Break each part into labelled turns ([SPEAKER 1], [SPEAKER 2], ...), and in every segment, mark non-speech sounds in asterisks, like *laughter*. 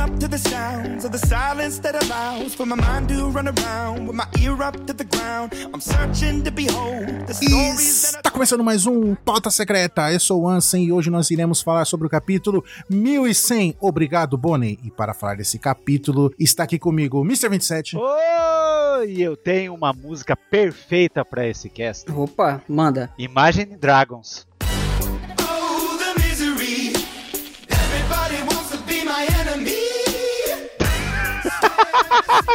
[SPEAKER 1] up to the sounds of the silence that allows for my mind to run around with my ear up to the ground. I'm searching to behold the stories that
[SPEAKER 2] Está começando mais um Pauta Secreta. Eu sou o Ansem e hoje nós iremos falar sobre o capítulo 1100. Obrigado, Bonnie. E para falar desse capítulo, está aqui comigo o Mr. 27.
[SPEAKER 3] Oi, eu tenho uma música perfeita pra esse cast.
[SPEAKER 4] Opa, manda.
[SPEAKER 3] Imagine Dragons.
[SPEAKER 1] Oh, the misery. Everybody wants to be my enemy.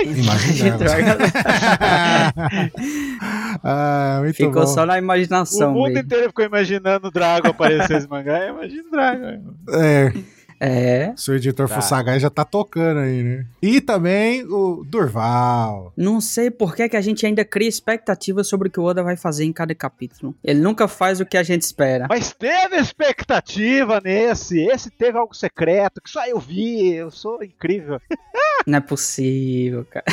[SPEAKER 2] Imagina. *laughs* ah, muito
[SPEAKER 4] *laughs* Ficou
[SPEAKER 2] bom.
[SPEAKER 4] só na
[SPEAKER 3] o
[SPEAKER 4] imaginação.
[SPEAKER 3] mundo
[SPEAKER 4] velho.
[SPEAKER 3] inteiro ficou imaginando o Dragon aparecer esse mangá. Imagine Dragon.
[SPEAKER 2] É,
[SPEAKER 4] É.
[SPEAKER 2] se o editor
[SPEAKER 3] Tá.
[SPEAKER 2] for sagaz, já tá tocando aí, né? E também o Durval.
[SPEAKER 4] Não sei por que, que a gente ainda cria expectativa sobre o que o Oda vai fazer em cada capítulo. Ele nunca faz o que a gente espera.
[SPEAKER 3] Mas teve expectativa nesse. Esse teve algo secreto que só eu vi. Eu sou incrível.
[SPEAKER 4] Não é possível, cara.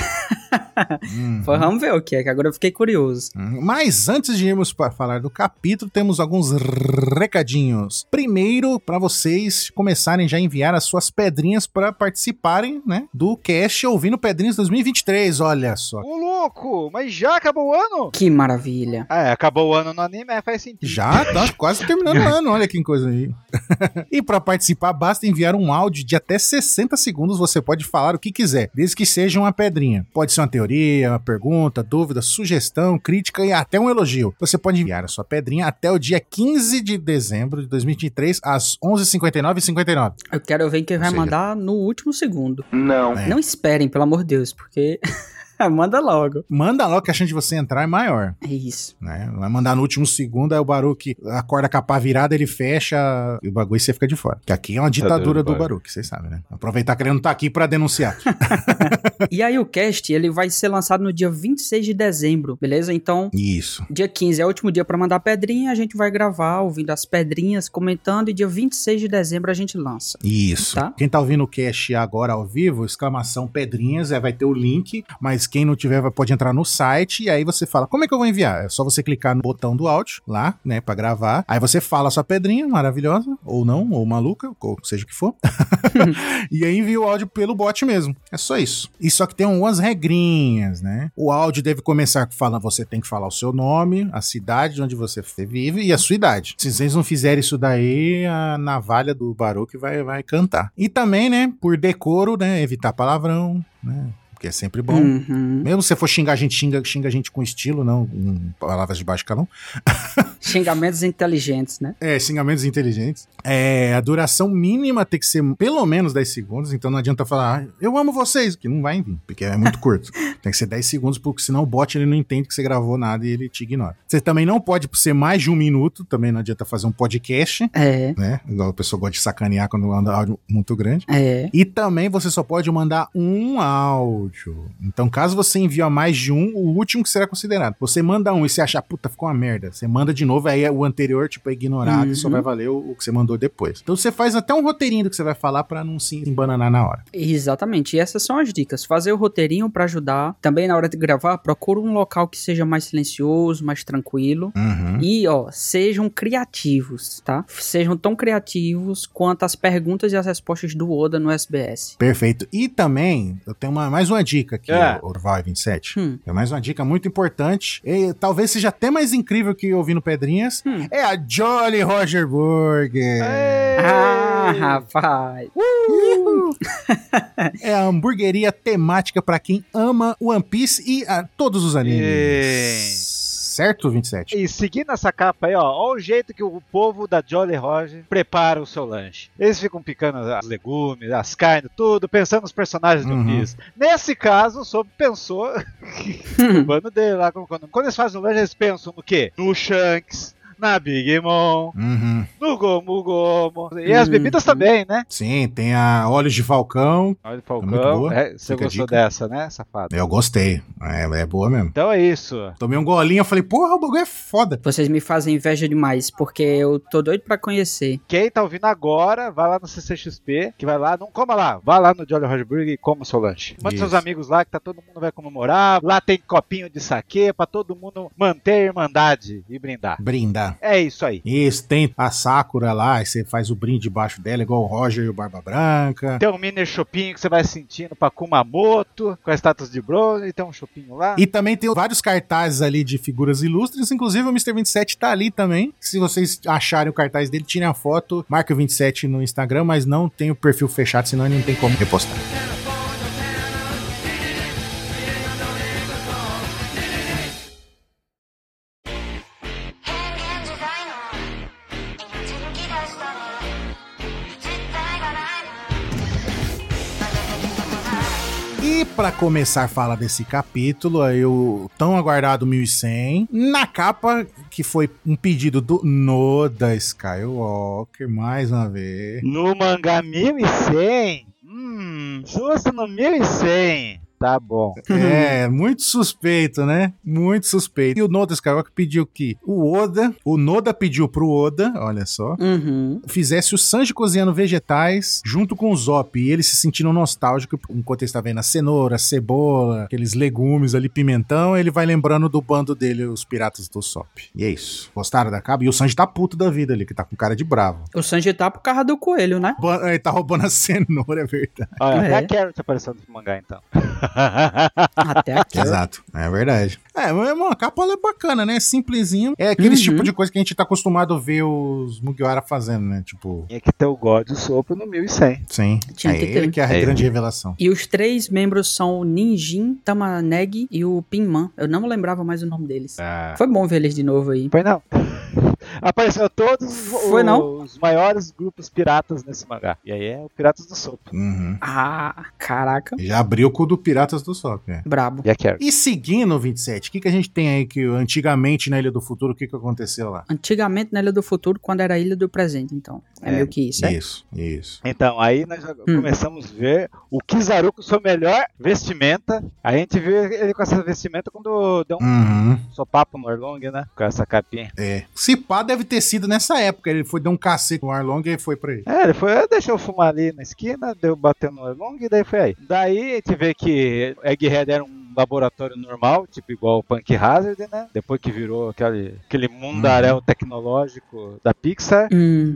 [SPEAKER 2] Hum.
[SPEAKER 4] Pô, Vamos ver o que é, que agora eu fiquei curioso.
[SPEAKER 2] Hum, Mas antes de irmos para falar do capítulo, temos alguns recadinhos. Primeiro, para vocês começarem já a enviar as suas pedrinhas para participarem, né, do cast ouvindo Pedrinhas 2023. Olha só.
[SPEAKER 3] Ô louco, mas já acabou o ano?
[SPEAKER 4] Que maravilha.
[SPEAKER 3] Ah, é, acabou o ano no anime, é, faz sentido.
[SPEAKER 2] Já tá quase terminando o ano, olha que coisa aí. *laughs* e para participar, basta enviar um áudio de até 60 segundos, você pode falar o que quiser, desde que seja uma pedrinha. Pode ser uma teoria, uma pergunta, dúvida, sugestão, crítica e até um elogio. Você pode enviar a sua pedrinha até o dia 15 de dezembro de 2023, às 11h59 e 59.
[SPEAKER 4] Eu quero ver quem vai
[SPEAKER 2] Ou seja-
[SPEAKER 4] mandar no último segundo.
[SPEAKER 1] Não.
[SPEAKER 2] É.
[SPEAKER 4] Não esperem, pelo amor de Deus, porque *laughs* manda logo.
[SPEAKER 2] Manda logo que a chance de você entrar é maior.
[SPEAKER 4] É isso.
[SPEAKER 2] Né? Vai mandar no último segundo, aí o Baruque acorda com a pá virada, ele fecha e o bagulho e você fica de fora. Que aqui é uma ditadura
[SPEAKER 3] Ditadura do
[SPEAKER 2] do Baruque, vocês sabem, né? Aproveitar que ele não tá aqui pra denunciar.
[SPEAKER 4] E aí o cast, ele vai ser lançado no dia 26 de dezembro, beleza? Então,
[SPEAKER 2] *laughs* Isso.
[SPEAKER 4] Dia 15 é o último dia pra mandar pedrinha, a gente vai gravar ouvindo as pedrinhas, comentando e dia 26 de dezembro a gente lança.
[SPEAKER 2] Isso.
[SPEAKER 4] Tá.
[SPEAKER 2] Quem tá ouvindo o cast agora ao vivo, exclamação pedrinhas, é, vai ter o link, mas quem não tiver vai- pode entrar no site e aí você fala, como é que eu vou enviar? É só você clicar no botão do áudio lá, né, pra gravar. Aí você fala a sua pedrinha, maravilhosa, ou não, ou maluca, ou seja o que for. e aí envia o áudio pelo bot mesmo. É só isso. E só que tem algumas regrinhas, né? O áudio deve começar falando, você tem que falar o seu nome, a cidade onde você vive e a sua idade. Se vocês não fizerem isso daí, a navalha do Baruque vai, vai cantar. E também, né, por decoro, né, evitar palavrão, né? Porque é sempre bom.
[SPEAKER 4] Uhum.
[SPEAKER 2] Mesmo se você for xingar a gente, xinga, xinga a gente com estilo, não com palavras de baixo calão.
[SPEAKER 4] Xingamentos inteligentes, né?
[SPEAKER 2] É, xingamentos inteligentes. É, a duração mínima tem que ser pelo menos 10 segundos, então não adianta falar, "Ah, eu amo vocês, que não vai vir, porque é muito curto. tem que ser 10 segundos, porque senão o bot ele não entende que você gravou nada e ele te ignora. Você também não pode ser mais de um minuto, também não adianta fazer um podcast,
[SPEAKER 4] É,
[SPEAKER 2] né? Igual a pessoa gosta de sacanear quando manda áudio muito grande.
[SPEAKER 4] é.
[SPEAKER 2] E também você só pode mandar um áudio. Então, caso você envie mais de um, o último que será considerado. Você manda um e você achar, puta, ficou uma merda. Você manda de novo, aí o anterior, tipo, é ignorado e só
[SPEAKER 4] Uhum.
[SPEAKER 2] vai valer o, o que você mandou depois. Então, você faz até um roteirinho do que você vai falar pra não se embananar na hora.
[SPEAKER 4] Exatamente. E essas são as dicas. Fazer o roteirinho pra ajudar. Também na hora de gravar, procura um local que seja mais silencioso, mais tranquilo.
[SPEAKER 2] Uhum.
[SPEAKER 4] E, ó, sejam criativos, tá? Sejam tão criativos quanto as perguntas e as respostas do Oda no SBS.
[SPEAKER 2] Perfeito. E também, eu tenho uma, mais uma dica aqui,
[SPEAKER 3] É.
[SPEAKER 2] Orval 27.
[SPEAKER 4] Hum.
[SPEAKER 2] É mais uma dica muito importante. E talvez seja até mais incrível que ouvindo Pedrinhas.
[SPEAKER 4] Hum.
[SPEAKER 2] É a Jolly Roger Burger.
[SPEAKER 4] Ah, rapaz.
[SPEAKER 2] É a hamburgueria temática pra quem ama One Piece e ah, todos os animes.
[SPEAKER 3] Ei.
[SPEAKER 2] Certo, 27?
[SPEAKER 3] E seguindo essa capa aí, ó, ó o jeito que o povo da Jolly Roger prepara o seu lanche. Eles ficam picando as legumes, as carnes, tudo, pensando nos personagens do
[SPEAKER 2] Uhum.
[SPEAKER 3] Piece. Nesse caso, o Sob pensou *laughs* no bando dele lá. Quando, quando- quando eles fazem o lanche, eles pensam no quê? No Shanks. Na Big Mom,
[SPEAKER 2] Uhum.
[SPEAKER 3] no Gomu Gomo. E as
[SPEAKER 4] Uhum.
[SPEAKER 3] bebidas também, né?
[SPEAKER 2] Sim, tem a Olhos de Falcão.
[SPEAKER 3] Olha o
[SPEAKER 2] muito
[SPEAKER 3] Falcão.
[SPEAKER 2] boa.
[SPEAKER 3] É, você
[SPEAKER 2] Fica a dica.
[SPEAKER 3] gostou dessa, né, safado?
[SPEAKER 2] Eu gostei. É, é boa mesmo.
[SPEAKER 3] Então é isso.
[SPEAKER 2] Tomei um golinho, eu falei, porra, o bagulho é foda.
[SPEAKER 4] Vocês me fazem inveja demais, porque eu tô doido pra conhecer.
[SPEAKER 3] Quem tá ouvindo agora, vai lá no CCXP, que vai lá, não coma lá, vai lá no Jolly Roger Burger e coma o seu lanche. Manda
[SPEAKER 2] Isso.
[SPEAKER 3] seus amigos lá, que tá todo mundo vai comemorar. Lá tem copinho de saque pra todo mundo manter a irmandade e brindar.
[SPEAKER 2] Brindar, Sakura.
[SPEAKER 3] É isso aí.
[SPEAKER 2] Isso, tem a Sakura lá, e você faz o brinde debaixo dela, igual o Roger e o Barba Branca.
[SPEAKER 3] Tem um mini shopping que você vai sentindo pra Kumamoto, com a status de bronze, tem um shopping lá.
[SPEAKER 2] E também tem vários cartazes ali de figuras ilustres, inclusive o Mr. 27 tá ali também. Se vocês acharem o cartaz dele, tirem a foto, marque o 27 no Instagram, mas não tem o perfil fechado, senão ele não tem como repostar. E pra começar a falar desse capítulo, aí o tão aguardado 1100, na capa que foi um pedido do Noda Skywalker, mais uma
[SPEAKER 3] *laughs*
[SPEAKER 2] vez.
[SPEAKER 3] No mangá 1100? Hum, justo no 1100. Tá bom.
[SPEAKER 2] É, muito suspeito, né? Muito suspeito. E o Noda Skywalker pediu que o Oda, o Noda pediu pro Oda, olha só,
[SPEAKER 4] Uhum.
[SPEAKER 2] fizesse o Sanji cozinhando vegetais junto com o Zop. E ele se sentindo nostálgico enquanto ele está vendo a cenoura, a cebola, aqueles legumes ali, pimentão. Ele vai lembrando do bando dele, os piratas do Zop. E é isso. Gostaram da capa? E o Sanji tá puto da vida ali, que tá com cara de bravo.
[SPEAKER 4] O Sanji tá por causa do coelho, né?
[SPEAKER 2] Ban- Ele tá roubando a cenoura, é verdade.
[SPEAKER 3] Olha, até
[SPEAKER 4] É.
[SPEAKER 3] a Carrot apareceu no mangá então. *laughs*
[SPEAKER 4] Até aqui.
[SPEAKER 2] Exato, é verdade. É, mas mano, a capa ela é bacana, né? É Simplesinho. É aquele
[SPEAKER 4] Uhum.
[SPEAKER 2] tipo de coisa que a gente tá acostumado a ver os Mugiwara fazendo, né? Tipo,
[SPEAKER 3] Tinha É que ter o God Sopro no 1100.
[SPEAKER 2] sim.
[SPEAKER 4] Tinha
[SPEAKER 2] é
[SPEAKER 4] que
[SPEAKER 2] ele
[SPEAKER 4] ter.
[SPEAKER 2] que é a
[SPEAKER 3] É.
[SPEAKER 2] grande revelação.
[SPEAKER 4] E os três membros são o Ninjin, Tamaneg e o Pinman. Eu não lembrava mais o nome deles.
[SPEAKER 3] Ah.
[SPEAKER 4] Foi bom ver eles de novo aí.
[SPEAKER 3] Foi não. *laughs* Apareceu todos os-
[SPEAKER 4] Foi não?
[SPEAKER 3] os maiores grupos piratas nesse mangá. E aí é o Piratas do Sopro.
[SPEAKER 2] Uhum.
[SPEAKER 4] Ah, caraca.
[SPEAKER 2] Já abriu com o do Piratas do Sol, é.
[SPEAKER 4] Brabo.
[SPEAKER 3] E a Carrot.
[SPEAKER 2] E seguindo o 27, o que, que a gente tem aí que antigamente na Ilha do Futuro, o que, que aconteceu lá?
[SPEAKER 4] Antigamente na Ilha do Futuro, quando era a Ilha do Presente, então. É,
[SPEAKER 3] É.
[SPEAKER 4] meio que isso, é?
[SPEAKER 2] Isso, isso.
[SPEAKER 3] Então, aí nós já
[SPEAKER 4] Hum.
[SPEAKER 3] começamos a ver o Kizaru com sua melhor vestimenta. A gente viu ele com essa vestimenta quando deu um
[SPEAKER 2] Uhum,
[SPEAKER 3] sopapo no Orlong, né? Com essa capinha.
[SPEAKER 2] é. Se pá, deve ter sido nessa época. Ele foi, deu um cacete no Arlong e foi pra ele.
[SPEAKER 3] É, ele foi, deixou eu fumar ali na esquina, deu bater no Orlong e daí foi aí. Daí a gente vê que Egghead era um laboratório normal, tipo igual o Punk Hazard, né? Depois que virou aquele, aquele mundaréu tecnológico da Pixar,
[SPEAKER 4] Uhum.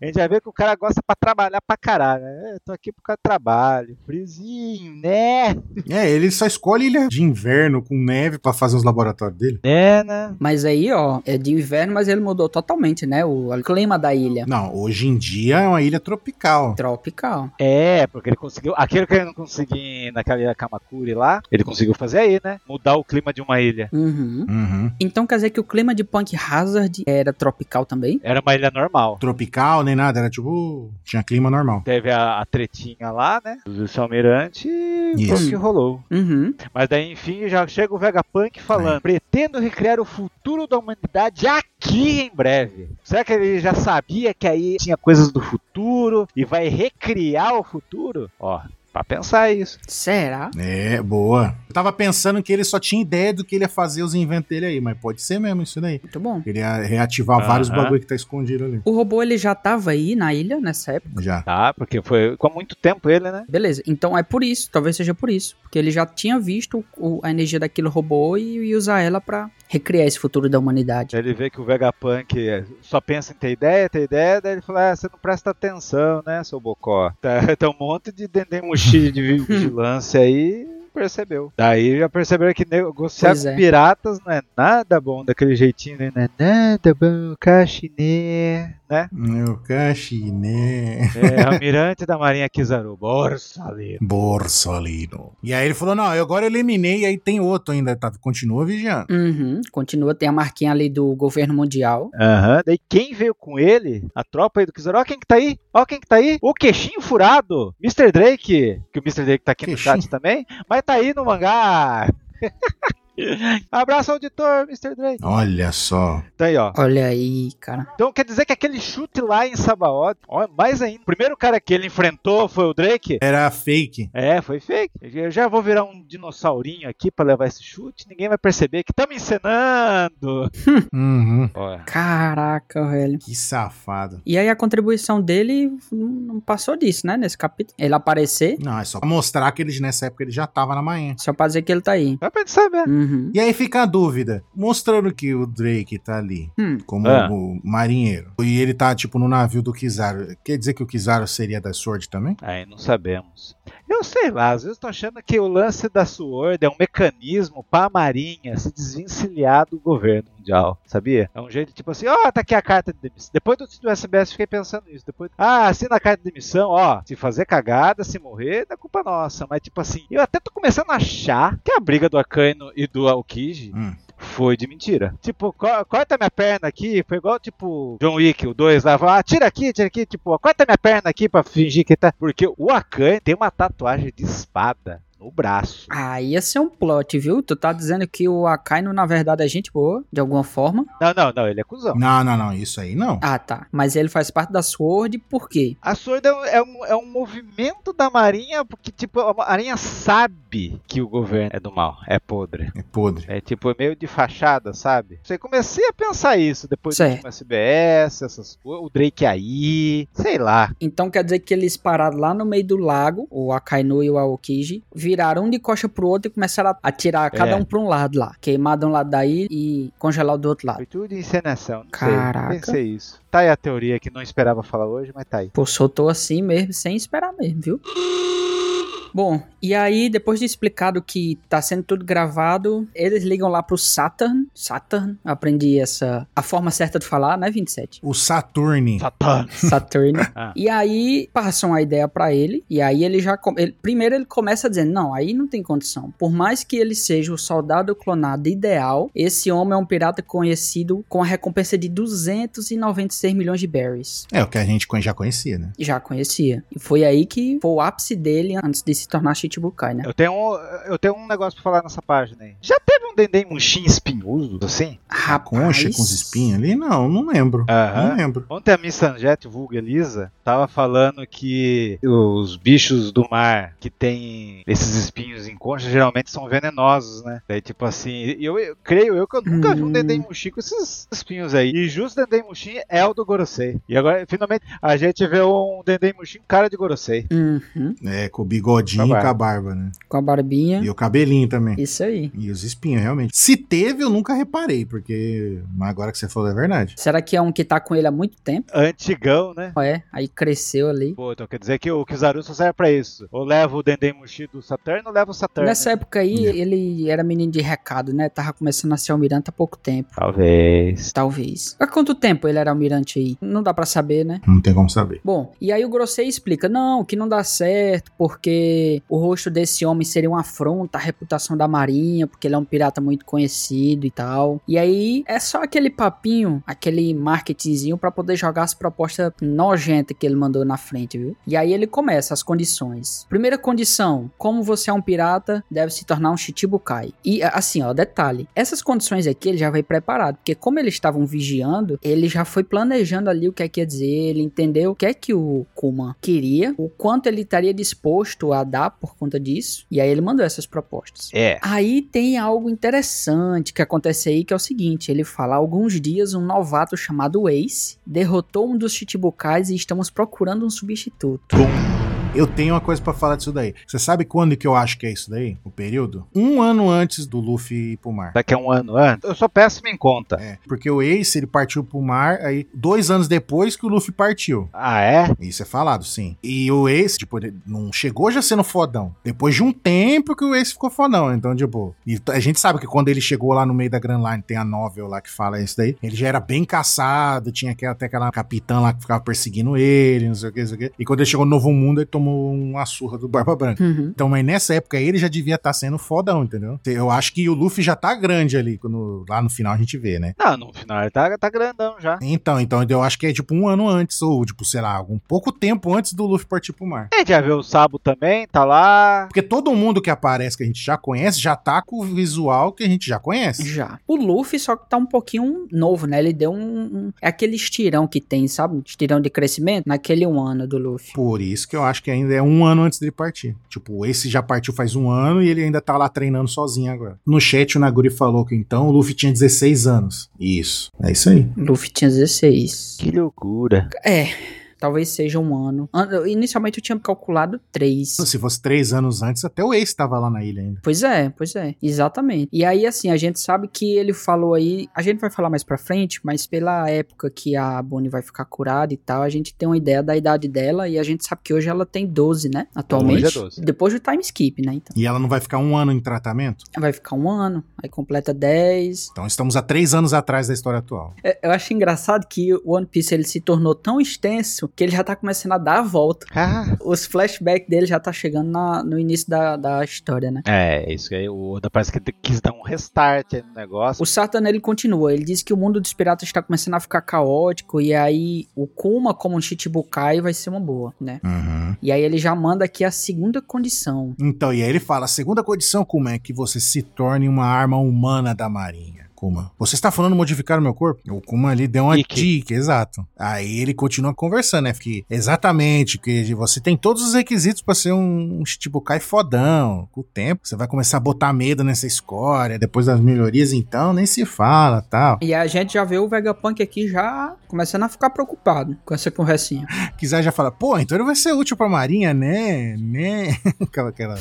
[SPEAKER 3] a gente já vê que o cara gosta pra trabalhar pra caralho, né? É, tô aqui por causa do trabalho, friozinho, né?
[SPEAKER 2] É, ele só escolhe ilha de inverno com neve pra fazer os laboratórios dele.
[SPEAKER 3] É, né?
[SPEAKER 4] Mas aí, ó, é de inverno, mas ele mudou totalmente, né? O clima da ilha.
[SPEAKER 2] Não, hoje em dia é uma ilha tropical.
[SPEAKER 4] Tropical.
[SPEAKER 3] É, porque ele conseguiu. Aquilo que ele não conseguiu naquela ilha Kamakuri lá, ele conseguiu fazer aí, né? Mudar o clima de uma ilha.
[SPEAKER 4] Uhum.
[SPEAKER 2] Uhum.
[SPEAKER 4] Então quer dizer que o clima de Punk Hazard era tropical também?
[SPEAKER 3] Era uma ilha normal.
[SPEAKER 2] Tropical, nem nada, era tipo. Tinha clima normal.
[SPEAKER 3] Teve a, a tretinha lá, né? Do Salmirante e foi
[SPEAKER 2] Isso.
[SPEAKER 3] o que rolou.
[SPEAKER 4] Uhum.
[SPEAKER 3] Mas daí, enfim, já chega o Vegapunk falando: pretendo recriar o futuro da humanidade aqui em breve. Será que ele já sabia que aí tinha coisas do futuro e vai recriar o futuro? Ó, pra pensar isso.
[SPEAKER 4] Será?
[SPEAKER 2] É, boa. Eu tava pensando que ele só tinha ideia do que ele ia fazer os inventos dele aí, mas pode ser mesmo isso daí.
[SPEAKER 4] Muito bom.
[SPEAKER 2] Ele ia reativar vários
[SPEAKER 3] Aham.
[SPEAKER 2] bagulho que tá escondido ali.
[SPEAKER 4] O robô ele já tava aí na ilha nessa época?
[SPEAKER 2] Já.
[SPEAKER 3] Tá, porque foi com muito tempo ele, né?
[SPEAKER 4] Beleza, então é por isso, talvez seja por isso, porque ele já tinha visto o- a energia daquele robô e, e usar ela pra recriar esse futuro da humanidade.
[SPEAKER 3] Ele vê que o Vegapunk é, só pensa em ter ideia, ter ideia, daí ele fala: ah, você não presta atenção, né, seu bocó? Tá, *laughs* tem um monte de dendemuxi de
[SPEAKER 4] *laughs*
[SPEAKER 3] vigilância aí. Percebeu. Daí já perceberam que negociar
[SPEAKER 4] Pois
[SPEAKER 3] com
[SPEAKER 4] é.
[SPEAKER 3] piratas não é nada bom daquele jeitinho, né? Não é nada bom, cachinê, né?
[SPEAKER 2] Meu né? cachiné.
[SPEAKER 3] É, almirante da marinha Kizaru, Borsalino.
[SPEAKER 2] Borsolino. E aí ele falou: não, eu agora eliminei, aí tem outro ainda. Tá, continua vigiando.
[SPEAKER 4] Uhum, continua, tem a marquinha ali do governo mundial.
[SPEAKER 3] Aham. Daí quem veio com ele, a tropa aí do Kizaru, ó quem que tá aí, ó quem que tá aí, o queixinho furado, Mr. Drake, que o Mr. Drake tá aqui no
[SPEAKER 2] Queixinho.
[SPEAKER 3] chat também, mas tá aí no mangá. Abraço, auditor, Mr. Drake.
[SPEAKER 2] Olha só.
[SPEAKER 3] Tá aí, ó.
[SPEAKER 4] Olha aí, cara.
[SPEAKER 3] Então quer dizer que aquele chute lá em Sabaó, ó, é mais ainda, o primeiro cara que ele enfrentou foi o Drake.
[SPEAKER 2] Era fake.
[SPEAKER 3] É, foi fake. Eu já vou virar um dinossaurinho aqui pra levar esse chute, ninguém vai perceber que tá me encenando.
[SPEAKER 2] Uhum.
[SPEAKER 3] Ó,
[SPEAKER 4] Caraca, velho.
[SPEAKER 2] Que safado.
[SPEAKER 4] E aí a contribuição dele não não passou disso, né, nesse capítulo. Ele aparecer,
[SPEAKER 2] Não, é só pra mostrar que eles, nessa época ele já tava na manhã.
[SPEAKER 4] só pra dizer que ele tá aí.
[SPEAKER 3] dá pra gente saber.
[SPEAKER 4] Uhum. Uhum.
[SPEAKER 2] E aí fica a dúvida, mostrando que o Drake tá ali
[SPEAKER 4] Hum.
[SPEAKER 2] como
[SPEAKER 3] Ah.
[SPEAKER 2] o marinheiro e ele tá tipo no navio do Kizaru. Quer dizer que o Kizaru seria da Sword também?
[SPEAKER 3] Aí É, não sabemos. Eu sei lá, às vezes eu tô achando que o lance da Sword é um mecanismo pra Marinha se desvencilhar do governo mundial, sabia? É um jeito tipo assim, ó, tá aqui a carta de demissão. Depois do, do SBS fiquei pensando nisso. Depois, ah, assina a carta de demissão, ó, se fazer cagada, se morrer, da culpa nossa. Mas tipo assim, eu até tô começando a achar que a briga do Akaino e do Aokiji
[SPEAKER 2] Hum.
[SPEAKER 3] foi de mentira. Tipo, co- corta minha perna aqui, foi igual, tipo, John Wick, o 2 lá, fala, ah, tira aqui, tira aqui, tipo, ó, corta minha perna aqui pra fingir que tá. Porque o Akan tem uma tatuagem de espada no braço.
[SPEAKER 4] Ah, ia ser um plot, viu? Tu tá dizendo que o Akainu, na verdade, é gente boa, de alguma forma.
[SPEAKER 3] Não, não, não, ele é cuzão.
[SPEAKER 2] Não, não, não, isso aí não.
[SPEAKER 4] Ah, tá. Mas ele faz parte da Sword, por quê?
[SPEAKER 3] A Sword é um, é um- é um movimento da Marinha, porque, tipo, a Marinha sabe que o governo é do mal, é podre.
[SPEAKER 2] É podre.
[SPEAKER 3] É tipo, é meio de fachada, sabe? Você comecei a pensar isso depois
[SPEAKER 4] Certo.
[SPEAKER 3] do último SBS, essas coisas, o Drake aí, sei lá.
[SPEAKER 4] Então quer dizer que eles pararam lá no meio do lago, o Akainu e o Aokiji, viraram um de coxa pro outro e começaram a atirar cada
[SPEAKER 3] É.
[SPEAKER 4] um pra um lado lá. Queimar de um lado da ilha e congelar o do outro lado.
[SPEAKER 3] Foi tudo encenação, não
[SPEAKER 4] Caraca.
[SPEAKER 3] sei. Pensei isso. Tá aí a teoria que não esperava falar hoje, mas tá aí.
[SPEAKER 4] Pô, soltou assim mesmo, sem esperar mesmo, viu? Bom, e aí, depois de explicado que tá sendo tudo gravado, eles ligam lá pro Saturn. Saturn, aprendi essa. a forma certa de falar,
[SPEAKER 2] *laughs*
[SPEAKER 4] né, 27?
[SPEAKER 2] O Saturne.
[SPEAKER 3] Satã.
[SPEAKER 4] Saturn.
[SPEAKER 3] Ah.
[SPEAKER 4] E aí passam a ideia pra ele. E aí ele já. com- ele- primeiro ele começa dizendo: Não, aí não tem condição. Por mais que ele seja o soldado clonado ideal, esse homem é um pirata conhecido com a recompensa de 296 milhões de berries.
[SPEAKER 2] É o que a gente co- já conhecia, né?
[SPEAKER 4] Já conhecia. E foi aí que foi o ápice dele antes de se tornar Shichibukai, né?
[SPEAKER 3] Eu tenho, um, eu tenho um negócio pra falar nessa página aí. Já teve um Dendem Mushin espinhudo, assim?
[SPEAKER 2] É A concha com os espinhos ali? Não, não lembro.
[SPEAKER 3] Aham.
[SPEAKER 2] Não lembro.
[SPEAKER 3] Ontem a Miss Sanjete, vulga Elisa, tava falando que os bichos do mar que tem esses espinhos em concha geralmente são venenosos, né? Daí, tipo assim, eu, eu- creio eu que eu nunca vi um
[SPEAKER 4] Hum.
[SPEAKER 3] Dendem Mushin com esses espinhos aí. E justo o Dendem Mushin é o do Gorosei. E agora, finalmente, a gente vê um Dendem Mushin com cara de Gorosei.
[SPEAKER 2] né?
[SPEAKER 4] Uhum,
[SPEAKER 2] É, com o bigodinho
[SPEAKER 3] Tá
[SPEAKER 2] e com a barba, né?
[SPEAKER 4] com a barbinha.
[SPEAKER 2] E o cabelinho também.
[SPEAKER 4] Isso aí.
[SPEAKER 2] E os espinhos, realmente. Se teve, eu nunca reparei, porque. Mas agora que você falou é verdade.
[SPEAKER 4] Será que é um que tá com ele há muito tempo?
[SPEAKER 3] Antigão, né?
[SPEAKER 4] É, aí cresceu ali.
[SPEAKER 3] Pô, então quer dizer que o Kizaru só serve pra isso. Ou leva o Dendem Mushi do Saturno ou leva o Saturno.
[SPEAKER 4] Nessa época aí,
[SPEAKER 2] Yeah.
[SPEAKER 4] ele era menino de recado, né? Tava começando a ser almirante há pouco tempo,
[SPEAKER 3] Talvez.
[SPEAKER 4] talvez. Há quanto tempo ele era almirante aí? Não dá pra saber, né?
[SPEAKER 2] Não tem como saber.
[SPEAKER 4] Bom, e aí o Grossei explica: não, que não dá certo, porque o rosto desse homem seria uma afronta à reputação da Marinha, porque ele é um pirata muito conhecido e tal. E aí é só aquele papinho, aquele marketingzinho pra poder jogar as propostas nojentas que ele mandou na frente, viu? E aí ele começa as condições. Primeira condição: como você é um pirata, deve se tornar um Shichibukai. E a- assim, ó, detalhe: essas condições aqui ele já veio preparado, porque como eles estavam vigiando, ele já foi planejando ali o que é que ia dizer, ele entendeu o que é que o Kuma queria, o quanto ele estaria disposto a dar por conta disso, e aí ele mandou essas propostas.
[SPEAKER 3] É.
[SPEAKER 4] Aí tem algo interessante que acontece aí, que é o seguinte: ele fala, "Há alguns dias um novato chamado Ace derrotou um dos Chichibukais e estamos procurando um substituto.
[SPEAKER 2] Eu tenho uma coisa pra falar disso daí. Você sabe quando que eu acho que é isso daí? O período? Um ano antes do Luffy ir pro mar.
[SPEAKER 3] Daqui a um ano antes. Eu sou péssimo em conta.
[SPEAKER 2] É, porque o Ace, ele partiu pro mar, aí dois anos depois que o Luffy partiu.
[SPEAKER 3] Ah, é?
[SPEAKER 2] Isso é falado, sim. E o Ace, tipo, ele não chegou já sendo fodão. Depois de um tempo que o Ace ficou fodão. Então, tipo, e t- a gente sabe que quando ele chegou lá no meio da Grand Line, tem a novel lá que fala isso daí. Ele já era bem caçado, tinha aquela- até aquela capitã lá que ficava perseguindo ele, não sei o que, não sei o que. E quando ele chegou no Novo Mundo, ele tomou uma surra do Barba Branca.
[SPEAKER 4] Uhum.
[SPEAKER 2] Então, mas nessa época aí, ele já devia estar sendo fodão, entendeu? Eu acho que o Luffy já tá grande ali, quando, lá no final a gente vê, né?
[SPEAKER 3] Não, no final ele tá, tá grandão já.
[SPEAKER 2] Então, então eu acho que é tipo um ano antes, ou tipo, sei lá, algum pouco tempo antes do Luffy partir pro mar.
[SPEAKER 3] A gente já vê o Sabo também, tá lá.
[SPEAKER 2] Porque todo mundo que aparece que a gente já conhece já tá com o visual que a gente já conhece.
[SPEAKER 4] Já. O Luffy só que tá um pouquinho novo, né? Ele deu um, um- É aquele estirão que tem, sabe? Estirão de crescimento naquele um ano do Luffy.
[SPEAKER 2] Por isso que eu acho que ainda é um ano antes dele partir. Tipo, esse já partiu faz um ano e ele ainda tá lá treinando sozinho agora. No chat o Naguri falou que então o Luffy tinha 16 anos. Isso. É isso aí.
[SPEAKER 4] Luffy tinha 16.
[SPEAKER 3] Que loucura.
[SPEAKER 4] É. Talvez seja um ano. An- Inicialmente eu tinha calculado três.
[SPEAKER 2] Se fosse três anos antes, até o ex tava lá na ilha ainda.
[SPEAKER 4] Pois é, pois é, exatamente. E aí, assim, a gente sabe que ele falou aí, a gente vai falar mais pra frente, mas pela época que a Bonnie vai ficar curada e tal, a gente tem uma ideia da idade dela e a gente sabe que hoje ela tem 12, né? Atualmente.
[SPEAKER 3] Hoje é 12.
[SPEAKER 4] Depois do time skip, né? Então,
[SPEAKER 2] E ela não vai ficar um ano em tratamento?
[SPEAKER 4] vai ficar um ano, aí completa 10.
[SPEAKER 2] Então estamos há três anos atrás da história atual.
[SPEAKER 4] É, Eu acho engraçado que o One Piece ele se tornou tão extenso que ele já tá começando a dar a volta.
[SPEAKER 3] Ah,
[SPEAKER 4] Os flashbacks dele já tá chegando na- no início da, da história, né?
[SPEAKER 3] É, isso aí. O Oda parece que quis dar um restart aí no negócio.
[SPEAKER 4] O Satan ele continua, ele diz que o mundo dos piratas está começando a ficar caótico e aí o Kuma como um Chichibukai vai ser uma boa, né?
[SPEAKER 2] Uhum.
[SPEAKER 4] E aí ele já manda aqui a segunda condição.
[SPEAKER 2] Então, e aí ele fala: a segunda condição, Kuma, é que você se torne uma arma humana da marinha. Kuma, você está falando modificar o meu corpo? O Kuma ali deu uma
[SPEAKER 3] Dica.
[SPEAKER 2] dica, exato. Aí ele continua conversando, né? Que exatamente, que você tem todos os requisitos para ser um Shichibukai fodão. Com o tempo, você vai começar a botar medo nessa escória, depois das melhorias, então, nem se fala, tal.
[SPEAKER 4] E a gente já vê o Vegapunk aqui já começando a ficar preocupado com essa conversinha.
[SPEAKER 2] Quiser já fala, pô, então ele vai ser útil pra marinha, né? Né? *laughs* Aquela, aquela...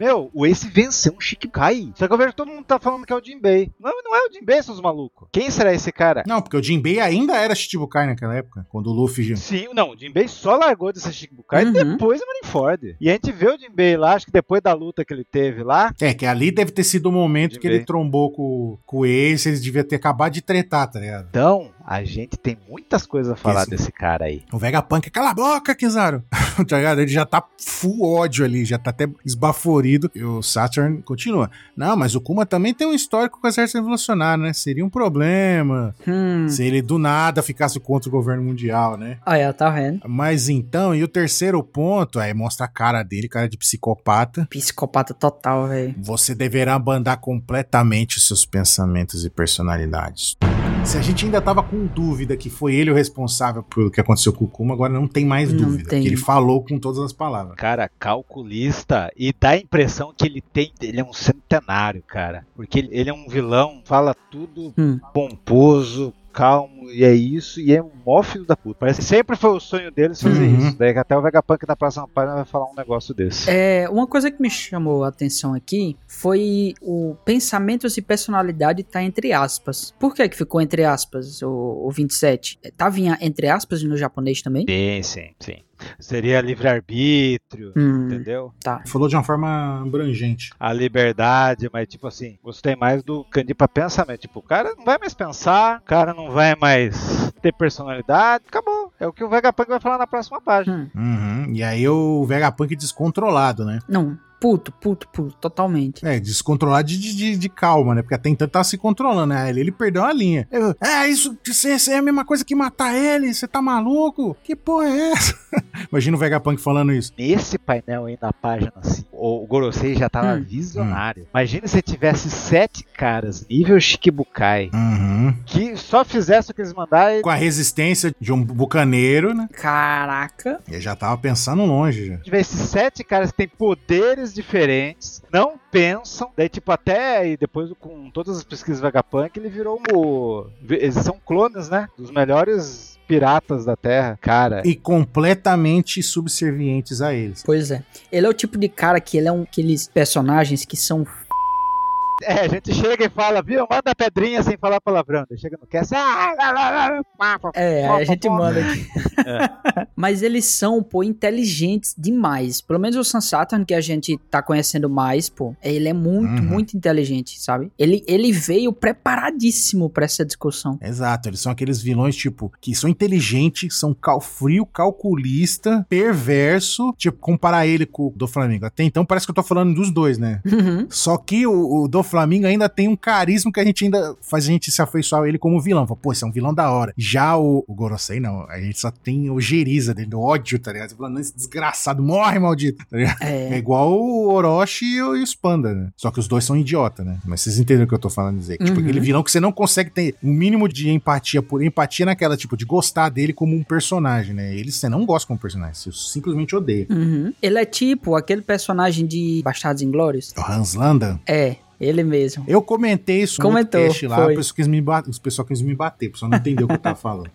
[SPEAKER 3] Meu, o Ace venceu um Shikikai. Só que eu vejo que todo mundo tá falando que é o Jinbei. Não, não é o Jinbei, seus malucos. Quem será esse cara?
[SPEAKER 2] Não, porque o Jinbei ainda era Shichibukai naquela época, quando o Luffy
[SPEAKER 3] Sim, não, o Jinbei só largou de ser Shikibukai
[SPEAKER 4] Uhum.
[SPEAKER 3] depois do Marineford. E a gente vê o Jinbei lá, acho que depois da luta que ele teve lá.
[SPEAKER 2] É, que ali deve ter sido o momento
[SPEAKER 3] De
[SPEAKER 2] que
[SPEAKER 3] ver.
[SPEAKER 2] ele trombou com, com o Ace, eles deviam ter acabado de tretar, tá ligado?
[SPEAKER 3] Então, a gente tem muitas coisas a falar
[SPEAKER 2] Isso.
[SPEAKER 3] desse cara aí.
[SPEAKER 2] O Vegapunk, cala a boca, Kizaru! *laughs* tá ligado? Ele já tá full ódio ali, já tá até esbaforido. E o Saturn continua. Não, mas o Kuma também tem um histórico com o exército revolucionário, né? Seria um problema
[SPEAKER 4] Hum.
[SPEAKER 2] se ele do nada ficasse contra o governo mundial, né?
[SPEAKER 4] Aí, ó, tá vendo?
[SPEAKER 2] Mas então, e o terceiro ponto, aí mostra a cara dele, cara de psicopata.
[SPEAKER 4] Psicopata total, velho.
[SPEAKER 2] Você deverá abandar completamente seus pensamentos e personalidades. Se a gente ainda tava com dúvida que foi ele o responsável pelo que aconteceu com o Kuma, agora não tem mais
[SPEAKER 4] Não
[SPEAKER 2] dúvida.
[SPEAKER 4] tem.
[SPEAKER 2] Que ele falou com todas as palavras.
[SPEAKER 3] Cara, calculista. E dá a impressão que ele tem. Ele é um centenário, cara. Porque ele, ele é um vilão, fala tudo
[SPEAKER 4] Hum.
[SPEAKER 3] pomposo, calmo, e é isso, e é um mó filho da puta. Parece que sempre foi o sonho deles fazer
[SPEAKER 2] Uhum.
[SPEAKER 3] isso. Daí que até o Vegapunk na próxima página vai falar um negócio desse.
[SPEAKER 4] É, uma coisa que me chamou a atenção aqui foi o pensamentos e personalidade tá entre aspas. Por que que ficou entre aspas o, o 27? Tava em, a- É, tá entre aspas no japonês também?
[SPEAKER 3] Sim, sim, sim. Seria livre-arbítrio,
[SPEAKER 4] Hum,
[SPEAKER 3] entendeu?
[SPEAKER 4] tá.
[SPEAKER 2] Ele Falou de uma forma abrangente.
[SPEAKER 3] A liberdade, mas tipo assim, gostei mais do Candy pra pensamento. Tipo, o cara não vai mais pensar, o cara não vai mais ter personalidade, acabou. É o que o Vegapunk vai falar na próxima página.
[SPEAKER 4] Hum.
[SPEAKER 2] Uhum. E aí o Vegapunk descontrolado, né?
[SPEAKER 4] Não, puto, puto, puto, totalmente.
[SPEAKER 2] É, descontrolado de, de- de, de calma, né? Porque até então ele tava se controlando, né? Ele, ele perdeu a linha. Eu, é, isso isso- isso é a mesma coisa que matar ele? Você tá maluco? Que porra é essa? *laughs* Imagina o Vegapunk falando isso.
[SPEAKER 3] Nesse painel aí na página assim, o o Gorosei já tava
[SPEAKER 4] Hum.
[SPEAKER 3] visionário. Imagina se tivesse sete caras, nível Shikibukai,
[SPEAKER 2] Uhum.
[SPEAKER 3] que só fizesse o que eles mandarem.
[SPEAKER 2] com a resistência de um bucaneiro, né?
[SPEAKER 4] Caraca.
[SPEAKER 2] Eu já tava pensando longe já.
[SPEAKER 3] Tivesse sete caras que têm poderes diferentes, não pensam, daí tipo até e depois com todas as pesquisas Vegapunk ele virou um o eles são clones, né? Dos melhores piratas da Terra, cara.
[SPEAKER 2] E completamente subservientes a eles.
[SPEAKER 4] Pois é. Ele é o tipo de cara que ele é um aqueles personagens que são
[SPEAKER 3] É, a gente chega e fala, viu? Manda pedrinha sem falar palavrão. Daí Chega no cast, ah, lá, lá, lá, lá, pá, pá,
[SPEAKER 4] É,
[SPEAKER 3] Pó,
[SPEAKER 4] a
[SPEAKER 3] pó,
[SPEAKER 4] gente
[SPEAKER 3] pó.
[SPEAKER 4] manda
[SPEAKER 2] Né?
[SPEAKER 4] aqui. Mas eles são, pô, inteligentes demais. Pelo menos o Sam Saturn, que a gente tá conhecendo mais, pô, ele é muito,
[SPEAKER 2] Uhum.
[SPEAKER 4] muito inteligente, sabe? Ele, ele veio preparadíssimo pra essa discussão.
[SPEAKER 2] Exato, eles são aqueles vilões, tipo, que são inteligentes, são cal frio, calculista, perverso. Tipo, comparar ele com o do Flamengo. Até então parece que eu tô falando dos dois, né?
[SPEAKER 4] Uhum.
[SPEAKER 2] Só que o, o do Flamengo ainda tem um carisma que a gente ainda faz a gente se afeiçoar a ele como vilão. Fala, Pô, esse é um vilão da hora. Já o, o Gorosei, não. A gente só tem o geriza dele, o ódio, tá ligado? Você fala, não, esse desgraçado morre, maldito. Tá ligado? É
[SPEAKER 4] *laughs* É.
[SPEAKER 2] igual o Orochi e o e os Panda, né? Só que os dois são idiota, né? Mas vocês entenderam o que eu tô falando dizer. Tipo,
[SPEAKER 4] Uhum.
[SPEAKER 2] aquele vilão que você não consegue ter um mínimo de empatia por empatia naquela, tipo, de gostar dele como um personagem, né? Ele você não gosta como personagem, você simplesmente odeia.
[SPEAKER 4] Uhum. Ele é tipo aquele personagem de Bastardos Inglórios.
[SPEAKER 2] O Hans Landa.
[SPEAKER 4] É, ele mesmo.
[SPEAKER 2] Eu comentei isso
[SPEAKER 4] Comentou,
[SPEAKER 2] no podcast lá,
[SPEAKER 4] foi.
[SPEAKER 2] o pessoal quis me bater, os pessoal quis me bater, o pessoal não entendeu o que eu tava falando.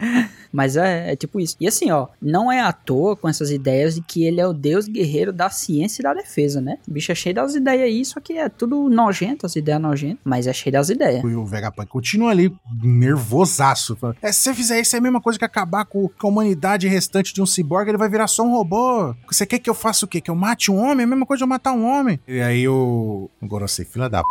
[SPEAKER 4] Mas é, é tipo isso. E assim, ó, não é à toa com essas ideias de que ele é o deus guerreiro da ciência e da defesa, né? O bicho é cheio das ideias aí, só que é tudo nojento, as ideias nojentas, mas é cheio das ideias.
[SPEAKER 2] E o Vegapunk continua ali nervosaço. falando, "É, se você fizer isso, é a mesma coisa que acabar com, com a humanidade restante de um ciborgue, ele vai virar só um robô. Você quer que eu faça o quê? Que eu mate um homem? É a mesma coisa de eu matar um homem. E aí o. O Gorosei, filha da p.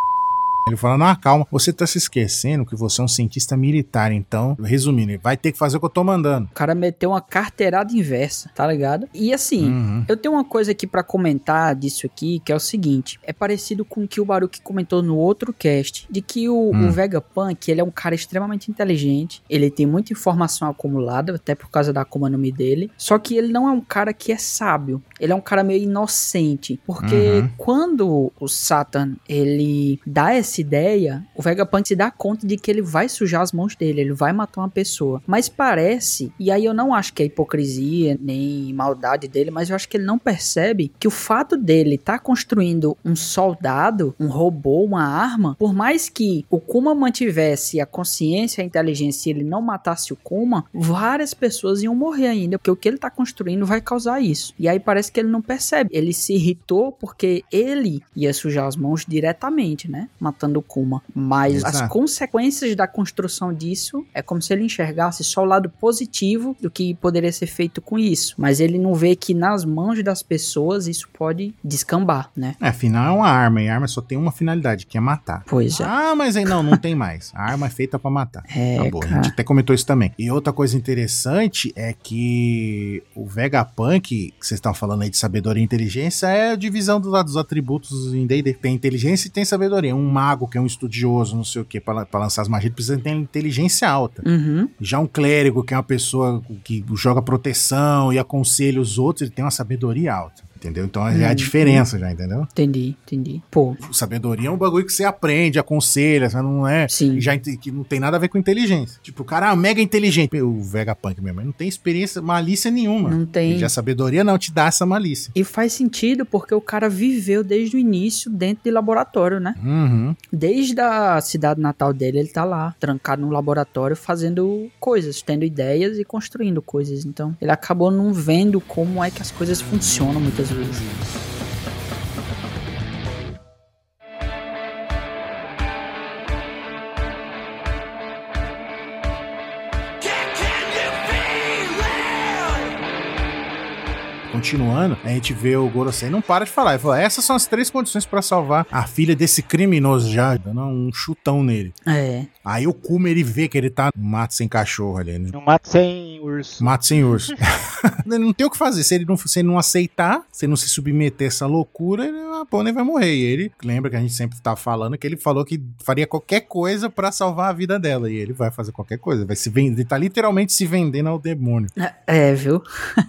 [SPEAKER 2] Ele fala, não, calma, você tá se esquecendo que você é um cientista militar, então, resumindo, ele vai ter que fazer o que eu tô mandando.
[SPEAKER 4] O cara meteu uma carteirada inversa, tá ligado? E assim,
[SPEAKER 2] Uhum.
[SPEAKER 4] Eu tenho uma coisa aqui pra comentar disso aqui, que é o seguinte, é parecido com o que o Baruch comentou no outro cast, de que o,
[SPEAKER 2] Hum.
[SPEAKER 4] o Vegapunk, ele é um cara extremamente inteligente, ele tem muita informação acumulada, até por causa da Akuma no Mi dele, só que ele não é um cara que é sábio, ele é um cara meio inocente, porque
[SPEAKER 2] Uhum.
[SPEAKER 4] quando o Satan, ele dá essa ideia, o Vegapunk se dá conta de que ele vai sujar as mãos dele, ele vai matar uma pessoa, mas parece, e aí eu não acho que é hipocrisia, nem maldade dele, mas eu acho que ele não percebe que o fato dele estar construindo um soldado, um robô, uma arma, por mais que o Kuma mantivesse a consciência, a inteligência e ele não matasse o Kuma, várias pessoas iam morrer ainda, porque o que ele tá construindo vai causar isso. E aí parece que ele não percebe. Ele se irritou porque ele ia sujar as mãos diretamente, né? Matando o Kuma. Mas as
[SPEAKER 2] Exato.
[SPEAKER 4] consequências da construção disso é como se ele enxergasse só o lado positivo do que poderia ser feito com isso. Mas ele não vê que nas mãos das pessoas isso pode descambar, né?
[SPEAKER 2] É, afinal é uma arma, e arma só tem uma finalidade, que é matar.
[SPEAKER 4] Pois é.
[SPEAKER 2] Ah, mas aí não, não tem mais. A arma é feita pra matar.
[SPEAKER 4] É,
[SPEAKER 2] Tá bom, a
[SPEAKER 4] cara.
[SPEAKER 2] gente até comentou isso também. E outra coisa interessante é que o Vegapunk, que vocês estão falando aí de sabedoria e inteligência, é a divisão dos, dos atributos em D&D. Tem inteligência e tem sabedoria. Um mago, que é um estudioso, não sei o quê, pra, lan- pra lançar as magias, precisa ter inteligência alta.
[SPEAKER 4] Uhum.
[SPEAKER 2] Já um clérigo, que é uma pessoa que joga proteção e aconselha os outros, ele tem uma sabedoria alta. Entendeu? Então já é a
[SPEAKER 4] Hum.
[SPEAKER 2] diferença, já, entendeu?
[SPEAKER 4] Entendi, entendi. Pô,
[SPEAKER 2] Sabedoria é um bagulho que você aprende, aconselha, você não é
[SPEAKER 4] sim.
[SPEAKER 2] e já ent- que não tem nada a ver com inteligência. Tipo, o cara é mega inteligente. O Vegapunk mesmo, ele não tem experiência, malícia nenhuma.
[SPEAKER 4] Não
[SPEAKER 2] E
[SPEAKER 4] tem.
[SPEAKER 2] é já a sabedoria não te dá essa malícia.
[SPEAKER 4] E faz sentido porque o cara viveu desde o início dentro de laboratório, né?
[SPEAKER 2] Uhum.
[SPEAKER 4] Desde a cidade natal dele, ele tá lá, trancado no laboratório, fazendo coisas, tendo ideias e construindo coisas. Então, ele acabou não vendo como é que as coisas funcionam muitas vezes.
[SPEAKER 2] Continuando, a gente vê o Gorosei não para de falar. Ele fala: essas são as três condições pra salvar a filha desse criminoso já, dando um chutão nele.
[SPEAKER 4] É.
[SPEAKER 2] Aí o Kuma ele vê que ele tá no mato sem cachorro ali, né?
[SPEAKER 3] No mato sem urso.
[SPEAKER 2] Mato sem urso. *laughs* ele não tem o que fazer. Se ele não, se ele não aceitar, se ele não se submeter a essa loucura, ele, a Pony vai morrer. E ele lembra que a gente sempre tá falando que ele falou que faria qualquer coisa pra salvar a vida dela. E ele vai fazer qualquer coisa. Vai se vender. Ele tá literalmente se vendendo ao demônio.
[SPEAKER 4] É, viu?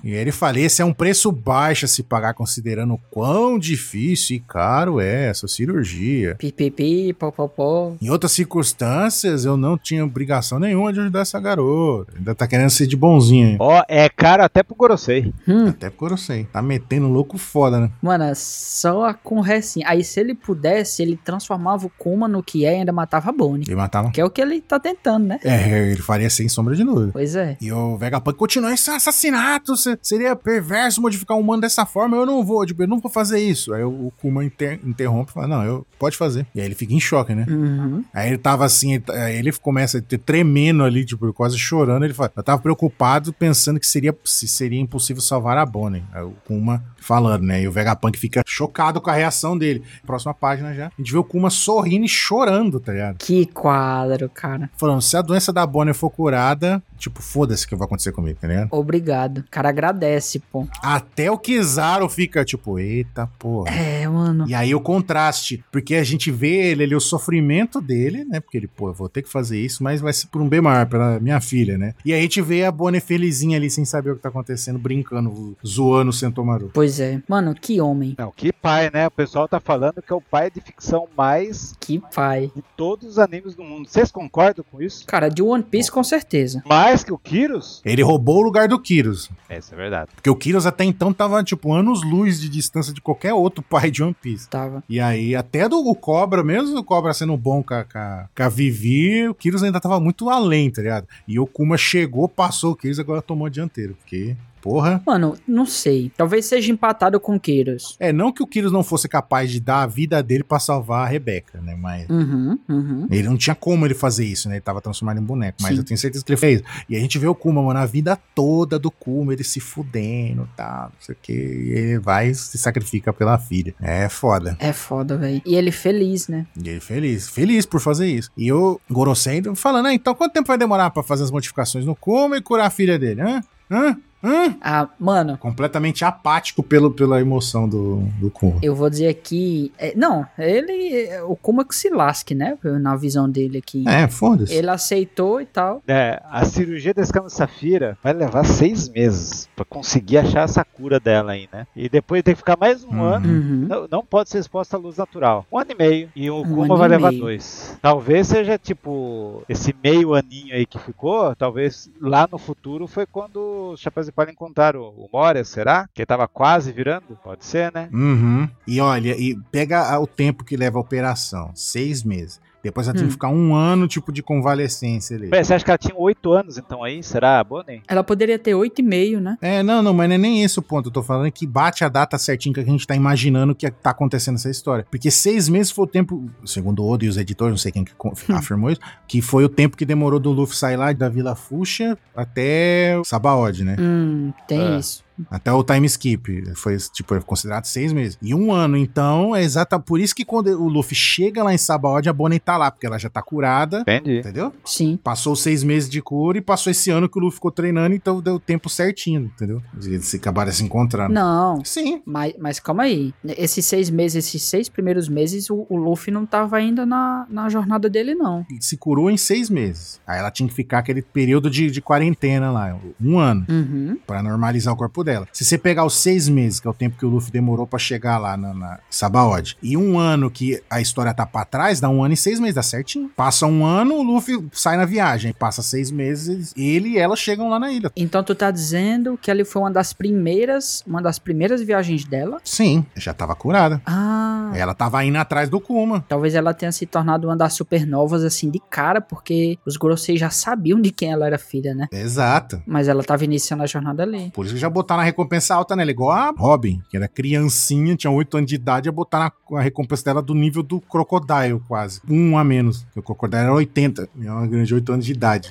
[SPEAKER 2] e aí ele fala: esse é um preço baixo a se pagar, considerando o quão difícil e caro é essa cirurgia.
[SPEAKER 4] Pipipi, pó, pó, pó.
[SPEAKER 2] Em outras circunstâncias, eu não tinha obrigação nenhuma de ajudar essa garota. Ainda tá querendo ser de bonzinho. aí.
[SPEAKER 3] Ó, é caro até pro Gorosei.
[SPEAKER 4] Hum,
[SPEAKER 2] Até porque eu sei. Tá metendo louco foda, né?
[SPEAKER 4] mano, é só a com recinho. Aí, se ele pudesse, ele transformava o Kuma no que é e ainda matava a Bonnie.
[SPEAKER 2] Ele matava.
[SPEAKER 4] Que é o que ele tá tentando, né?
[SPEAKER 2] É, ele faria sem sombra de dúvida.
[SPEAKER 4] Pois é.
[SPEAKER 2] E o Vegapunk continua esse assassinato. se- Seria perverso modificar um humano dessa forma. Eu não vou, tipo, eu não vou fazer isso. Aí o o Kuma inter- interrompe e fala: Não, eu pode fazer. E aí ele fica em choque, né?
[SPEAKER 4] Uhum.
[SPEAKER 2] Aí ele tava assim, ele- aí ele começa a ter tremendo ali, tipo, quase chorando. Ele fala: Eu tava preocupado pensando que seria, se seria impossível salvar a Bonnie. Aí o Kuma falando, né? E o Vegapunk fica chocado com a reação dele. Próxima página já. A gente vê o Kuma sorrindo e chorando, tá ligado?
[SPEAKER 4] Que quadro, cara.
[SPEAKER 2] Falando, se a doença da Bonnie for curada, tipo, foda-se o que vai acontecer comigo, tá ligado?
[SPEAKER 4] Obrigado. O cara agradece, pô.
[SPEAKER 2] Até o Kizaru fica, tipo, eita porra.
[SPEAKER 4] É, mano.
[SPEAKER 2] E aí o contraste, porque a gente vê ele ali, o sofrimento dele, né? Porque ele, pô, eu vou ter que fazer isso, mas vai ser por um bem maior, pela minha filha, né? E aí a gente vê a Bonnie felizinha ali, sem saber o que tá acontecendo, brincando, zoando o Sentomaru.
[SPEAKER 4] Pois é. Mano, que homem.
[SPEAKER 3] Não, que pai, né? O pessoal tá falando que é o pai de ficção mais
[SPEAKER 4] Que pai.
[SPEAKER 3] de todos os animes do mundo. Vocês concordam com isso?
[SPEAKER 4] Cara, de One Piece com certeza.
[SPEAKER 3] Mas mais que o Kyrus?
[SPEAKER 2] Ele roubou o lugar do Kyrus.
[SPEAKER 3] É, isso é verdade.
[SPEAKER 2] Porque o Kyrus até então tava, tipo, anos-luz de distância de qualquer outro pai de One Piece.
[SPEAKER 4] Tava.
[SPEAKER 2] E aí, até do o Cobra, mesmo o Cobra sendo bom com a, com a- com a Vivi, o Kyrus ainda tava muito além, tá ligado? E o Kuma chegou, passou o Kyrus, agora tomou a dianteira. Porque, porra...
[SPEAKER 4] Mano, não sei. Talvez seja empatado com o Keiros.
[SPEAKER 2] É, não que o Kyrus não fosse capaz de dar a vida dele pra salvar a Rebeca, né? Mas...
[SPEAKER 4] Uhum, uhum.
[SPEAKER 2] Ele não tinha como ele fazer isso, né? Ele tava transformado em boneco, mas
[SPEAKER 4] Sim.
[SPEAKER 2] eu tenho certeza que ele fez. E a gente vê o Kuma, mano, a vida toda do Kuma, ele se fudendo, tá, não sei o que. E ele vai e se sacrifica pela filha. É foda.
[SPEAKER 4] É foda, velho. E ele feliz, né?
[SPEAKER 2] E ele feliz, feliz por fazer isso. E o Gorosei falando, ah, então quanto tempo vai demorar pra fazer as modificações no Kuma e curar a filha dele? Hã? Hã? Hã?
[SPEAKER 4] Ah, mano,
[SPEAKER 2] Completamente apático pelo, pela emoção do, do Kuma.
[SPEAKER 4] eu vou dizer aqui. é, não, ele. é, O Kuma que se lasque, né? Na visão dele aqui.
[SPEAKER 2] É, foda-se.
[SPEAKER 4] Ele aceitou e tal.
[SPEAKER 3] É, a cirurgia da escama safira vai levar seis meses pra conseguir achar essa cura dela aí, né? E depois tem que ficar mais um
[SPEAKER 2] Uhum.
[SPEAKER 3] ano.
[SPEAKER 4] Uhum.
[SPEAKER 3] Não, não pode ser exposta à luz natural. Um ano e meio. E o
[SPEAKER 4] Um
[SPEAKER 3] Kuma
[SPEAKER 4] ano
[SPEAKER 3] vai
[SPEAKER 4] e
[SPEAKER 3] levar
[SPEAKER 4] meio.
[SPEAKER 3] dois. Talvez seja tipo. Esse meio aninho aí que ficou. Talvez lá no futuro foi quando os Chapéus de Palha encontraram o Moria, será? Que ele tava quase virando? Pode ser, né?
[SPEAKER 2] Uhum. E olha, e pega a- o tempo que leva a operação, seis meses. Depois ela tem
[SPEAKER 4] Hum.
[SPEAKER 2] que ficar um ano, tipo, de convalescência ali.
[SPEAKER 3] Bem, você acha que ela tinha oito anos então aí? Será, né? Bonnie?
[SPEAKER 4] Ela poderia ter oito e meio, né?
[SPEAKER 2] É, não, não, mas não é nem esse o ponto. Eu tô falando que bate a data certinha que a gente tá imaginando que tá acontecendo essa história. Porque seis meses foi o tempo, segundo o Odo e os editores, não sei quem que con- afirmou isso, que foi o tempo que demorou do Luffy sair lá da Vila Fuxa até Sabaody, né?
[SPEAKER 4] Hum, tem
[SPEAKER 3] É.
[SPEAKER 4] isso.
[SPEAKER 2] Até o time skip. Foi, tipo, considerado seis meses. E um ano, então, é exata. Por isso que quando o Luffy chega lá em Sabaody, a Bonnie tá lá, porque ela já tá curada.
[SPEAKER 3] Entendi.
[SPEAKER 2] Entendeu?
[SPEAKER 4] Sim.
[SPEAKER 2] Passou os seis meses de cura e passou esse ano que o Luffy ficou treinando, então deu o tempo certinho, entendeu? Eles se acabaram se encontrando.
[SPEAKER 4] Não.
[SPEAKER 2] Sim.
[SPEAKER 4] Mas, mas calma aí. Esses seis meses, esses seis primeiros meses, o, o Luffy não tava ainda na, na jornada dele, não.
[SPEAKER 2] Ele Se curou em seis meses. Aí ela tinha que ficar aquele período de, de quarentena lá, um ano,
[SPEAKER 4] Uhum.
[SPEAKER 2] pra normalizar o corpo dela. Se você pegar os seis meses, que é o tempo que o Luffy demorou pra chegar lá na, na Sabaody, e um ano que a história tá pra trás, dá um ano e seis meses, dá certinho. Passa um ano, o Luffy sai na viagem. Passa seis meses, ele e ela chegam lá na ilha.
[SPEAKER 4] Então tu tá dizendo que ali foi uma das primeiras, uma das primeiras viagens dela?
[SPEAKER 2] Sim, já tava curada.
[SPEAKER 4] Ah.
[SPEAKER 2] Ela tava indo atrás do Kuma.
[SPEAKER 4] Talvez ela tenha se tornado uma das supernovas assim de cara, porque os Gorosei já sabiam de quem ela era filha, né?
[SPEAKER 2] Exato.
[SPEAKER 4] Mas ela tava iniciando a jornada ali.
[SPEAKER 2] Por isso que já botaram a recompensa alta nela, igual a Robin, que era criancinha, tinha 8 anos de idade, ia botar na- a recompensa dela do nível do Crocodile, quase. Um a menos. Porque o Crocodile era 80, e é ela ganhou de 8 anos de idade.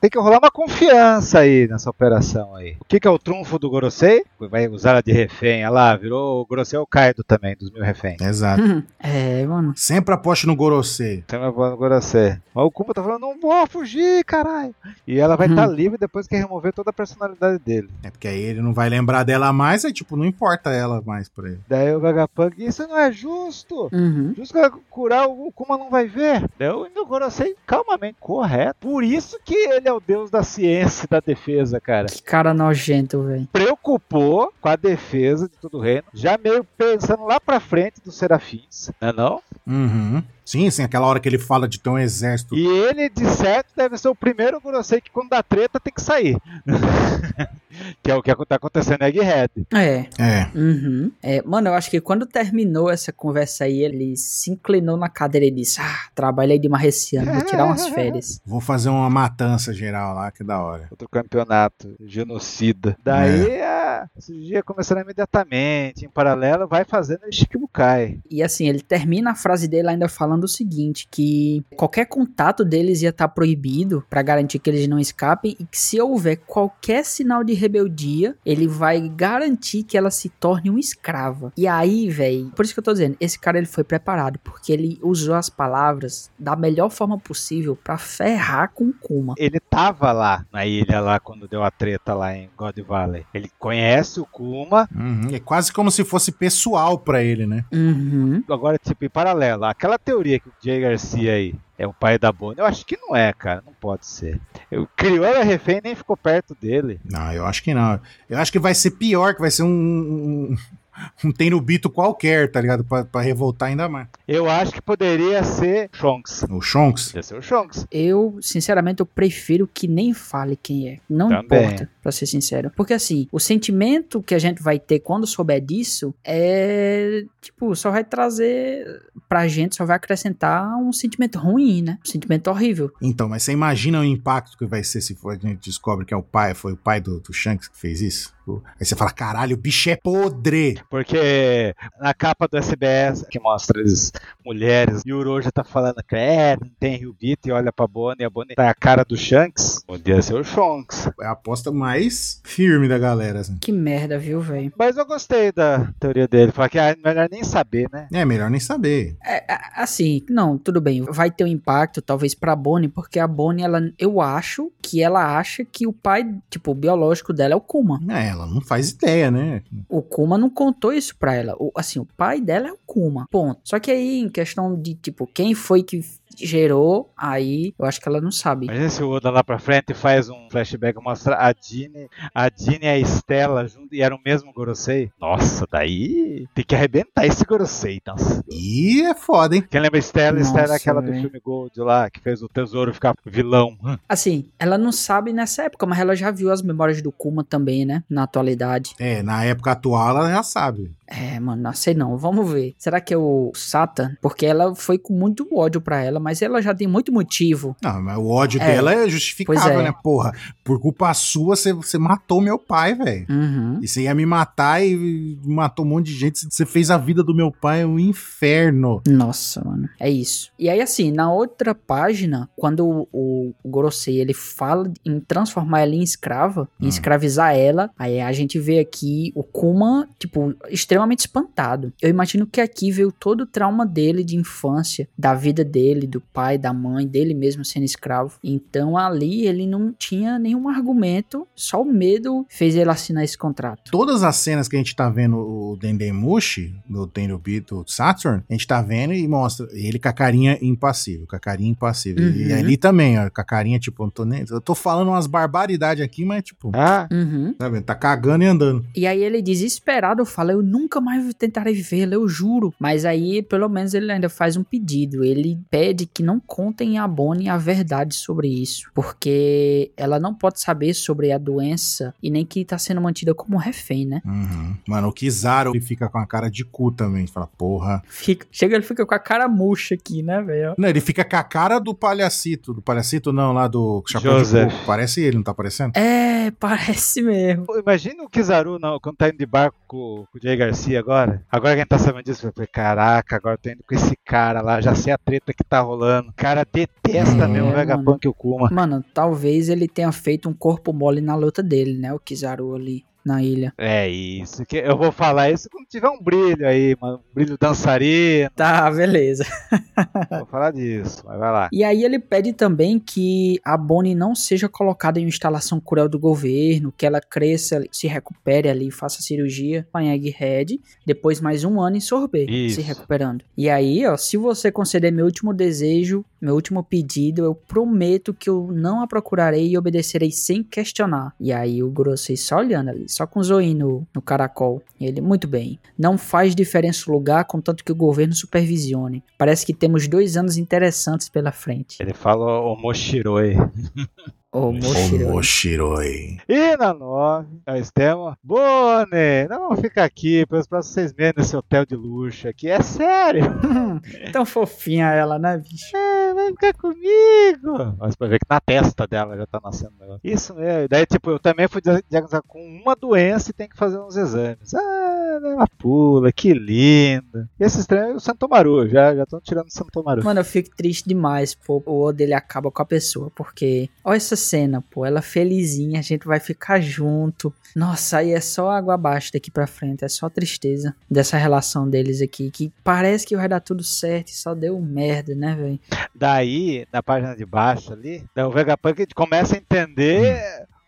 [SPEAKER 3] Tem que rolar uma confiança aí nessa operação aí. O que, que é o trunfo do Gorosei? Vai usar ela de refém. Olha lá, virou o Gorosei é o Kaido também, dos mil reféns.
[SPEAKER 2] Exato.
[SPEAKER 4] *laughs* é, mano.
[SPEAKER 2] Sempre aposte no Gorosei.
[SPEAKER 3] Tem uma boa Então no Gorosei. Mas o Kuma tá falando, não vou fugir, caralho. E ela vai
[SPEAKER 4] Uhum.
[SPEAKER 3] estar livre depois que remover toda a personalidade dele.
[SPEAKER 2] É porque aí ele não vai lembrar dela mais, aí tipo, não importa ela mais pra ele.
[SPEAKER 3] Daí o Vegapunk, isso não é justo.
[SPEAKER 4] Uhum.
[SPEAKER 3] Justo que ela curar, o Kuma não vai ver. Daí o Indo Gorosei, calmamente, correto. Por isso que ele é o deus da ciência e da defesa, cara.
[SPEAKER 4] Que cara nojento, velho.
[SPEAKER 3] preocupou com a defesa de todo o reino, já meio pensando lá pra frente dos serafins, não é não?
[SPEAKER 2] Uhum. Sim, sim, aquela hora que ele fala de ter um exército.
[SPEAKER 3] E ele, de certo, deve ser o primeiro Gorosei que quando dá treta tem que sair. *laughs* que é o que tá acontecendo em Egghead.
[SPEAKER 4] É.
[SPEAKER 2] É.
[SPEAKER 4] Uhum. É, mano, eu acho que quando terminou essa conversa aí, ele se inclinou na cadeira e disse: Ah, trabalhei demais esse ano, vou tirar umas férias.
[SPEAKER 2] Vou fazer uma matança geral lá, que da hora.
[SPEAKER 3] Outro campeonato, genocida. Daí a cirurgia começando imediatamente, em paralelo, vai fazendo o Shikibukai.
[SPEAKER 4] E assim, ele termina a frase dele ainda falando o seguinte: que qualquer contato deles ia estar proibido pra garantir que eles não escapem, e que se houver qualquer sinal de rebeldia, ele vai garantir que ela se torne uma escrava. E aí, velho, por isso que eu tô dizendo, esse cara ele foi preparado, porque ele usou as palavras da melhor forma possível pra ferrar com o Kuma.
[SPEAKER 3] Ele tava lá, na ilha lá, quando deu a treta lá em God Valley. Ele conhece o Kuma,
[SPEAKER 2] Uhum. É quase como se fosse pessoal pra ele, né?
[SPEAKER 4] Uhum.
[SPEAKER 3] Agora, tipo, em paralelo, aquela teoria que o Jay Garcia aí é o pai da Bonnie, eu acho que não é, cara. Não pode ser. Eu, criou ela refém e nem ficou perto dele.
[SPEAKER 2] Não, eu acho que não. Eu acho que vai ser pior, que vai ser um, um- um tenubito qualquer, tá ligado? Pra, pra revoltar ainda mais.
[SPEAKER 3] Eu acho que poderia ser Shonks.
[SPEAKER 2] O Shonks.
[SPEAKER 3] Podia ser o Shonks.
[SPEAKER 4] Eu, sinceramente, eu prefiro que nem fale quem é. Não
[SPEAKER 3] Também.
[SPEAKER 4] importa, pra ser sincero. Porque assim, o sentimento que a gente vai ter quando souber disso é tipo, só vai trazer pra gente, só vai acrescentar um sentimento ruim, né? Um sentimento horrível.
[SPEAKER 2] Então, mas você imagina o impacto que vai ser se for- a gente descobre que é o pai, foi o pai do, do Shanks que fez isso? Pô, Aí você fala, caralho, o bicho é podre!
[SPEAKER 3] Porque na capa do SBS, que mostra as mulheres, e o Orochi tá falando que é, não tem Ryubito, e olha pra Bonnie, e a Bonnie tá a cara do Shanks. Podia ser o Shonks.
[SPEAKER 2] É a aposta mais firme da galera, assim.
[SPEAKER 4] Que merda, viu, velho?
[SPEAKER 3] Mas eu gostei da teoria dele. Falar que é melhor nem saber, né?
[SPEAKER 2] É melhor nem saber.
[SPEAKER 4] É, a- assim, não, tudo bem. Vai ter um impacto, talvez, pra Bonnie, porque a Bonnie, ela, eu acho que ela acha que o pai, tipo, o biológico dela é o Kuma.
[SPEAKER 2] É, ela não faz ideia, né?
[SPEAKER 4] O Kuma não contou isso pra ela. O- assim, o pai dela é o Kuma. Ponto. Só que aí, em questão de, tipo, quem foi que gerou, aí eu acho que ela não sabe.
[SPEAKER 3] Imagina se o Oda lá pra frente faz um flashback e mostra a Dini, a Dini e a Estela junto e era o mesmo Gorosei. Nossa, daí tem que arrebentar esse Gorosei, nossa.
[SPEAKER 2] E é foda, hein?
[SPEAKER 3] Quem lembra Estela? Estela
[SPEAKER 4] Nossa,
[SPEAKER 3] é aquela do
[SPEAKER 4] velho.
[SPEAKER 3] filme Gold lá, que fez o tesouro ficar vilão.
[SPEAKER 4] Assim, ela não sabe nessa época, mas ela já viu as memórias do Kuma também, né? Na atualidade.
[SPEAKER 2] É, na época atual ela já sabe.
[SPEAKER 4] É, mano, não sei não. Vamos ver. Será que é o Satan? Porque ela foi com muito ódio pra ela, mas ela já tem muito motivo.
[SPEAKER 2] Não, mas o ódio
[SPEAKER 4] É.
[SPEAKER 2] dela é justificável,
[SPEAKER 4] Pois é.
[SPEAKER 2] né? Porra, por culpa sua você, você matou meu pai, velho.
[SPEAKER 4] Uhum.
[SPEAKER 2] E você ia me matar e matou um monte de gente. Você fez a vida do meu pai um inferno.
[SPEAKER 4] Nossa, mano. É isso. E aí, assim, na outra página, quando o, o Gorosei, ele fala em transformar ela em escrava, em
[SPEAKER 2] Hum.
[SPEAKER 4] escravizar ela, aí a gente vê aqui o Kuma, tipo, extremamente espantado. Eu imagino que aqui veio todo o trauma dele de infância, da vida dele, do pai, da mãe, dele mesmo sendo escravo. Então, ali, ele não tinha nenhum argumento, só o medo fez ele assinar esse contrato.
[SPEAKER 2] Todas as cenas que a gente tá vendo o Dendemushi, do Tenryubito Saturn, a gente tá vendo e mostra ele com a carinha impassível, com a carinha impassível. E
[SPEAKER 4] Uhum.
[SPEAKER 2] ali também, ó, com a carinha, tipo, não tô nem... Eu tô falando umas barbaridades aqui, mas, tipo,
[SPEAKER 3] Ah,
[SPEAKER 4] Uhum.
[SPEAKER 2] sabe, tá cagando e andando.
[SPEAKER 4] E aí ele desesperado fala: Eu nunca mais tentarei vê-la, eu juro. Mas aí, pelo menos, ele ainda faz um pedido. Ele pede que não contem a Bonnie a verdade sobre isso. Porque ela não pode saber sobre a doença e nem que tá sendo mantida como refém, né?
[SPEAKER 2] Uhum. Mano, o Kizaru, ele fica com a cara de cu também. Fala, porra...
[SPEAKER 4] Fica, chega, ele fica com a cara murcha aqui, né, velho?
[SPEAKER 2] Não, ele fica com a cara do palhacito. Do palhacito, não, lá do Chapéu
[SPEAKER 3] Joseph.
[SPEAKER 2] de Coco. Parece ele, não tá parecendo?
[SPEAKER 4] É, parece mesmo.
[SPEAKER 3] pô, imagina o Kizaru não, quando tá indo de barco com, com o Jay Garcia agora. Agora quem tá sabendo disso, eu falei, caraca, agora eu tô indo com esse cara lá, já sei a treta que tá rolando. O cara detesta
[SPEAKER 2] É,
[SPEAKER 3] mesmo o
[SPEAKER 4] mano.
[SPEAKER 3] Vegapunk e o Kuma.
[SPEAKER 4] Mano, talvez ele tenha feito um corpo mole na luta dele, né? O Kizaru ali na ilha.
[SPEAKER 3] É isso que eu vou falar isso quando tiver um brilho aí, mano, um brilho dançarino.
[SPEAKER 4] Tá, beleza.
[SPEAKER 3] vou falar disso, mas vai lá.
[SPEAKER 4] E aí ele pede também que a Bonnie não seja colocada em uma instalação cruel do governo, que ela cresça, se recupere ali, faça cirurgia em Egghead, depois mais um ano em sorbet,
[SPEAKER 3] Isso.
[SPEAKER 4] se recuperando. E aí, ó, se você conceder meu último desejo, meu último pedido, eu prometo que eu não a procurarei e obedecerei sem questionar. E aí o Gorosei só olhando ali, só com o zoinho no, no caracol. E ele, muito bem. Não faz diferença o lugar, contanto que o governo supervisione. Parece que temos dois anos interessantes pela frente.
[SPEAKER 3] Ele fala o Moshiroi.
[SPEAKER 4] Ô,
[SPEAKER 2] Ô,
[SPEAKER 4] Moshiro.
[SPEAKER 2] Moshiroi.
[SPEAKER 3] E na 9, nós temos Boni, não vamos ficar aqui pelos próximos seis meses nesse hotel de luxo aqui. É sério,
[SPEAKER 4] Tão fofinha ela, né, bicho?
[SPEAKER 3] é, vai ficar comigo. Mas pode ver que na testa dela já tá nascendo o negócio. Isso mesmo. E daí, tipo, eu também fui dia- diagnosticado com uma doença e tem que fazer uns exames. Ah, ela pula, que linda. E esse estranho é o Santomaru, já estão tirando o Santomaru.
[SPEAKER 4] Mano, eu fico triste demais, pô. O ódio dele acaba com a pessoa, porque. Olha essa cena, pô. Ela felizinha, a gente vai ficar junto. Nossa, aí é só água abaixo daqui pra frente. É só tristeza dessa relação deles aqui. Que parece que vai dar tudo certo e só deu merda, né, velho?
[SPEAKER 3] Daí, na página de baixo ali, daí o Vegapunk começa a entender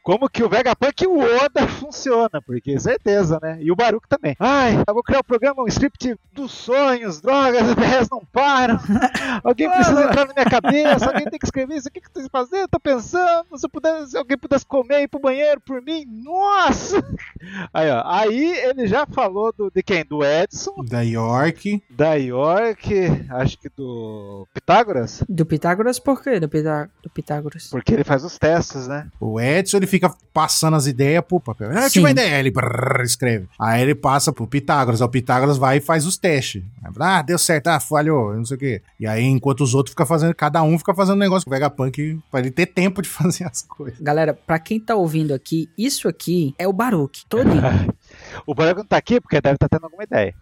[SPEAKER 3] como que o Vegapunk e o Oda *laughs* funciona, porque certeza, né? E o Baruco também. Ai, eu vou criar o programa um script dos sonhos, drogas, ideias não param. Alguém precisa entrar na minha cabeça, alguém tem que escrever isso, o que que tem que fazer? Eu tô pensando, se, eu pudesse, se alguém pudesse comer e ir pro banheiro por mim, nossa! *laughs* Aí, ó, aí ele já falou do, de quem? Do Edson,
[SPEAKER 2] Da York.
[SPEAKER 3] da York, acho que do Pitágoras,
[SPEAKER 4] Do Pitágoras por quê? Do, Pitá... do Pitágoras.
[SPEAKER 3] porque ele faz os testes, né?
[SPEAKER 2] O Edson, ele fica passando as ideias pro papel. Ah, eu tive
[SPEAKER 4] Sim.
[SPEAKER 2] uma ideia. Ele brrr, escreve. Aí ele passa pro Pitágoras. Aí o Pitágoras vai e faz os testes. Aí, Ah, deu certo. Ah, falhou. Não sei o quê. E aí, enquanto os outros ficam fazendo, cada um fica fazendo um negócio com o Vegapunk pra ele ter tempo de *laughs* fazer as coisas.
[SPEAKER 4] Galera, pra quem tá ouvindo aqui, isso aqui é o Baruque. Todo
[SPEAKER 3] O Baruco não tá aqui porque deve estar tendo alguma ideia.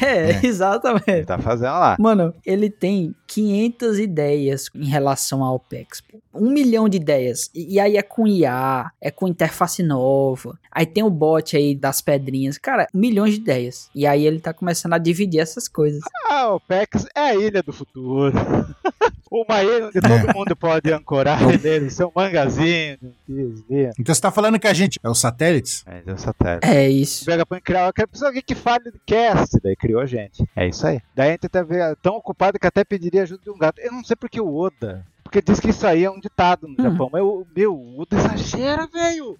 [SPEAKER 4] é,
[SPEAKER 3] Ele
[SPEAKER 4] *laughs* exatamente.
[SPEAKER 3] tá fazendo lá.
[SPEAKER 4] Mano, ele tem 500 ideias em relação ao OPEX. pô. Um milhão de ideias. E, e aí é com IA, é com interface nova. Aí tem o bot aí das pedrinhas. Cara, milhões de ideias. E aí ele tá começando a dividir essas coisas.
[SPEAKER 3] Ah, o PEX é a ilha do futuro. *laughs* Uma ilha onde todo mundo pode ancorar nele, seu mangazinho. Desvia.
[SPEAKER 2] Então você tá falando que a gente é os satélites?
[SPEAKER 3] Mas eu só tá.
[SPEAKER 4] É
[SPEAKER 3] O
[SPEAKER 4] isso.
[SPEAKER 3] Vegapunk criou, eu quero precisar alguém que fale de cast, daí criou a gente. É isso aí. Daí a gente tá vendo- tão ocupado que até pediria ajuda de um gato. Eu não sei porque o Oda. Porque diz que isso aí é um ditado no
[SPEAKER 4] Hum.
[SPEAKER 3] Japão. Mas, o- meu, o Oda exagera, velho.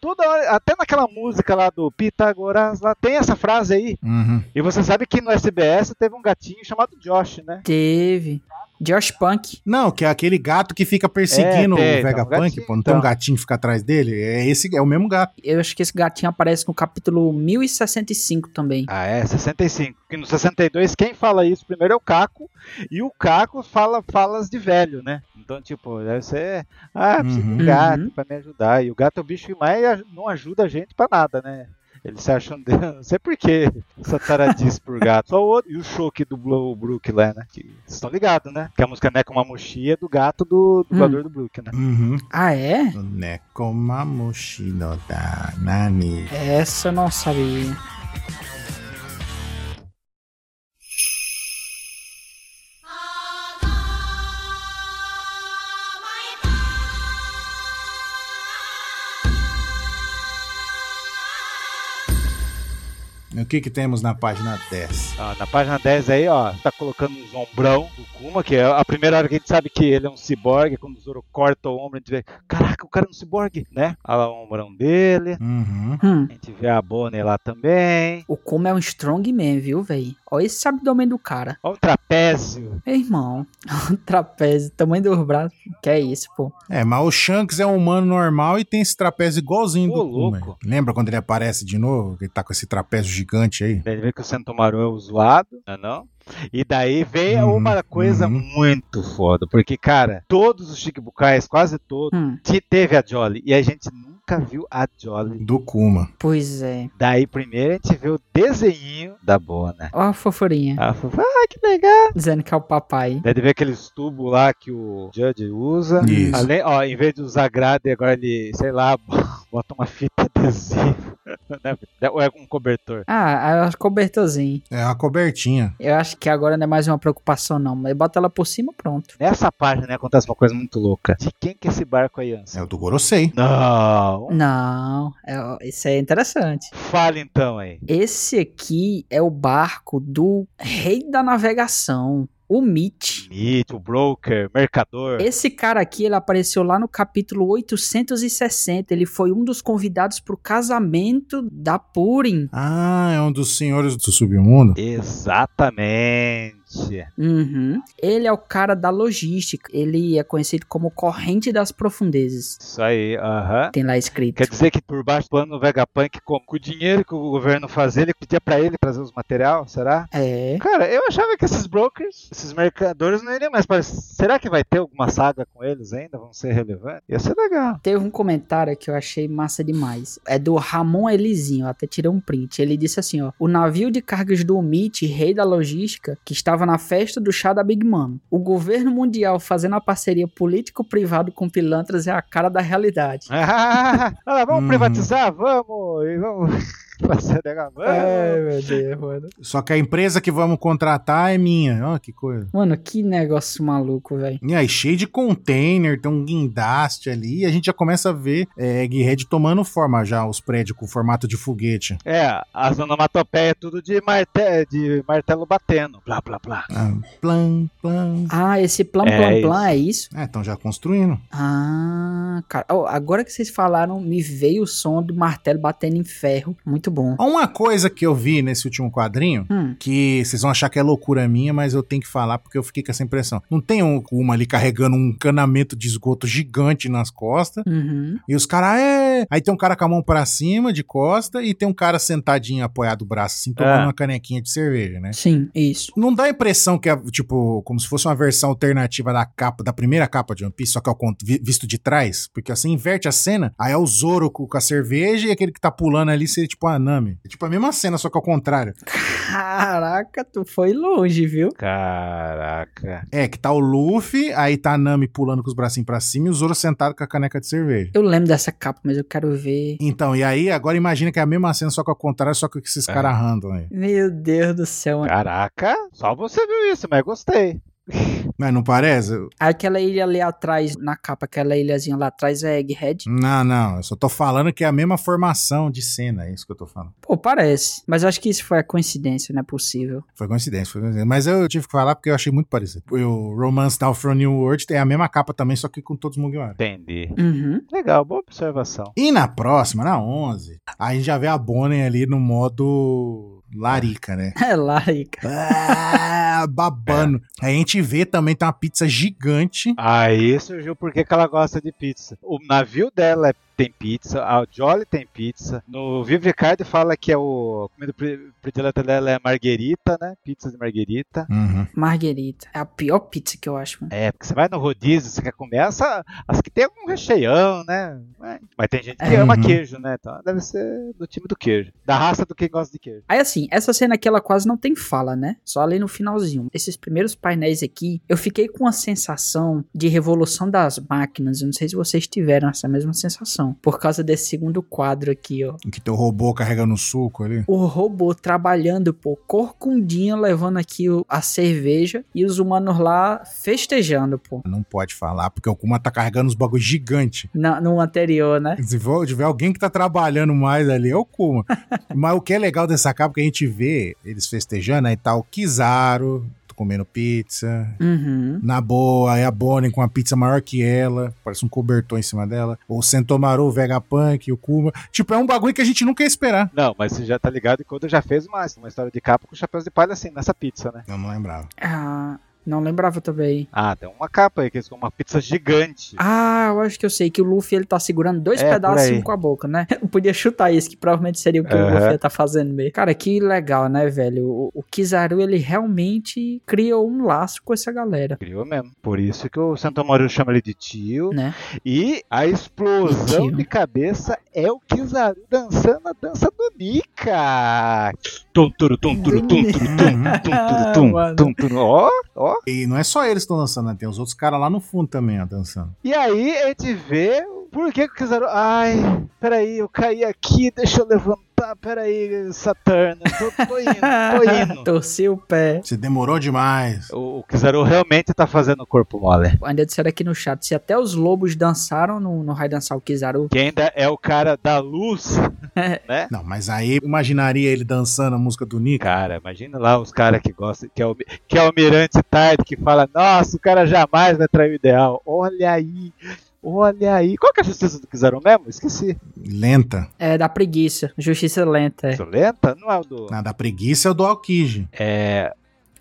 [SPEAKER 3] Toda hora, até naquela música lá do Pitágoras, lá tem essa frase aí.
[SPEAKER 2] Uhum.
[SPEAKER 3] E você sabe que no SBS teve um gatinho chamado Josh, né?
[SPEAKER 4] Teve. Josh Punk.
[SPEAKER 2] Não, que é aquele gato que fica perseguindo o
[SPEAKER 3] É, tem, tá, um
[SPEAKER 2] Vegapunk,
[SPEAKER 3] gatinho,
[SPEAKER 2] pô. Não tem um
[SPEAKER 3] então.
[SPEAKER 2] gatinho que fica atrás dele? É esse, é o mesmo gato.
[SPEAKER 4] Eu acho que esse gatinho aparece no capítulo 1065 também.
[SPEAKER 3] Ah, é, 65. Que no 62, quem fala isso primeiro é o Caco. E o Caco fala falas de velho, né? Então, tipo, deve ser. Ah, preciso de um
[SPEAKER 2] Uhum.
[SPEAKER 3] gato pra me ajudar. E o gato é o bicho que mais aj- não ajuda a gente pra nada, né? Eles se acham. De... *laughs* Não sei por que essa taradice por gato. Só o outro. E o show que dublou o Brook lá, né? Que- Vocês estão ligados, né? Que a música Neca uma mochia é do gato do dublador do Brook, né?
[SPEAKER 2] Uhum.
[SPEAKER 4] Ah, é?
[SPEAKER 2] Né, Nekomamushi no da nani.
[SPEAKER 4] Essa eu não sabia.
[SPEAKER 2] O que que temos na página 10?
[SPEAKER 3] Ó, na página 10 aí, ó, tá colocando uns ombrão do Kuma, que é a primeira hora que a gente sabe que ele é um ciborgue, quando o Zoro corta o ombro, a gente vê, caraca, o cara é um ciborgue, né? Olha lá o ombrão dele,
[SPEAKER 2] Uhum.
[SPEAKER 4] Hum.
[SPEAKER 3] a gente vê a Bonnie lá também,
[SPEAKER 4] O Kuma é um strongman, viu, velho? Olha esse abdômen do cara.
[SPEAKER 3] olha o trapézio.
[SPEAKER 4] Meu irmão, *laughs* o trapézio, tamanho dos braços. Que é isso, pô.
[SPEAKER 2] É, mas o Shanks é um humano normal e tem esse trapézio igualzinho
[SPEAKER 3] Ô,
[SPEAKER 2] do Kuma.
[SPEAKER 3] louco.
[SPEAKER 2] Lembra quando ele aparece de novo? Que Ele tá com esse trapézio gigante aí.
[SPEAKER 3] Daí Ele vê que o Sentomaru é o zoado, não é não? E daí vem
[SPEAKER 2] Uhum,
[SPEAKER 3] uma coisa
[SPEAKER 2] uhum.
[SPEAKER 3] muito foda, porque, cara, todos os Shikibukais, quase todos,
[SPEAKER 4] Hum,
[SPEAKER 3] te- teve a Jolly, e a gente nunca viu a Jolly
[SPEAKER 2] Do Kuma.
[SPEAKER 4] pois é.
[SPEAKER 3] Daí primeiro a gente vê o desenho da Bona.
[SPEAKER 4] Ó a fofurinha,
[SPEAKER 3] Ela falou, ah, que legal.
[SPEAKER 4] dizendo que é o papai.
[SPEAKER 3] Daí de ver aqueles tubos lá que o Judge usa.
[SPEAKER 2] Isso.
[SPEAKER 3] Além, ó, em vez de usar grade, agora ele, sei lá, *laughs* bota uma fita adesiva. né? Ou é um cobertor.
[SPEAKER 4] Ah, a cobertorzinho.
[SPEAKER 2] É uma cobertinha.
[SPEAKER 4] Eu acho que agora não é mais uma preocupação, não. Mas bota ela por cima, pronto.
[SPEAKER 3] Nessa página né, acontece uma coisa muito louca. De quem que é esse barco aí, Anson?
[SPEAKER 2] É o do Gorosei.
[SPEAKER 3] Não.
[SPEAKER 4] Não, é- isso é interessante.
[SPEAKER 3] Fala então aí.
[SPEAKER 4] Esse aqui é o barco do rei da navegação, o Mitch.
[SPEAKER 3] Mito, broker, mercador.
[SPEAKER 4] Esse cara aqui, ele apareceu lá no capítulo 860. Ele foi um dos convidados pro casamento da Purim.
[SPEAKER 2] Ah, é um dos senhores do submundo?
[SPEAKER 3] Exatamente.
[SPEAKER 4] Uhum. Ele é o cara da logística. Ele é conhecido como Corrente das Profundezas.
[SPEAKER 3] Isso aí, aham.
[SPEAKER 4] Tem lá escrito.
[SPEAKER 3] Quer dizer que por baixo do pano o Vegapunk, com com o dinheiro que o governo fazia, ele pedia pra ele trazer os material, será?
[SPEAKER 4] É.
[SPEAKER 3] Cara, eu achava que esses brokers, esses mercadores não iriam mais para. Será que vai ter alguma saga com eles ainda? Vão ser relevantes? Ia ser legal. *laughs*
[SPEAKER 4] Teve um comentário que eu achei massa demais. É do Ramon Elizinho, eu até tirei um print. Ele disse assim, ó: "O navio de cargas do Omit, rei da logística, que estava na festa do chá da Big Mom. O governo mundial fazendo a parceria político-privado com pilantras é a cara da realidade."
[SPEAKER 3] Ah, lá, vamos
[SPEAKER 2] Uhum.
[SPEAKER 3] privatizar? Vamos! *laughs* E vamos. Passando a gavana.
[SPEAKER 5] Ai, É, meu Deus, mano.
[SPEAKER 2] Só que a empresa que vamos contratar é minha. Ó, que coisa.
[SPEAKER 4] Mano, que negócio maluco, velho.
[SPEAKER 2] E aí, cheio de container, tem um guindaste ali, e a gente já começa a ver é, Egghead tomando forma já, os prédios com formato de foguete.
[SPEAKER 3] É, as onomatopeias tudo de, marte- de martelo batendo. Blá, blá, blá.
[SPEAKER 2] Ah, plan, plan.
[SPEAKER 4] Ah, esse plan,
[SPEAKER 3] É
[SPEAKER 4] plan,
[SPEAKER 3] isso.
[SPEAKER 4] plan é isso?
[SPEAKER 2] É, estão já construindo.
[SPEAKER 4] Ah, cara. Ó, agora que vocês falaram, me veio o som do martelo batendo em ferro. Muito bom.
[SPEAKER 2] Há Uma coisa que eu vi nesse último quadrinho,
[SPEAKER 4] Hum.
[SPEAKER 2] que vocês vão achar que é loucura minha, mas eu tenho que falar porque eu fiquei com essa impressão. Não tem um- uma ali carregando um canamento de esgoto gigante nas costas,
[SPEAKER 4] Uhum.
[SPEAKER 2] e os caras, é... Aí tem um cara com a mão pra cima, de costa, e tem um cara sentadinho, apoiado o braço, assim, tomando
[SPEAKER 3] É.
[SPEAKER 2] uma canequinha de cerveja, né?
[SPEAKER 4] Sim, isso.
[SPEAKER 2] Não dá a impressão que é, tipo, como se fosse uma versão alternativa da capa, da primeira capa de One Piece, só que é o conto- vi- visto de trás? Porque assim, inverte a cena, aí é o Zoro co- com a cerveja e aquele que tá pulando ali seria tipo a Nami. É tipo a mesma cena, só que ao contrário.
[SPEAKER 4] Caraca, tu foi longe, viu?
[SPEAKER 3] Caraca.
[SPEAKER 2] É, que tá o Luffy, aí tá a Nami pulando com os bracinhos pra cima e o Zoro sentado com a caneca de cerveja.
[SPEAKER 4] Eu lembro dessa capa, mas eu quero ver.
[SPEAKER 2] Então, e aí, agora imagina que é a mesma cena, só que ao contrário, só que o que esses
[SPEAKER 3] É.
[SPEAKER 2] caras randam aí.
[SPEAKER 4] Meu Deus do céu.
[SPEAKER 3] Caraca. Só você viu isso, mas gostei.
[SPEAKER 2] Mas não parece?
[SPEAKER 4] Aquela ilha ali atrás, na capa, aquela ilhazinha lá atrás é Egghead.
[SPEAKER 2] Não, não, eu só tô falando que é a mesma formação de cena, é isso que eu tô falando.
[SPEAKER 4] Pô, parece. Mas eu acho que isso foi a coincidência, não é possível.
[SPEAKER 2] Foi coincidência, foi coincidência. Mas eu tive que falar porque eu achei muito parecido. O Romance Now from New World tem a mesma capa também, só que com todos Mugiwara.
[SPEAKER 3] Entendi.
[SPEAKER 4] Uhum. *laughs*
[SPEAKER 3] Legal, boa observação.
[SPEAKER 2] E na próxima, na 11, a gente já vê a Bonnie ali no modo larica, né?
[SPEAKER 4] É larica.
[SPEAKER 2] Ah, babando. Aí a gente vê também, tem uma pizza gigante.
[SPEAKER 3] Aí surgiu porque que ela gosta de pizza. O navio dela é- tem pizza, a Jolly tem pizza. No Vive Ricardo fala que é o a comida pre- predileta dela é marguerita, né? Pizza de marguerita.
[SPEAKER 2] Uhum.
[SPEAKER 4] Marguerita. É a pior pizza que eu acho, mano.
[SPEAKER 3] É, porque você vai no rodízio, você quer comer essa, as que tem algum recheião, né? Mas- Mas tem gente que
[SPEAKER 4] É.
[SPEAKER 3] ama
[SPEAKER 2] Uhum.
[SPEAKER 3] queijo, né? Então deve ser do time do queijo. Da raça do quem gosta de queijo.
[SPEAKER 4] Aí assim, essa cena aqui ela quase não tem fala, né? Só ali no finalzinho. Esses primeiros painéis aqui, eu fiquei com a sensação de revolução das máquinas. Eu não sei se vocês tiveram essa mesma sensação. Por causa desse segundo quadro aqui, ó.
[SPEAKER 2] Que tem o robô carregando o suco ali.
[SPEAKER 4] O robô trabalhando, pô, corcundinho, levando aqui o- a cerveja e os humanos lá festejando, pô.
[SPEAKER 2] Não pode falar, porque o Kuma tá carregando uns bagulho gigante.
[SPEAKER 4] Na- no
[SPEAKER 2] *laughs*
[SPEAKER 4] anterior, né?
[SPEAKER 2] Se for- tiver alguém que tá trabalhando mais ali, é o Kuma. Mas o que é legal dessa capa que a gente vê eles festejando, aí tá o Kizaru comendo pizza.
[SPEAKER 4] Uhum.
[SPEAKER 2] Na boa, aí a Bonnie com uma pizza maior que ela, parece um cobertor em cima dela. O Sentomaru, o Vegapunk, o Kuma. Tipo, é um bagulho que a gente nunca ia esperar.
[SPEAKER 3] Não, mas você já tá ligado que o Oda já fez uma, uma história de capa com chapéus de palha assim, nessa pizza, né?
[SPEAKER 2] Eu não lembrava.
[SPEAKER 4] Ah, não lembrava também.
[SPEAKER 3] Ah, tem uma capa aí que eles com uma pizza gigante.
[SPEAKER 4] Ah, eu acho que eu sei que o Luffy ele tá segurando dois
[SPEAKER 3] É, por
[SPEAKER 4] pedacinhos
[SPEAKER 3] aí.
[SPEAKER 4] com a boca, né? *laughs* Eu podia chutar isso, que provavelmente seria o que o
[SPEAKER 3] Aham.
[SPEAKER 4] Luffy ia tá fazendo mesmo. Cara, que legal, né, velho? O, o Kizaru ele realmente criou um laço com essa galera,
[SPEAKER 3] Criou mesmo. Por isso que o Santo Amaro chama ele de tio.
[SPEAKER 4] né?
[SPEAKER 3] E a explosão
[SPEAKER 4] Tio.
[SPEAKER 3] de cabeça é o Kizaru dançando a dança do Nika. Tum, turu, tum, turu, tum, turu, tum,
[SPEAKER 4] *laughs* Ah,
[SPEAKER 3] tum,
[SPEAKER 4] É mano.
[SPEAKER 3] turu, tum, tum, turu. Ó, ó.
[SPEAKER 2] E não é só eles que estão dançando, né? Tem os outros caras lá no fundo também, ó, dançando.
[SPEAKER 3] E aí a gente vê por que que o Kizaru... Ai, peraí, eu caí aqui, deixa eu levantar. Peraí, Saturno, tô, tô indo,
[SPEAKER 4] *laughs*
[SPEAKER 3] tô indo.
[SPEAKER 4] Torci o pé.
[SPEAKER 2] Você demorou demais.
[SPEAKER 3] O o Kizaru realmente tá fazendo o corpo mole.
[SPEAKER 4] Ainda disseram aqui no chat, se até os lobos dançaram, não, não vai dançar o Kizaru.
[SPEAKER 3] Que ainda é o cara da luz, né?
[SPEAKER 2] Não, mas aí imaginaria ele dançando a música do Nick.
[SPEAKER 3] Cara, imagina lá os caras que gostam, que é, o, que é o Mirante Tarde, que fala, nossa, o cara jamais vai trair o ideal. Olha aí, olha aí. Qual que é a justiça do Kizaru mesmo? Esqueci.
[SPEAKER 2] Lenta.
[SPEAKER 4] É, da preguiça. Justiça lenta, é.
[SPEAKER 3] Isso lenta? Não é o do.
[SPEAKER 2] Na da preguiça é o do Alkiji.
[SPEAKER 3] É.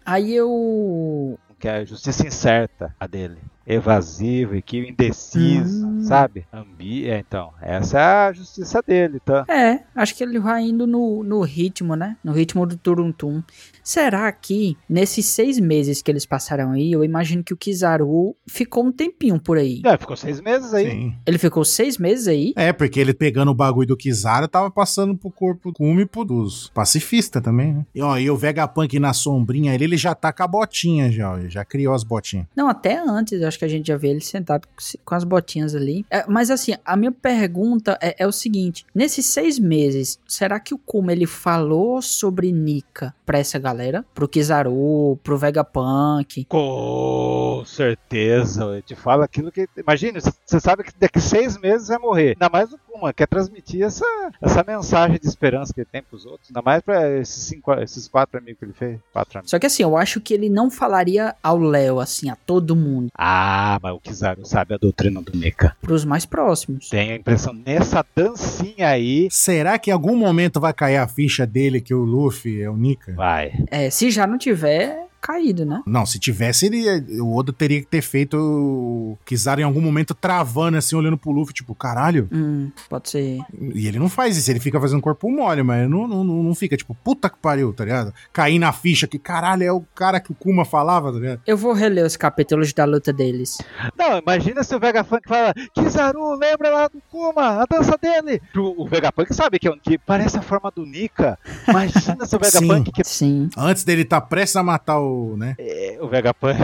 [SPEAKER 4] Aí eu.
[SPEAKER 3] Que é a justiça incerta, a dele. Evasivo, equívoco, indeciso,
[SPEAKER 4] Hum.
[SPEAKER 3] sabe? Ambi. É, então, essa é a justiça dele, tá?
[SPEAKER 4] É, acho que ele vai indo no, no ritmo, né? No ritmo do Turuntum. Será que nesses seis meses que eles passaram aí, eu imagino que o Kizaru ficou um tempinho por aí.
[SPEAKER 3] Não, É, ficou seis meses aí.
[SPEAKER 2] Sim.
[SPEAKER 4] Ele ficou seis meses aí?
[SPEAKER 2] É, porque ele pegando o bagulho do Kizaru tava passando pro corpo cume pro dos pacifistas também, né? E, ó, e o Vegapunk na sombrinha ali, ele já tá com a botinha já, ó, ele já criou as botinhas.
[SPEAKER 4] Não, até antes, acho acho que a gente já vê ele sentado com as botinhas ali. É, mas assim, a minha pergunta é, é o seguinte: nesses seis meses, será que o Kuma ele falou sobre Nika pra essa galera? Pro Kizaru, pro Vegapunk?
[SPEAKER 3] Com certeza. Eu te falo aquilo que. Imagina, você sabe que daqui seis meses vai morrer. Ainda mais o Kuma, quer transmitir essa, essa mensagem de esperança que ele tem pros outros. Ainda mais pra esses, cinco, esses quatro amigos que ele fez. Quatro amigos.
[SPEAKER 4] Só que assim, eu acho que ele não falaria ao Léo, assim, a todo mundo.
[SPEAKER 3] Ah, mas o Kizaru sabe a doutrina do Mecha.
[SPEAKER 4] Pros mais próximos.
[SPEAKER 3] Tem a impressão nessa dancinha aí.
[SPEAKER 2] Será que em algum momento vai cair a ficha dele que o Luffy é o Nika?
[SPEAKER 3] Vai.
[SPEAKER 4] É, se já não tiver, caído, né?
[SPEAKER 2] Não, se tivesse, ele, o Oda teria que ter feito o Kizaru em algum momento travando, assim, olhando pro Luffy, tipo, caralho.
[SPEAKER 4] Hum, pode ser.
[SPEAKER 2] E ele não faz isso, ele fica fazendo corpo mole, mas não, não, não, não fica, tipo, puta que pariu, tá ligado? Cair na ficha que, caralho, é o cara que o Kuma falava, tá ligado?
[SPEAKER 4] Eu vou reler os capítulos da luta deles.
[SPEAKER 3] Não, imagina se o Vegapunk fala, Kizaru, lembra lá do Kuma, a dança dele. O, o Vegapunk sabe que é um que parece a forma do Nika. Imagina se o Vegapunk que...
[SPEAKER 4] Sim.
[SPEAKER 2] Antes dele tá prestes a matar o, né?
[SPEAKER 3] É, o Vegapunk.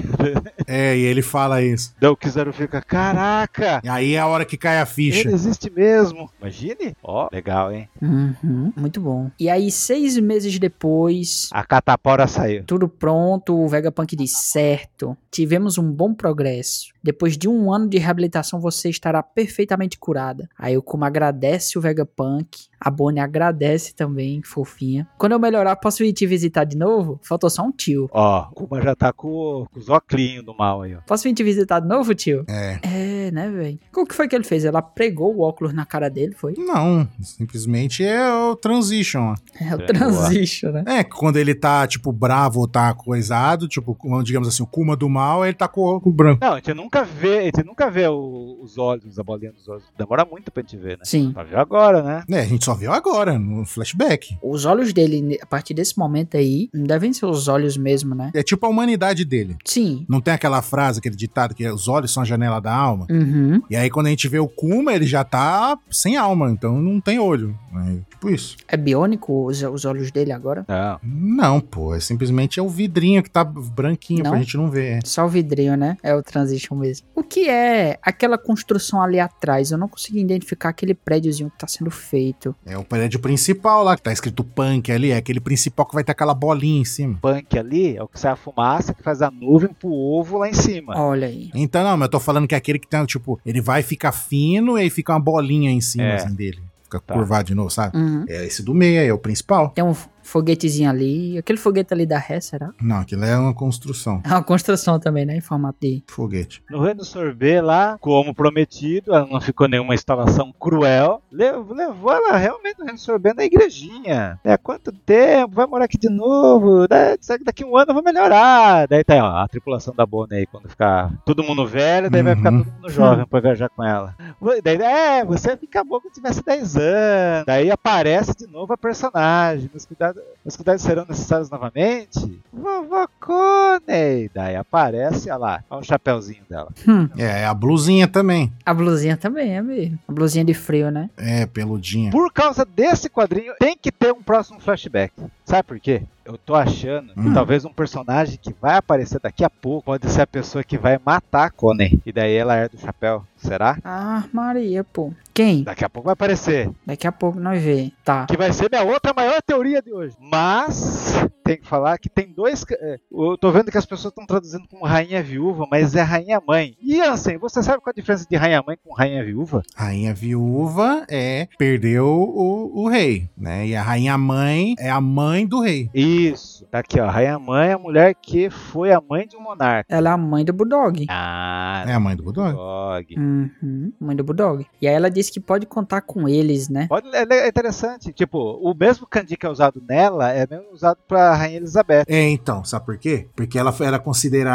[SPEAKER 2] É, e ele fala isso.
[SPEAKER 3] Daí o Kizaru fica, caraca,
[SPEAKER 2] E aí é a hora que cai a ficha.
[SPEAKER 3] ele existe mesmo. Imagine. Ó, legal, hein?
[SPEAKER 4] Uhum, muito bom. E aí, seis meses depois,
[SPEAKER 3] A catapora saiu.
[SPEAKER 4] tudo pronto, o Vegapunk diz: certo, tivemos um bom progresso. Depois de um ano de reabilitação, você estará perfeitamente curada. Aí o Kuma agradece o Vegapunk. A Bonnie agradece também, fofinha. Quando eu melhorar, posso ir te visitar de novo? Faltou só um tio.
[SPEAKER 3] Ó, o Kuma já tá com, com os oclinhos do mal aí, ó.
[SPEAKER 4] Posso vir te visitar de novo, tio?
[SPEAKER 2] É.
[SPEAKER 4] É, né, velho? O que foi que ele fez? Ela pregou o óculos na cara dele, foi?
[SPEAKER 2] Não, simplesmente é o transition. ó.
[SPEAKER 4] É o
[SPEAKER 3] É,
[SPEAKER 4] transition, né?
[SPEAKER 2] É, quando ele tá, tipo, bravo ou tá coisado, tipo, digamos assim, o Kuma do mal, ele tá com o, com o branco.
[SPEAKER 3] Não, a gente nunca vê, a gente nunca vê o- os olhos, a bolinha dos olhos. Demora muito pra gente ver, né?
[SPEAKER 4] Sim.
[SPEAKER 3] Pra ver agora, né?
[SPEAKER 2] É, a gente só viu agora, no flashback.
[SPEAKER 4] Os olhos dele, ne- a partir desse momento aí, não devem ser os olhos mesmo, né?
[SPEAKER 2] É tipo a humanidade dele.
[SPEAKER 4] Sim.
[SPEAKER 2] Não tem aquela frase, aquele ditado que é, os olhos são a janela da alma?
[SPEAKER 4] Uhum.
[SPEAKER 2] E aí, quando a gente vê o Kuma, ele já tá sem alma, então não tem olho. É tipo isso.
[SPEAKER 4] É biônico os, os olhos dele agora?
[SPEAKER 3] Não.
[SPEAKER 2] Não, pô, é simplesmente é o vidrinho que tá branquinho
[SPEAKER 4] Não?
[SPEAKER 2] pra gente não ver. é.
[SPEAKER 4] Só o vidrinho, né? É o transition mesmo. O que é aquela construção ali atrás? Eu não consegui identificar aquele prédiozinho que tá sendo feito.
[SPEAKER 2] É o prédio principal lá, que tá escrito punk ali, é aquele principal que vai ter aquela bolinha em cima.
[SPEAKER 3] Punk ali é o que sai a fumaça que faz a nuvem pro ovo lá em cima.
[SPEAKER 4] Olha aí.
[SPEAKER 2] Então, não, mas eu tô falando que é aquele que tem, tipo, ele vai ficar fino e aí fica uma bolinha em cima
[SPEAKER 3] É.
[SPEAKER 2] assim, dele. Fica
[SPEAKER 3] Tá.
[SPEAKER 2] curvado de novo, sabe?
[SPEAKER 4] Uhum.
[SPEAKER 2] É esse do meio, aí, é o principal.
[SPEAKER 4] Tem um foguetezinho ali. Aquele foguete ali da Ré, será?
[SPEAKER 2] Não, aquilo é uma construção.
[SPEAKER 4] É uma construção também, né? Em formato de.
[SPEAKER 2] Foguete.
[SPEAKER 3] No reino do sorbet lá, como prometido, ela não ficou nenhuma instalação cruel. Levou, levou ela realmente no reino do sorbet na igrejinha. É quanto tempo? Vai morar aqui de novo? Da- será que daqui a um ano eu vou melhorar? Daí tá aí, ó, a tripulação da Bonnie aí, quando ficar todo mundo velho, daí vai
[SPEAKER 2] Uhum.
[SPEAKER 3] ficar todo mundo jovem pra viajar com ela. Daí, é, você fica bom quando tivesse 10 anos. Daí aparece de novo a personagem. Mas cuidado, os cuidados serão necessários novamente? Vovó Coney! Daí aparece, olha lá, olha o chapéuzinho dela.
[SPEAKER 4] Hum.
[SPEAKER 2] É, a blusinha também.
[SPEAKER 4] A blusinha também é mesmo. A blusinha de frio, né?
[SPEAKER 2] É, peludinha.
[SPEAKER 3] Por causa desse quadrinho, tem que ter um próximo flashback. Sabe por quê? Eu tô achando que
[SPEAKER 2] Hum.
[SPEAKER 3] talvez um personagem que vai aparecer daqui a pouco pode ser a pessoa que vai matar a Coney. E daí ela herda o chapéu. Será?
[SPEAKER 4] Ah, Maria, pô. Quem?
[SPEAKER 3] Daqui a pouco vai aparecer.
[SPEAKER 4] Daqui a pouco nós vê. Tá.
[SPEAKER 3] Que vai ser minha outra maior teoria de hoje. Mas, tem que falar que tem dois. ca- é, Eu tô vendo que as pessoas estão traduzindo como rainha viúva, mas é rainha mãe. E assim, você sabe qual a diferença de rainha mãe com rainha viúva?
[SPEAKER 2] Rainha viúva é perdeu o, o rei, né? E a rainha mãe é a mãe do rei.
[SPEAKER 3] Isso. Tá aqui, ó. Rainha mãe é a mulher que foi a mãe de um monarca.
[SPEAKER 4] Ela é a mãe do Bulldog.
[SPEAKER 3] Ah,
[SPEAKER 2] É a mãe do Bulldog.
[SPEAKER 3] dog.
[SPEAKER 4] Uhum, mãe do Bulldog. E aí ela disse que pode contar com eles, né?
[SPEAKER 3] Pode, é le- é interessante. Tipo, o mesmo kanji que é usado nela é mesmo usado pra Rainha Elizabeth.
[SPEAKER 2] É, então, sabe por quê? Porque ela foi- era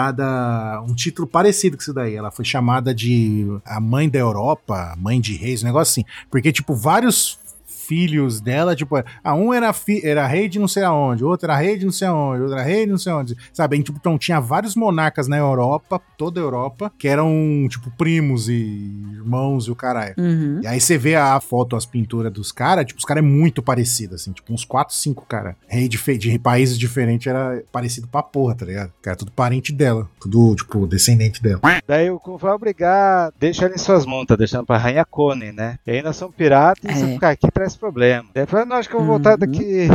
[SPEAKER 2] considerada um título parecido com isso daí. Ela foi chamada de a mãe da Europa, a mãe de reis, um negócio assim. Porque, tipo, vários filhos dela, tipo, ah, um era, fi- era rei de não sei aonde, outro era rei de não sei aonde, outro era rei de não sei aonde, sabe? E, tipo, então tinha vários monarcas na Europa, toda a Europa, que eram, tipo, primos e irmãos e o caralho.
[SPEAKER 4] Uhum.
[SPEAKER 2] E aí você vê a foto, as pinturas dos caras, tipo, os caras é muito parecido, assim, tipo, uns 4, 5 cara. Rei de, fe- de países diferentes era parecido pra porra, tá ligado? Cara, tudo parente dela, tudo, tipo, descendente dela.
[SPEAKER 3] Daí o Kun vai obrigar, deixa ela em suas mãos, tá deixando pra Rainha Cone, né? E aí nós somos piratas e
[SPEAKER 4] É.
[SPEAKER 3] se ficar aqui traz problema. Daí ele fala, não, acho que eu vou voltar
[SPEAKER 4] Uhum.
[SPEAKER 3] daqui.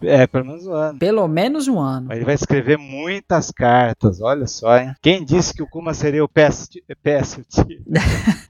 [SPEAKER 3] É, pelo menos um ano.
[SPEAKER 4] Pelo menos um ano.
[SPEAKER 3] Mas Ele vai escrever muitas cartas, olha só, hein? Quem disse que o Kuma seria o péssimo?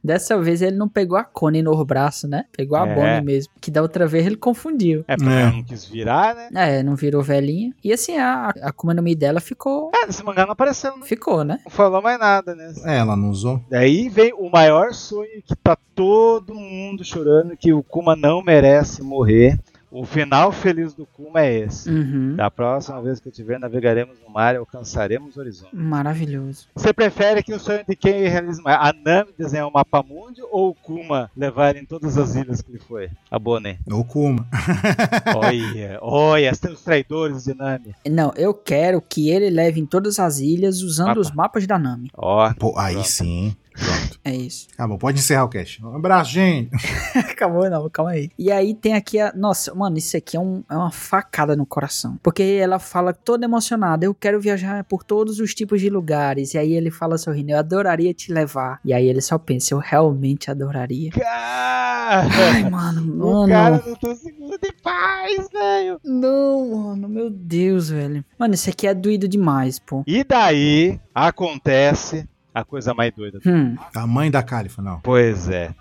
[SPEAKER 4] Dessa vez ele não pegou a Connie no braço, né? Pegou a
[SPEAKER 3] É.
[SPEAKER 4] Bonnie mesmo. Que da outra vez ele confundiu.
[SPEAKER 3] É, porque
[SPEAKER 2] É.
[SPEAKER 3] ela não quis virar, né? É,
[SPEAKER 4] É, não virou velhinha. E assim, a, a Akuma no Mi dela ficou.
[SPEAKER 3] nesse É, mangá não apareceu, não
[SPEAKER 4] Ficou, né?
[SPEAKER 3] Não falou mais nada, né?
[SPEAKER 2] É, ela não usou.
[SPEAKER 3] Daí vem o maior sonho que tá todo mundo chorando que o Kuma não merece morrer. O final feliz do Kuma é esse.
[SPEAKER 4] Uhum.
[SPEAKER 3] Da próxima vez que eu tiver, navegaremos no mar e alcançaremos o horizonte.
[SPEAKER 4] Maravilhoso.
[SPEAKER 3] Você prefere que o sonho de quem realize mais? A Nami desenhar o mapa mundo ou o Kuma levar ele em todas as ilhas que ele foi? A *laughs* Bonnie.
[SPEAKER 2] Ou Kuma.
[SPEAKER 3] Olha, olha, tem os traidores de Nami.
[SPEAKER 4] Não, eu quero que ele leve em todas as ilhas usando
[SPEAKER 3] Mapa.
[SPEAKER 4] os mapas da Nami.
[SPEAKER 3] Ó,
[SPEAKER 2] Pô, aí
[SPEAKER 3] Pronto.
[SPEAKER 2] sim. hein? Pronto.
[SPEAKER 4] É isso.
[SPEAKER 2] Tá bom, pode encerrar o cast. Um abraço, gente.
[SPEAKER 4] *laughs* Acabou não, calma aí. E aí tem aqui a. Nossa, mano, isso aqui é, um- é uma facada no coração. Porque ela fala toda emocionada, eu quero viajar por todos os tipos de lugares. E aí ele fala sorrindo, eu adoraria te levar. E aí ele só pensa, eu realmente adoraria.
[SPEAKER 3] cara!
[SPEAKER 4] *laughs* Ai, mano,
[SPEAKER 3] *laughs* O cara
[SPEAKER 4] mano.
[SPEAKER 3] não tá seguro de paz, né? velho.
[SPEAKER 4] Não, mano, meu Deus, velho. Mano, isso aqui é doído demais, pô.
[SPEAKER 3] E daí acontece a coisa mais doida.
[SPEAKER 4] Hum.
[SPEAKER 2] A mãe da Califa, não.
[SPEAKER 3] Pois é.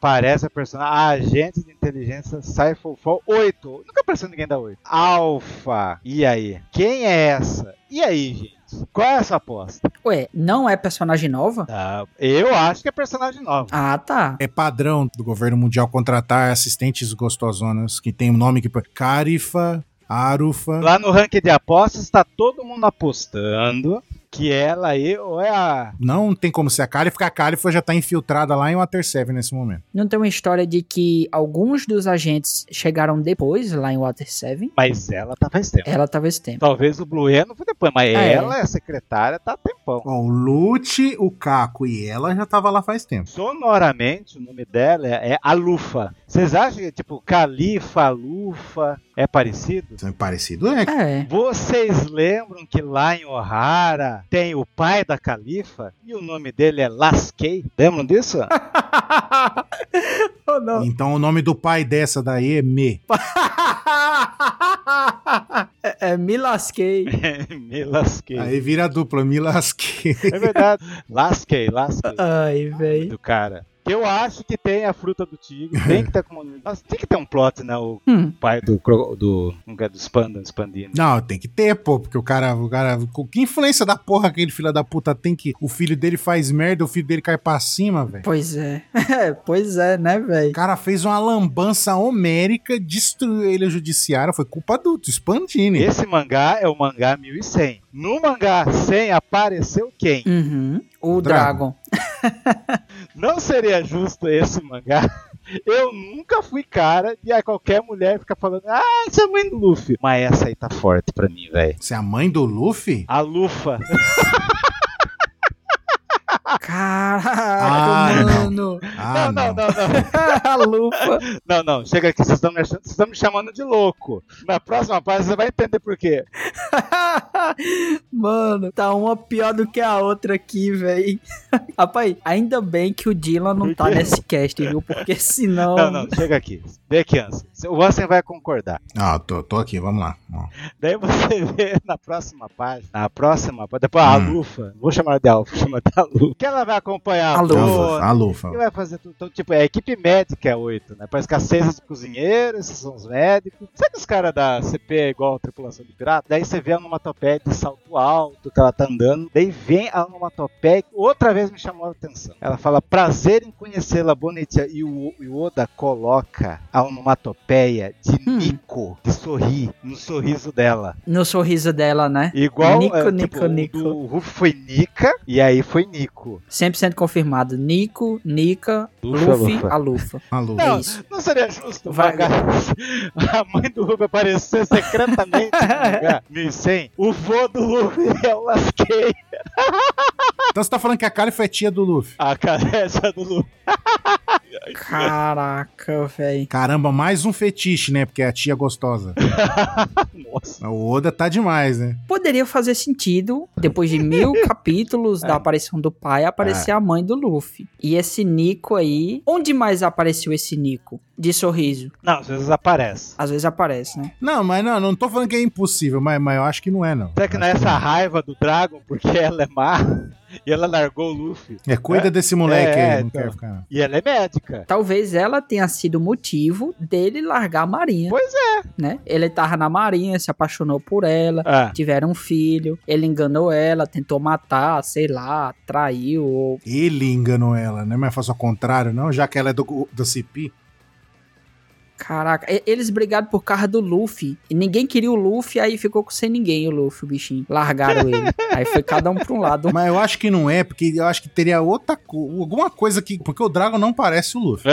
[SPEAKER 3] Parece a personagem. A agente de inteligência Cypherfall 8. Nunca apareceu ninguém da 8. Alpha. E aí? Quem é essa? E aí, gente? Qual é essa aposta?
[SPEAKER 4] Ué, não é personagem nova?
[SPEAKER 3] Ah, eu acho que é personagem nova.
[SPEAKER 4] Ah, tá.
[SPEAKER 2] É padrão do governo mundial contratar assistentes gostosonas que tem um nome que. Carifa, Arufa.
[SPEAKER 3] Lá no ranking de apostas, tá todo mundo apostando que ela aí ou é a.
[SPEAKER 2] Não tem como ser a Califa, porque a Califa já tá infiltrada lá em Water 7 nesse momento.
[SPEAKER 4] Não tem uma história de que alguns dos agentes chegaram depois lá em Water 7?
[SPEAKER 3] Mas ela tá faz tempo.
[SPEAKER 4] Ela tava esse *laughs* tempo.
[SPEAKER 3] Talvez o Blueno foi depois, mas
[SPEAKER 4] É.
[SPEAKER 3] ela, a secretária, tá há tempão.
[SPEAKER 2] Ó, o Lute, o Caco e ela já tava lá faz tempo.
[SPEAKER 3] Sonoramente, o nome dela é Alufa. Vocês acham que, tipo, Califa, Alufa é parecido?
[SPEAKER 2] Então, é parecido é.
[SPEAKER 4] É.
[SPEAKER 3] Vocês lembram que lá em O'Hara tem o pai da Califa e o nome dele é Lasquei? Lembram *laughs* disso?
[SPEAKER 4] Ou Oh, não? *laughs*
[SPEAKER 2] Então o nome do pai dessa daí é Me.
[SPEAKER 4] é, é, me lasquei.
[SPEAKER 3] Me lasquei.
[SPEAKER 2] Aí vira a dupla, me lasquei. *laughs*
[SPEAKER 3] É verdade. Lasquei, lasquei.
[SPEAKER 4] Ai, velho.
[SPEAKER 3] Do cara. Que eu acho que tem a fruta do tigre. Tem que ter como. Nossa, tem que ter um plot, né? O
[SPEAKER 4] Hum.
[SPEAKER 3] pai do. cro- do como que é? dos pandas, expandindo.
[SPEAKER 2] Não, tem que ter, pô, porque o cara, o cara, com que influência da porra aquele filho da puta tem que o filho dele faz merda, o filho dele cai pra cima, velho.
[SPEAKER 4] Pois é. *laughs* pois é, né,
[SPEAKER 2] O
[SPEAKER 4] velho?
[SPEAKER 2] cara fez uma lambança homérica, destruiu ele o judiciário, foi culpa do, do Spandini.
[SPEAKER 3] Esse mangá é o mangá 1100. No mangá 100 apareceu quem?
[SPEAKER 4] Uhum. O
[SPEAKER 2] Dragon.
[SPEAKER 4] Dragon.
[SPEAKER 3] Não seria justo esse mangá? *laughs* Eu nunca fui cara de ah, qualquer mulher ficar falando, ah, isso é mãe do Luffy. Mas essa aí tá forte pra mim, velho.
[SPEAKER 2] Você é a mãe do Luffy?
[SPEAKER 3] A Lufa.
[SPEAKER 4] Caraca,
[SPEAKER 2] Ah,
[SPEAKER 4] mano.
[SPEAKER 2] Ah,
[SPEAKER 3] não, não, não, não.
[SPEAKER 4] *laughs* A lupa.
[SPEAKER 3] *laughs* Não, não. Chega aqui, vocês estão me, achando- vocês estão me chamando de louco. Na próxima página você vai entender por quê.
[SPEAKER 4] *laughs* Mano, tá uma pior do que a outra aqui, velho. *laughs* Rapaz, ainda bem que o Dylan não
[SPEAKER 3] Por
[SPEAKER 4] tá
[SPEAKER 3] quê?
[SPEAKER 4] nesse cast,
[SPEAKER 3] *laughs*
[SPEAKER 4] viu? Porque senão.
[SPEAKER 3] Não, não, chega aqui. Vê aqui, Anson. O Ansem vai concordar.
[SPEAKER 2] Ah, tô, tô aqui, vamos lá. Ó.
[SPEAKER 3] Daí você *laughs* vê na próxima página, na próxima página, depois a
[SPEAKER 2] Hum.
[SPEAKER 3] Lufa, vou chamar de Alfa, chama de Lufa, que ela vai acompanhar
[SPEAKER 4] A
[SPEAKER 3] a
[SPEAKER 4] Lufa.
[SPEAKER 3] Lufa.
[SPEAKER 2] A Lufa.
[SPEAKER 3] E vai fazer tudo. Então, tipo, é a equipe médica é oito, né? Parece que a seis é os cozinheiros, esses são os médicos. Será que os caras da CP é igual a tripulação de pirata? Daí você vê a onomatopeia de salto alto que ela tá andando. Daí vem a onomatopeia que outra vez me chamou a atenção. Ela fala, prazer em conhecê-la, Bonitia. E o, e o Oda coloca a onomatopeia de
[SPEAKER 4] Hum.
[SPEAKER 3] Nico, que sorri, no sorriso dela.
[SPEAKER 4] No sorriso dela, né?
[SPEAKER 3] Igual
[SPEAKER 4] Nico,
[SPEAKER 3] é,
[SPEAKER 4] Nico,
[SPEAKER 3] tipo, o
[SPEAKER 4] Nico.
[SPEAKER 3] do Ruff foi Nica e aí foi Nico.
[SPEAKER 4] 100% confirmado. Nico, Nika
[SPEAKER 3] Lufa,
[SPEAKER 4] Luffy
[SPEAKER 3] Lufa.
[SPEAKER 4] a Lufa.
[SPEAKER 2] Maluco.
[SPEAKER 3] Não,
[SPEAKER 4] É isso.
[SPEAKER 3] não seria justo
[SPEAKER 4] Vai.
[SPEAKER 3] pagar *laughs* a mãe do Luffy aparecer secretamente no lugar 1100. O vô do Luffy é o Lasquei.
[SPEAKER 2] Então você tá falando que a Kali foi tia do Luffy.
[SPEAKER 3] A cabeça do Luffy.
[SPEAKER 4] Caraca, velho.
[SPEAKER 2] Caramba, mais um fetiche, né? Porque é a tia gostosa.
[SPEAKER 3] Nossa.
[SPEAKER 2] O Oda tá demais, né?
[SPEAKER 4] Poderia fazer sentido, depois de
[SPEAKER 3] *laughs*
[SPEAKER 4] mil capítulos
[SPEAKER 3] É.
[SPEAKER 4] da aparição do pai, aparecer a mãe do Luffy. E esse Nico aí. Onde mais apareceu esse Nico? De sorriso.
[SPEAKER 3] Não, às vezes aparece.
[SPEAKER 4] Às vezes aparece, né?
[SPEAKER 2] Não, mas não, não tô falando que é impossível, mas, mas eu acho que não é, não.
[SPEAKER 3] Será que não é essa raiva do Dragon porque ela é má e ela largou o Luffy?
[SPEAKER 2] É, cuida desse moleque
[SPEAKER 3] É,
[SPEAKER 2] aí, não
[SPEAKER 3] então.
[SPEAKER 2] quer ficar.
[SPEAKER 3] E ela é médica.
[SPEAKER 4] Talvez ela tenha sido o motivo dele largar a marinha.
[SPEAKER 3] Pois
[SPEAKER 4] é. Né? Ele tava na marinha, se apaixonou por ela,
[SPEAKER 3] Ah,
[SPEAKER 4] tiveram um filho, ele enganou ela, tentou matar, sei lá, traiu. ou-
[SPEAKER 2] Ele enganou ela, né? Mas faz o contrário, não, já que ela é do, do CP.
[SPEAKER 4] Caraca, e- eles brigaram por causa do Luffy. E ninguém queria o Luffy, aí ficou com- sem ninguém o Luffy, o bichinho. Largaram ele. aí foi cada um pra um lado.
[SPEAKER 2] Mas eu acho que não é, porque eu acho que teria outra co- alguma coisa que. Porque o Dragon não parece o Luffy.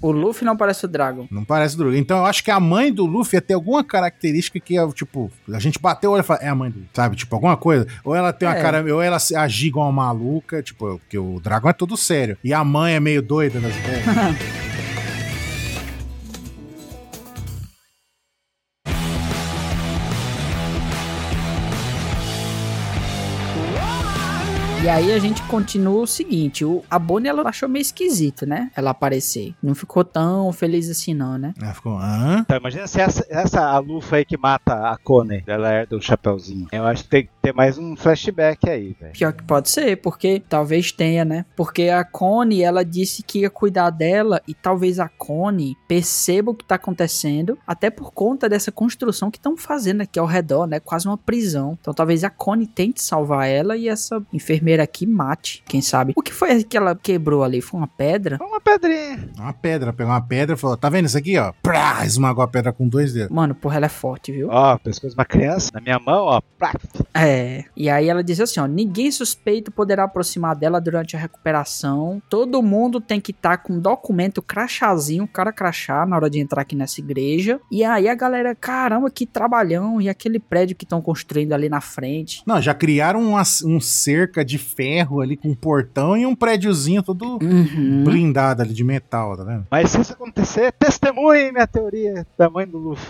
[SPEAKER 4] O Luffy não parece o Dragon.
[SPEAKER 2] Não parece o Dragon. Então eu acho que a mãe do Luffy ia ter alguma característica que é, tipo, a gente bateu o olho e fala, é a mãe do Luffy, sabe? Tipo, alguma coisa. Ou ela tem uma
[SPEAKER 4] É.
[SPEAKER 2] cara. Ou ela se- agir igual uma maluca, tipo, porque o Dragon é todo sério. E a mãe é meio doida nas
[SPEAKER 4] *laughs*
[SPEAKER 2] ideias.
[SPEAKER 4] E aí a gente continua o seguinte: o, a Bonnie ela achou meio esquisito, né? Ela aparecer. Não ficou tão feliz assim, não, né?
[SPEAKER 2] Ela ficou, hã?
[SPEAKER 3] Então, imagina se essa, essa a Lufa aí que mata a Coney, ela herda o chapéuzinho. Eu acho que tem que ter mais um flashback aí, velho.
[SPEAKER 4] Pior que pode ser, porque talvez tenha, né? Porque a Connie, ela disse que ia cuidar dela e talvez a Connie perceba o que tá acontecendo, até por conta dessa construção que estão fazendo aqui ao redor, né? Quase uma prisão. Então talvez a Connie tente salvar ela e essa enfermeira aqui mate, quem sabe. O que foi que ela quebrou ali? Foi uma pedra?
[SPEAKER 3] Uma pedrinha.
[SPEAKER 2] Uma pedra, pegou uma pedra e falou, tá vendo isso aqui, ó? Prá! Esmagou a pedra com dois dedos.
[SPEAKER 4] Mano, porra, ela é forte, viu?
[SPEAKER 3] Ó, pescoço de uma criança na minha mão, ó. Plá.
[SPEAKER 4] É. E aí ela diz assim, ó, ninguém suspeito poderá aproximar dela durante a recuperação. Todo mundo tem que estar com um documento crachazinho, cara crachá na hora de entrar aqui nessa igreja. E aí a galera, caramba, que trabalhão e aquele prédio que estão construindo ali na frente.
[SPEAKER 2] Não, já criaram uma- um cerca de ferro ali com um portão e um prédiozinho todo
[SPEAKER 4] Uhum.
[SPEAKER 2] blindado ali de metal, tá vendo?
[SPEAKER 3] Mas se isso acontecer, testemunhe minha teoria da mãe do Luffy.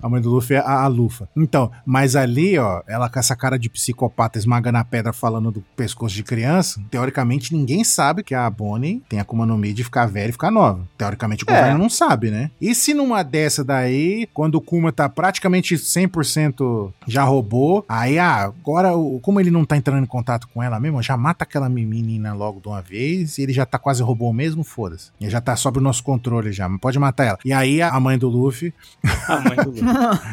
[SPEAKER 2] A mãe do Luffy é a, a Lufa. Então, mas ali, ó, ela com essa cara de psicopata esmagando a pedra falando do pescoço de criança, teoricamente ninguém sabe que a Bonnie tem a Akuma no Mi de ficar velha e ficar nova. Teoricamente o
[SPEAKER 3] É.
[SPEAKER 2] governo não sabe, né? E se numa dessa daí, quando o Kuma tá praticamente 100% já roubou, aí ah, agora, o, como ele não tá entrando em contato com ela mesmo, já mata aquela me- menina logo de uma vez e ele já tá quase roubou mesmo, foda-se. Ele já tá sob o nosso controle já, pode matar ela. E aí a mãe do Luffy
[SPEAKER 3] A mãe
[SPEAKER 2] *laughs*
[SPEAKER 3] do Luffy.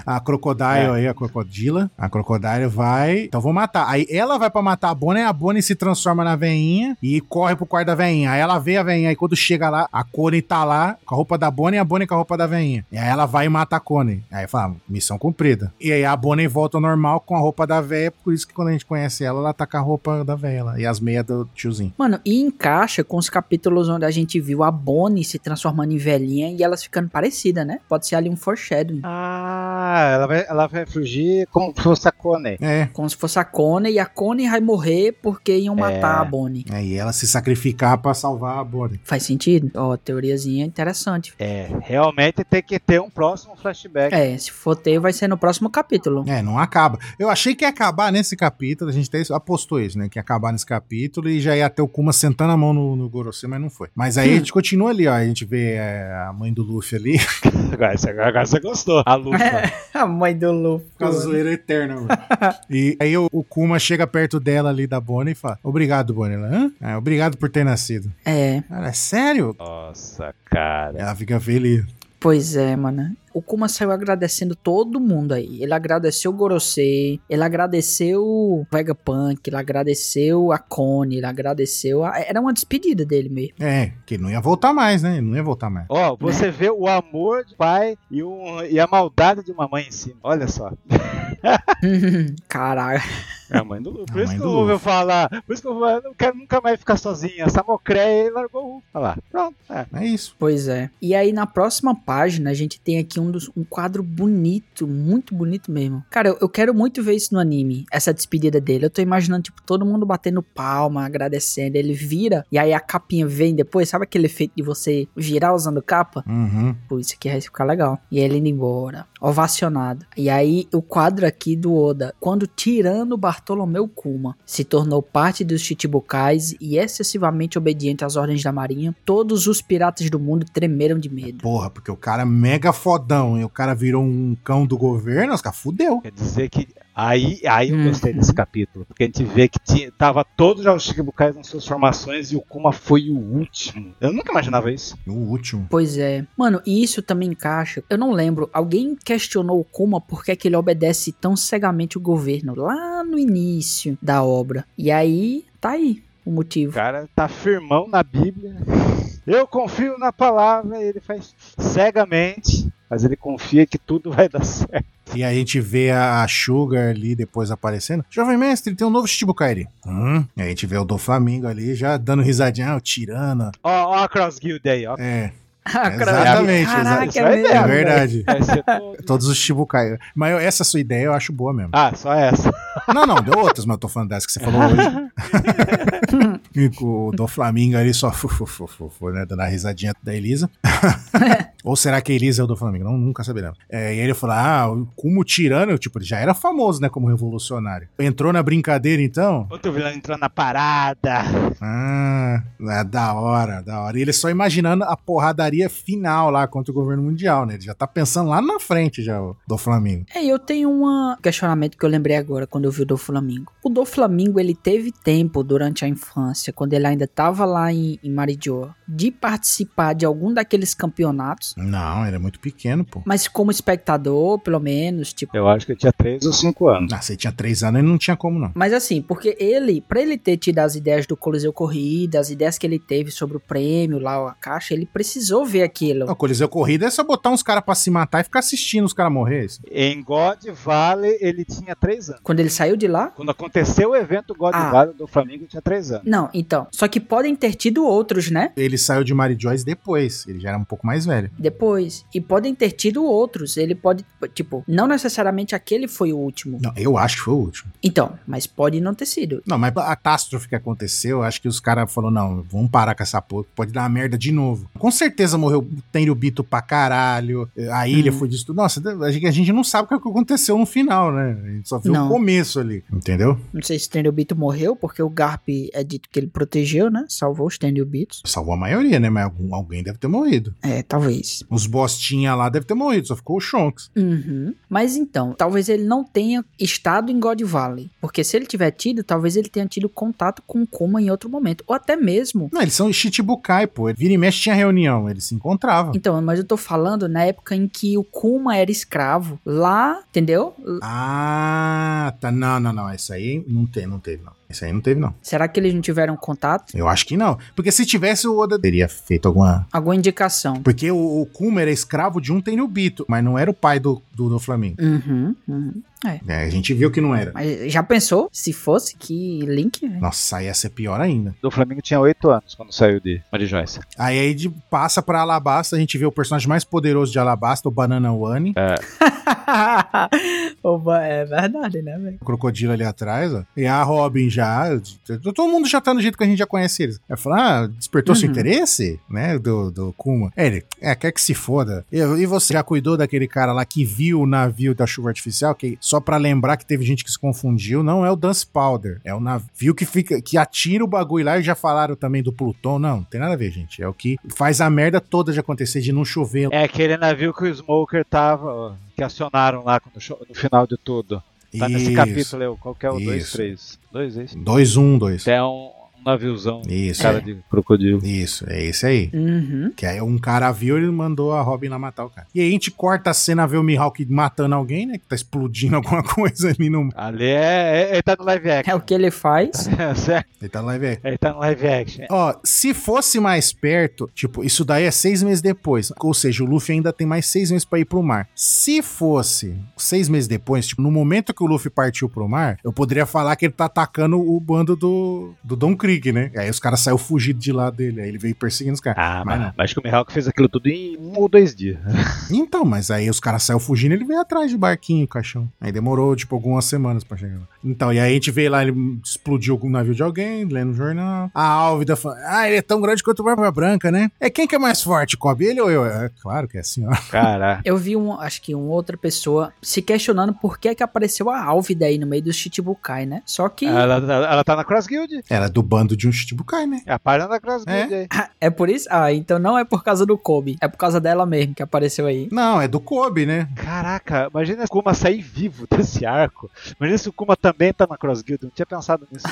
[SPEAKER 2] a Crocodile aí, a Crocodila. A Crocodile vai. Então vou matar. Aí ela vai pra matar a Bonnie, a Bonnie se transforma na veinha e corre pro quarto da veinha. Aí ela vê a veinha, aí quando chega lá, a Connie tá lá com a roupa da Bonnie e a Bonnie com a roupa da veinha. E aí ela vai e mata a Connie. Aí fala, missão cumprida. E aí a Bonnie volta ao normal com a roupa da veia, por isso que quando a gente conhece ela, ela tá com a roupa da veia lá, e as meias do tiozinho.
[SPEAKER 4] Mano, e encaixa com os capítulos onde a gente viu a Bonnie se transformando em velhinha e elas ficando parecidas, né? Pode ser ali um foreshadowing.
[SPEAKER 3] Ah, ela vai, ela vai fugir como se fosse a Coney.
[SPEAKER 2] É.
[SPEAKER 4] Como se fosse a Connie, e a Connie vai morrer porque iam matar a Bonnie.
[SPEAKER 2] Aí ela se sacrificar pra salvar a Bonnie.
[SPEAKER 4] Faz sentido? Ó, teoriazinha interessante.
[SPEAKER 3] É, realmente tem que ter um próximo flashback.
[SPEAKER 4] É, se for ter, vai ser no próximo capítulo.
[SPEAKER 2] É, não acaba. Eu achei que ia acabar nesse capítulo, a gente até apostou isso, né? Que ia acabar nesse capítulo e já ia ter o Kuma sentando a mão no, no Gorosei, mas não foi. Mas aí a gente continua ali, ó. A gente vê é, a mãe do Luffy *laughs* ali.
[SPEAKER 3] Agora, você- agora você gostou. A Lufa.
[SPEAKER 4] *laughs*
[SPEAKER 2] É.
[SPEAKER 4] A mãe do Luffy.
[SPEAKER 2] Com a zoeira eterna, mano. *laughs* E aí o, o Kuma chega perto dela ali, da Bonnie, e fala: Obrigado, Bonnie. Ela, Hã? É, obrigado por ter nascido.
[SPEAKER 4] É,
[SPEAKER 2] Ela, é sério?
[SPEAKER 3] Nossa, cara.
[SPEAKER 2] Ela fica feliz.
[SPEAKER 4] pois é, mano. O Kuma saiu agradecendo todo mundo aí. Ele agradeceu o Gorosei, ele agradeceu o Vegapunk, ele agradeceu a Connie, ele agradeceu a... Era uma despedida dele mesmo. *laughs*
[SPEAKER 2] É, que ele não ia voltar mais, né? Ele não ia voltar mais.
[SPEAKER 3] Ó, você vê o amor de pai e, um, e a maldade de uma mãe em cima. Olha só.
[SPEAKER 4] Caralho.
[SPEAKER 3] É a mãe do Luffy. Por
[SPEAKER 2] É a
[SPEAKER 3] isso
[SPEAKER 2] mãe
[SPEAKER 3] que
[SPEAKER 2] do
[SPEAKER 3] eu ouvi
[SPEAKER 2] Luffy.
[SPEAKER 3] falar. Por isso que eu vou- eu não quero nunca mais ficar sozinha. Essa mocréia largou o Luffy. Olha lá. Pronto. É.
[SPEAKER 2] É isso.
[SPEAKER 4] Pois é. E aí na próxima página a gente tem aqui um, dos, um quadro bonito, muito bonito mesmo. Cara, eu, eu quero muito ver isso no anime, essa despedida dele. Eu tô imaginando, tipo, todo mundo batendo palma, agradecendo. Ele vira e aí a capinha vem depois. Sabe aquele efeito de você virar usando capa?
[SPEAKER 2] Uhum.
[SPEAKER 4] Pô, isso aqui vai ficar legal. E ele indo embora, ovacionado. E aí, o quadro aqui do Oda, quando tirando Bartolomeu Kuma, se tornou parte dos Chichibukais e excessivamente obediente às ordens da marinha, todos os piratas do mundo tremeram de medo.
[SPEAKER 2] Porra, porque o cara é mega fodão e o cara virou um cão do governo, os caras fudeu.
[SPEAKER 3] Quer dizer que. Aí, aí eu
[SPEAKER 4] Hum.
[SPEAKER 3] gostei desse capítulo. Porque a gente vê que tinha, tava todos os Shikibukais nas suas formações e o Kuma foi o último. Eu nunca imaginava isso.
[SPEAKER 2] O último.
[SPEAKER 4] Pois é. Mano, e isso também encaixa. Eu não lembro, alguém questionou o Kuma por que, é que ele obedece tão cegamente o governo lá no início da obra. E aí, tá aí o
[SPEAKER 3] O
[SPEAKER 4] motivo.
[SPEAKER 3] cara tá firmão na Bíblia. Eu confio na palavra, ele faz cegamente, mas ele confia que tudo vai dar certo.
[SPEAKER 2] E a gente vê a a Sugar ali depois aparecendo. Jovem mestre, tem um novo Shichibukai ali. Hum. E a gente vê o do Flamengo ali já dando risadinha, ah, o Tirana.
[SPEAKER 3] Ó, ó a Cross Guild aí, ó.
[SPEAKER 2] É,
[SPEAKER 4] *laughs* Ah, cara,
[SPEAKER 2] Exatamente,
[SPEAKER 4] Caraca,
[SPEAKER 3] exato.
[SPEAKER 4] é
[SPEAKER 3] Isso aí
[SPEAKER 4] mesmo,
[SPEAKER 2] é,
[SPEAKER 3] É,
[SPEAKER 4] velho.
[SPEAKER 2] verdade.
[SPEAKER 3] Vai ser todo-
[SPEAKER 2] Todos os Shichibukai. Mas eu- essa sua ideia eu acho boa mesmo.
[SPEAKER 3] Ah, só essa.
[SPEAKER 2] Não, não, deu outras, mas eu tô falando dessa que você
[SPEAKER 3] É.
[SPEAKER 2] falou hoje. E com o do Flamengo ali só fu, fu, fu, fu, fu, né, dando a risadinha da Elisa. Ou será que a Elisa é o do Flamengo? Não, nunca saberemos. É, e aí ele falou: ah, o Kumo Tirano, tipo, ele já era famoso, né, como revolucionário. Entrou na brincadeira então?
[SPEAKER 3] Outro vilão entrando na parada.
[SPEAKER 2] Ah, é da hora, da hora. E ele só imaginando a porradaria final lá contra o governo mundial, né? Ele já tá pensando lá na frente já o do Flamengo.
[SPEAKER 4] É, eu tenho um questionamento que eu lembrei agora quando eu vi o do Flamengo. O do Flamengo ele teve tempo durante a infância, quando ele ainda tava lá em, em Marijoa, de participar de algum daqueles campeonatos,
[SPEAKER 2] Não, ele é muito pequeno, pô.
[SPEAKER 4] mas como espectador, pelo menos, tipo.
[SPEAKER 3] Eu acho que eu tinha 3 ou 5 anos.
[SPEAKER 2] Ah, você tinha três anos e não tinha como, não.
[SPEAKER 4] Mas assim, porque ele, pra ele ter tido as ideias do Coliseu Corrida, as ideias que ele teve sobre o prêmio lá, a caixa, ele precisou ver aquilo.
[SPEAKER 2] O Coliseu Corrida é só botar uns caras pra se matar e ficar assistindo os caras morrer. isso.
[SPEAKER 3] Em God Valley, ele tinha 3 anos.
[SPEAKER 4] Quando ele saiu de lá,
[SPEAKER 3] Quando aconteceu o evento God
[SPEAKER 4] Ah.
[SPEAKER 3] Valley do Flamengo, ele tinha 3 anos.
[SPEAKER 4] não, então. Só que podem ter tido outros, né?
[SPEAKER 2] Ele saiu de Mary Joyce depois, ele já era um pouco mais velho.
[SPEAKER 4] depois. E podem ter tido outros. Ele pode, tipo, não necessariamente aquele foi o último.
[SPEAKER 2] Não, eu acho que foi o último.
[SPEAKER 4] Então, mas pode não ter sido.
[SPEAKER 2] Não, mas a catástrofe que aconteceu, acho que os caras falaram, não, vamos parar com essa porra, pode dar uma merda de novo. Com certeza morreu Tenryu Bito pra caralho, a ilha foi disso tudo. Nossa, a gente, a gente não sabe o que aconteceu no final, né? A gente só viu
[SPEAKER 4] Não.
[SPEAKER 2] o começo ali, entendeu?
[SPEAKER 4] Não sei se Stendobito morreu, porque o Garp é dito que ele protegeu, né? Salvou os Stendobitos.
[SPEAKER 2] Salvou a maioria, né? Mas algum- alguém deve ter morrido.
[SPEAKER 4] É, talvez.
[SPEAKER 2] Os bostinha lá deve ter morrido, só ficou o Shonks.
[SPEAKER 4] Uhum. Mas então, talvez ele não tenha estado em God Valley. Porque se ele tiver tido, talvez ele tenha tido contato com o Kuma em outro momento. Ou até mesmo.
[SPEAKER 2] Não, eles são Shichibukai, pô. Vira e mexe tinha reunião, eles se encontravam.
[SPEAKER 4] Então, mas eu tô falando na época em que o Kuma era escravo. Lá, entendeu?
[SPEAKER 2] Ah, tá. Não, não, não. Isso aí não teve, não teve, não. Isso aí não teve, não.
[SPEAKER 4] Será que eles não tiveram contato?
[SPEAKER 2] Eu acho que não. Porque se tivesse, o Oda teria feito alguma.
[SPEAKER 4] Alguma indicação?
[SPEAKER 2] Porque o, o Kuma era escravo de um Tenryubito, mas não era o pai do, do, do Flamengo.
[SPEAKER 4] Uhum, uhum.
[SPEAKER 2] É, a gente viu que não era.
[SPEAKER 4] Mas já pensou? Se fosse, que Link. *laughs* velho?
[SPEAKER 2] Nossa, aí ia ser pior ainda.
[SPEAKER 3] Do Flamengo tinha 8 anos quando saiu de Mary Joyce.
[SPEAKER 2] Aí, aí de, passa pra Alabasta, a gente vê o personagem mais poderoso de Alabasta, o Banana One.
[SPEAKER 4] Oba, é verdade, né, velho?
[SPEAKER 2] O crocodilo ali atrás, ó. E a Robin já. Todo mundo já tá no jeito que a gente já conhece eles. Aí fala, ah, despertou seu
[SPEAKER 4] Uhum.
[SPEAKER 2] interesse, né? Do, do Kuma. É, ele, é, quer que se foda. E, e você já cuidou daquele cara lá que viu o navio da chuva artificial? Que só pra lembrar que teve gente que se confundiu, não é o Dance Powder. É o navio que fica, que atira o bagulho lá e já falaram também do Plutão. Não, não tem nada a ver, gente. É o que faz a merda toda de acontecer, de não chover.
[SPEAKER 3] É aquele navio que o Smoker tava, ó, que acionaram lá quando cho- no final de tudo. Tá nesse
[SPEAKER 2] Isso.
[SPEAKER 3] capítulo, eu. Qual que é o
[SPEAKER 2] Isso.
[SPEAKER 3] 2, 3? 2, é isso?
[SPEAKER 2] 2-1-2.
[SPEAKER 3] Tem um, um naviozão.
[SPEAKER 2] Isso,
[SPEAKER 3] Cara
[SPEAKER 2] é.
[SPEAKER 3] de crocodilo.
[SPEAKER 2] Isso, é esse aí.
[SPEAKER 4] Uhum.
[SPEAKER 2] Que aí um cara viu e ele mandou a Robin lá matar o cara. E aí a gente corta a cena, vê o Mihawk matando alguém, né? Que tá explodindo *laughs* alguma coisa ali no.
[SPEAKER 3] Ali é, é- Ele tá no live
[SPEAKER 4] É
[SPEAKER 3] action.
[SPEAKER 4] o que ele faz.
[SPEAKER 3] *laughs* certo?
[SPEAKER 2] Ele tá no live action.
[SPEAKER 3] Ele tá no live action.
[SPEAKER 2] Ó, se fosse mais perto, tipo, isso daí é seis meses depois. Ou seja, o Luffy ainda tem mais seis meses pra ir pro mar. Se fosse seis meses depois, tipo, no momento que o Luffy partiu pro mar, eu poderia falar que ele tá atacando o bando do, do Don Krieg, né? Aí os caras saíram fugidos de lá dele. Aí ele veio perseguindo os caras.
[SPEAKER 3] Ah,
[SPEAKER 2] Mas
[SPEAKER 3] mas, mas acho que o Mihawk fez aquilo tudo em um ou dois dias.
[SPEAKER 2] Então, mas aí os caras saíram fugindo ele veio atrás de barquinho, caixão. Aí demorou, tipo, algumas semanas pra chegar lá. Então, e aí a gente vê lá, ele explodiu algum navio de alguém, lendo o jornal. A Álvida fala, ah, ele é tão grande quanto o Barba Branca, né? É quem que é mais forte, Cobb, ele ou eu? É claro que é assim, *laughs* ó.
[SPEAKER 3] Caraca.
[SPEAKER 4] Eu vi um, acho que uma outra pessoa se questionando por que que apareceu a Álvida aí no meio do Chichibukai, né? Só que
[SPEAKER 3] Ela, ela- ela tá na Cross Guild.
[SPEAKER 2] Era do bando de um Shichibukai, né?
[SPEAKER 3] É a página da Cross Guild aí.
[SPEAKER 4] é por isso. Ah, então não é por causa do Kobe, é por causa dela mesmo que apareceu aí.
[SPEAKER 2] Não, é do Kobe, né?
[SPEAKER 3] Caraca, imagina se o Kuma sair vivo *laughs* desse arco. Imagina se o Kuma também tá na Cross Guild. Não tinha pensado nisso.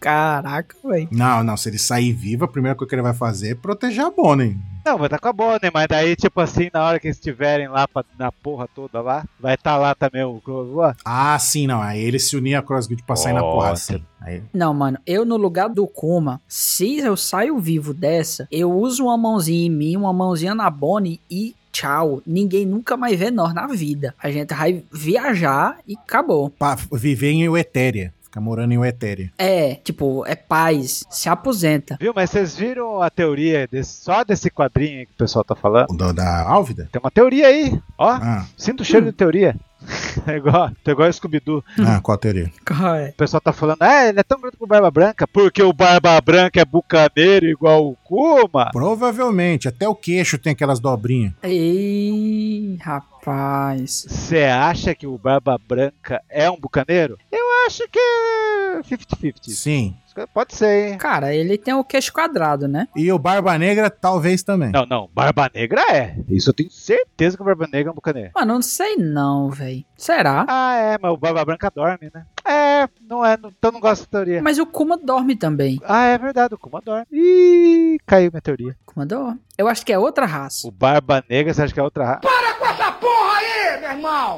[SPEAKER 4] Caraca, velho.
[SPEAKER 2] Não, não, se ele sair vivo, a primeira coisa que ele vai fazer é proteger a Bonnie.
[SPEAKER 3] Não, vai tá com a boa, né? Mas daí, tipo assim, na hora que eles estiverem lá pra- na porra toda lá, vai tá lá também o Cross
[SPEAKER 2] Ah, sim, não, aí ele se unir a CrossGuild pra sair na porrada.
[SPEAKER 3] Nossa.
[SPEAKER 2] sim. Aí...
[SPEAKER 4] Não, mano, eu no lugar do Kuma, se eu saio vivo dessa, eu uso uma mãozinha em mim, uma mãozinha na Bonnie e tchau. Ninguém nunca mais vê nós na vida. A gente vai viajar e acabou.
[SPEAKER 2] Pra viver em Euetéria, ficar morando em Euetéria.
[SPEAKER 4] É, tipo, é paz, se aposenta.
[SPEAKER 3] Viu? Mas vocês viram a teoria desse- só desse quadrinho aí que o pessoal tá falando?
[SPEAKER 2] O Da, da Álvida?
[SPEAKER 3] Tem uma teoria aí, ó.
[SPEAKER 2] Ah,
[SPEAKER 3] Sinto o cheiro de teoria. *laughs* É igual, é igual Scooby-Doo.
[SPEAKER 2] ah, qual a teoria?
[SPEAKER 4] Cara,
[SPEAKER 3] O pessoal tá falando, ah, ele é tão grande que o Barba Branca, porque o Barba Branca é bucaneiro igual o Kuma.
[SPEAKER 2] Provavelmente, até o queixo tem aquelas dobrinhas.
[SPEAKER 4] Ei, rapaz.
[SPEAKER 3] Você acha que o Barba Branca é um bucaneiro? Eu acho que é 50-50.
[SPEAKER 2] Sim.
[SPEAKER 3] Pode ser, hein?
[SPEAKER 4] Cara, ele tem o queixo quadrado, né?
[SPEAKER 2] E o Barba Negra, talvez também.
[SPEAKER 3] Não, não, Barba Negra é. Isso eu tenho certeza que o Barba Negra é um bucaneiro.
[SPEAKER 4] Mano, não sei não, velho. Será?
[SPEAKER 3] Ah, é, mas o Barba Branca dorme, né? É, não é, não- então não gosto da teoria.
[SPEAKER 4] Mas o Kuma dorme também.
[SPEAKER 3] Ah, é verdade, o Kuma dorme. Ih, caiu minha teoria.
[SPEAKER 4] O Kuma dorme. Eu acho que é outra raça.
[SPEAKER 3] O Barba Negra, você acha que é outra raça?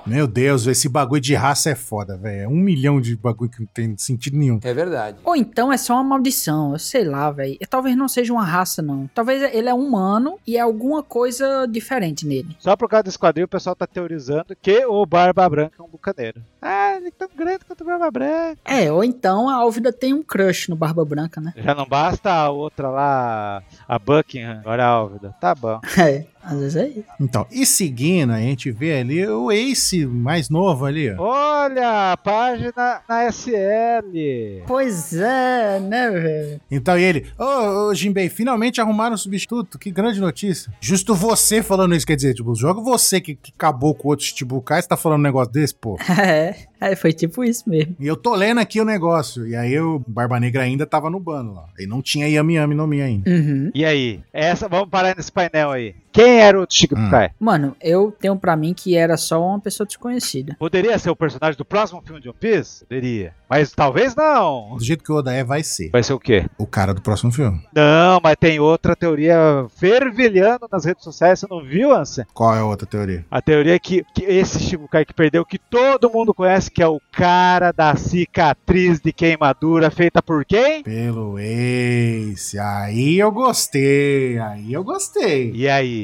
[SPEAKER 2] Meu Deus, esse bagulho de raça é foda, velho. É um milhão de bagulho que não tem sentido nenhum.
[SPEAKER 5] É verdade.
[SPEAKER 4] Ou então é só uma maldição, eu sei lá, velho. Talvez não seja uma raça, não. Talvez ele é humano e é alguma coisa diferente nele.
[SPEAKER 3] Só por causa desse quadril, o pessoal tá teorizando que o Barba Branca é um bucaneiro. Ah, ele é tão grande quanto o Barba Branca.
[SPEAKER 4] É, ou então a Álvida tem um crush no Barba Branca, né?
[SPEAKER 3] Já não basta a outra lá, a Buckingham. Agora a Álvida. Tá bom.
[SPEAKER 4] *laughs* É, às vezes é isso.
[SPEAKER 2] Então, e seguindo, a gente vê ali o Ace mais novo ali, ó.
[SPEAKER 3] Olha, a página na SL.
[SPEAKER 4] Pois é, né, velho?
[SPEAKER 2] Então e ele, ô, ô Jimbei, finalmente arrumaram um substituto, que grande notícia. Justo você falando isso, quer dizer, tipo, joga você que, que acabou com outro Chichibukai, você tá falando um negócio desse, pô.
[SPEAKER 4] É, *laughs* é, foi tipo isso mesmo.
[SPEAKER 2] E eu tô lendo aqui o negócio. E aí o Barba Negra ainda tava no bando lá. E não tinha Yami Yami no Mi ainda.
[SPEAKER 4] Uhum.
[SPEAKER 3] E aí? Essa, vamos parar nesse painel aí. Quem era o Chikibukai?
[SPEAKER 4] Mano, eu tenho pra mim que era só uma pessoa desconhecida.
[SPEAKER 3] Poderia ser o personagem do próximo filme de One Piece? Poderia. Mas talvez não.
[SPEAKER 2] Do jeito que o Oda é, vai ser
[SPEAKER 3] Vai ser o quê?
[SPEAKER 2] o cara do próximo filme.
[SPEAKER 3] Não, mas tem outra teoria fervilhando nas redes sociais. Você não viu, Anson?
[SPEAKER 2] Qual é a outra teoria?
[SPEAKER 3] A teoria é que, que esse Shibukai que perdeu, que todo mundo conhece, que é o cara da cicatriz de queimadura feita por quem?
[SPEAKER 2] Pelo Ace. Aí eu gostei. Aí eu gostei.
[SPEAKER 3] E aí?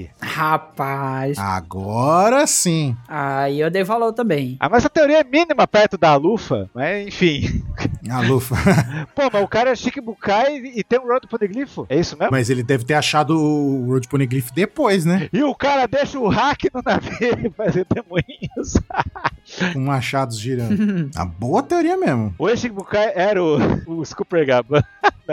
[SPEAKER 4] Rapaz,
[SPEAKER 2] Agora sim.
[SPEAKER 4] aí eu dei valor também.
[SPEAKER 3] Ah, mas essa teoria é mínima perto da Lufa, mas enfim.
[SPEAKER 2] A Lufa. *laughs*
[SPEAKER 3] Pô, mas o cara é Shikibukai e tem um Road Poneglypho? É isso mesmo?
[SPEAKER 2] Mas ele deve ter achado o Road Poneglyph depois, né?
[SPEAKER 3] E o cara deixa o hack no navio *laughs* e faz redemoinhos.
[SPEAKER 2] Com machados girando. A boa teoria mesmo.
[SPEAKER 3] O Shikibukai era o, o Scooper Gaban.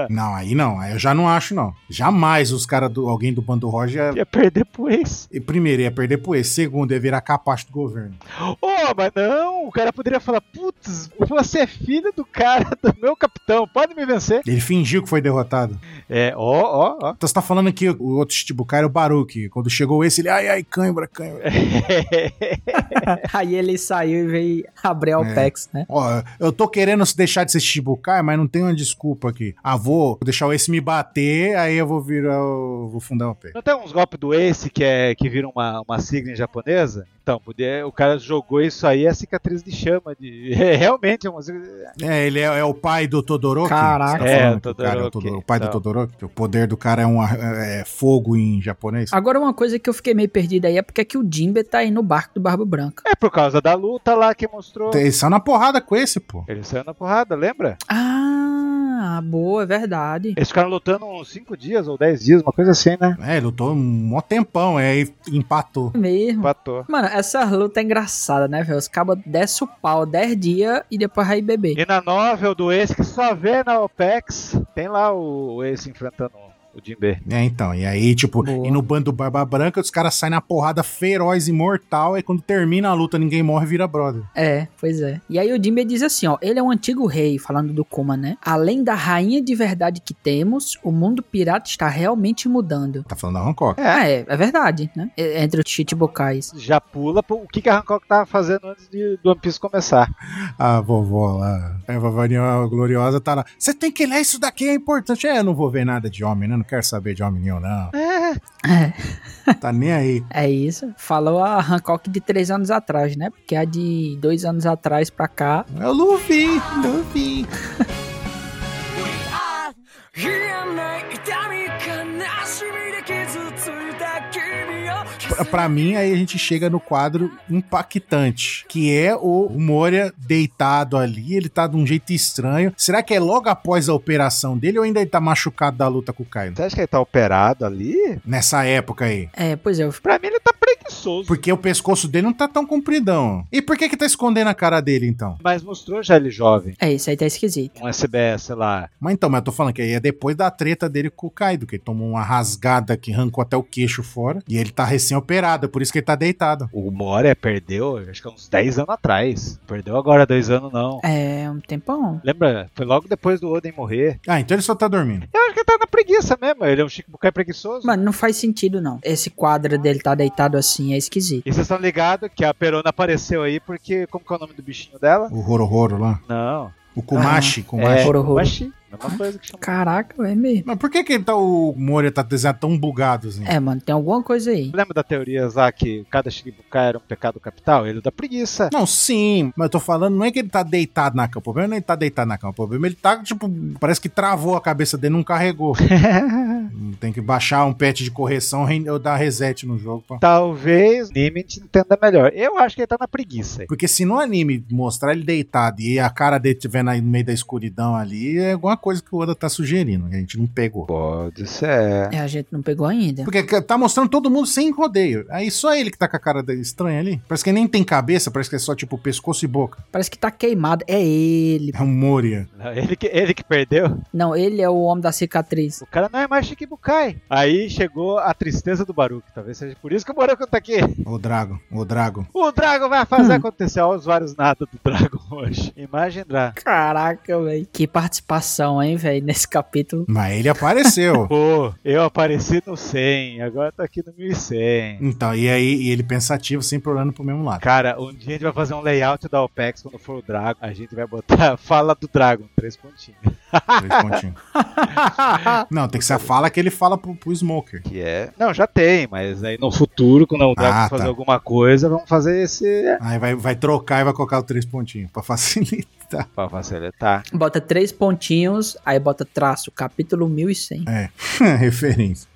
[SPEAKER 2] Não, aí não. Aí eu já não acho, não. Jamais os caras do. Alguém do bando Roger. ia-
[SPEAKER 3] *laughs* Ia perder pro Ace.
[SPEAKER 2] e Primeiro, ia perder pro Ace. Segundo, ia virar capacho do governo.
[SPEAKER 3] Ô, mas não, o cara poderia falar, putz, você é filho do cara, do meu capitão, pode me vencer.
[SPEAKER 2] Ele fingiu que foi derrotado.
[SPEAKER 3] É, ó, ó, ó.
[SPEAKER 2] Então você tá falando que o outro Shichibukai era o Baruki. Quando chegou esse, ele, ai, ai, cãibra, cãibra.
[SPEAKER 4] *laughs*
[SPEAKER 3] É.
[SPEAKER 4] Aí ele saiu e veio abrir a OPEX, né?
[SPEAKER 2] Ó, eu tô querendo se deixar de ser Shichibukai, mas não tem uma desculpa aqui. Ah, vou deixar o Ace me bater, aí eu vou virar. o- vou fundar uma P.
[SPEAKER 3] *laughs* Não tem uns golpes do Ace que, é, que vira uma, uma sigla em japonesa? Então, podia, o cara jogou isso aí, a cicatriz de chama. De, *laughs* é, realmente é uma sigla.
[SPEAKER 2] É, ele é, é o pai do Todoroki?
[SPEAKER 4] Caraca.
[SPEAKER 2] Você
[SPEAKER 3] É,
[SPEAKER 2] falando
[SPEAKER 3] o
[SPEAKER 2] que o cara é o
[SPEAKER 3] Todoroki.
[SPEAKER 2] Todoro- o pai do
[SPEAKER 3] Tá.
[SPEAKER 2] Todoroki? O poder do cara é um ar- é fogo em japonês?
[SPEAKER 4] Agora, uma coisa que eu fiquei meio perdida aí é porque é que o Jimbe tá aí no barco do Barba Branca.
[SPEAKER 3] É por causa da luta lá que mostrou.
[SPEAKER 2] Eles são na porrada com esse, pô.
[SPEAKER 3] Ele saiu na porrada, lembra?
[SPEAKER 4] Ah, boa, é verdade.
[SPEAKER 3] Eles ficaram lutando uns 5 dias ou 10 dias, uma coisa assim, né?
[SPEAKER 2] É, ele lutou um mó tempão, é, e empatou.
[SPEAKER 4] É mesmo.
[SPEAKER 3] Empatou.
[SPEAKER 4] Mano, essa luta é engraçada, né, velho? Os cabos desce o pau 10 dias e depois vai beber.
[SPEAKER 3] E na novel do Ace, que só vê na OPEX, tem lá o, o Ace enfrentando o Jinbe.
[SPEAKER 2] É, então, e aí, tipo,
[SPEAKER 4] Boa.
[SPEAKER 2] e no bando do Barba Branca, os caras saem na porrada feroz, imortal, e quando termina a luta, ninguém morre, vira brother.
[SPEAKER 4] É, pois é. E aí o Jimbe diz assim, ó, ele é um antigo rei, falando do Kuma, né? Além da rainha de verdade que temos, o mundo pirata está realmente mudando.
[SPEAKER 2] Tá falando da Hancock.
[SPEAKER 4] Ah, é, é verdade, né? É- Entre os Chichibukais.
[SPEAKER 3] Já pula pro, o que, que a Hancock tava fazendo antes de, do One Piece começar.
[SPEAKER 2] A vovó lá, a vovó gloriosa tá lá. Você tem que ler isso daqui, é importante. É, eu não vou ver nada de homem, né? Não quero saber de homem nenhum, não.
[SPEAKER 4] É,
[SPEAKER 2] Tá nem aí.
[SPEAKER 4] é isso. Falou a Hancock de três anos atrás, né? Porque a de dois anos atrás pra cá.
[SPEAKER 2] É o Luffy, Luffy.
[SPEAKER 5] 「冷えない痛み悲しみで傷ついた君を」
[SPEAKER 2] Pra, pra mim, aí a gente chega no quadro impactante, que é o Moria deitado ali, ele tá de um jeito estranho. Será que é logo após a operação dele ou ainda ele tá machucado da luta com o Kaido?
[SPEAKER 3] Você acha que ele tá operado ali?
[SPEAKER 2] Nessa época aí.
[SPEAKER 4] É, pois é, eu fico-
[SPEAKER 3] Pra mim ele tá preguiçoso.
[SPEAKER 2] Porque o pescoço dele não tá tão compridão. E por que que tá escondendo a cara dele, então?
[SPEAKER 3] Mas mostrou já ele jovem.
[SPEAKER 4] é isso aí tá esquisito.
[SPEAKER 3] Um SBS lá.
[SPEAKER 2] Mas então, mas eu tô falando que aí é depois da treta dele com o Kaido, que ele tomou uma rasgada que arrancou até o queixo fora. E ele tá recém-operado, é por isso que ele tá deitado.
[SPEAKER 3] O Moria perdeu, acho que há uns 10 anos atrás. Perdeu agora, dois anos não.
[SPEAKER 4] É, um tempão.
[SPEAKER 3] Lembra? Foi logo depois do Oden morrer.
[SPEAKER 2] Ah, então ele só tá dormindo.
[SPEAKER 3] Eu acho que ele tá na preguiça mesmo. Ele é um Shikibukai preguiçoso.
[SPEAKER 4] Mano, não faz sentido não. Esse quadro dele tá deitado assim é esquisito.
[SPEAKER 3] E vocês estão ligados que a Perona apareceu aí porque. Como que é o nome do bichinho dela?
[SPEAKER 2] O Hororo lá.
[SPEAKER 3] Não.
[SPEAKER 2] O Kumashi, Kumashi.
[SPEAKER 3] É,
[SPEAKER 4] Hororo.
[SPEAKER 3] Kumashi. Mesma coisa que chama.
[SPEAKER 4] Caraca, é mesmo.
[SPEAKER 2] Mas por que que ele tá, o Moria tá desenhado tão bugado assim?
[SPEAKER 4] É, mano, tem alguma coisa aí.
[SPEAKER 3] Lembra da teoria lá que cada Shikibukai era um pecado capital? Ele é da preguiça.
[SPEAKER 2] Não, sim, mas eu tô falando, não é que ele tá deitado na cama. O problema não é ele tá deitado na cama. O problema é ele tá, tipo, parece que travou a cabeça dele, não carregou. Tem que baixar um patch de correção re- ou dar reset no jogo. Pá.
[SPEAKER 3] Talvez Nimit entenda melhor. Eu acho que ele tá na preguiça.
[SPEAKER 2] Porque se no anime mostrar ele deitado e a cara dele tiver na- no meio da escuridão ali, é alguma coisa que o Oda tá sugerindo, que a gente não pegou.
[SPEAKER 3] Pode ser.
[SPEAKER 4] É, a gente não pegou ainda.
[SPEAKER 2] Porque que- tá mostrando todo mundo sem rodeio. Aí só ele que tá com a cara dele estranha ali. Parece que nem tem cabeça, parece que é só tipo pescoço e boca.
[SPEAKER 4] Parece que tá queimado. É ele.
[SPEAKER 2] É um Moria.
[SPEAKER 3] Ele que, ele que perdeu.
[SPEAKER 4] Não, ele é o homem da cicatriz.
[SPEAKER 3] O cara não é mais Shikibukai. Aí chegou a tristeza do Baruch. Talvez seja por isso que o Baruch tá aqui.
[SPEAKER 2] O Drago, o Drago.
[SPEAKER 3] O Dragon vai fazer acontecer. Olha os vários nada do Dragon *laughs* hoje. Imagem Dragon.
[SPEAKER 4] Caraca, velho. Que participação, hein, velho, nesse capítulo.
[SPEAKER 2] Mas ele apareceu.
[SPEAKER 3] Pô, eu apareci no 100, agora tô aqui no 1100.
[SPEAKER 2] então, e aí e ele pensativo, sempre olhando pro mesmo lado.
[SPEAKER 3] Cara, um dia a gente vai fazer um layout da OPEX quando for o Dragon. A gente vai botar *laughs* fala do Dragon, três pontinhos.
[SPEAKER 2] Três pontinhos. Não, tem que ser a fala que ele fala pro, pro Smoker.
[SPEAKER 3] Que é. Não, já tem, mas aí no futuro, quando o Dragon
[SPEAKER 2] Ah,
[SPEAKER 3] fazer
[SPEAKER 2] tá.
[SPEAKER 3] alguma coisa, vamos fazer esse. é,
[SPEAKER 2] Aí vai, vai trocar e vai colocar os três pontinhos pra facilitar.
[SPEAKER 3] Pra facilitar.
[SPEAKER 4] Bota três pontinhos, aí bota traço, capítulo 1100.
[SPEAKER 2] É, *laughs* referência.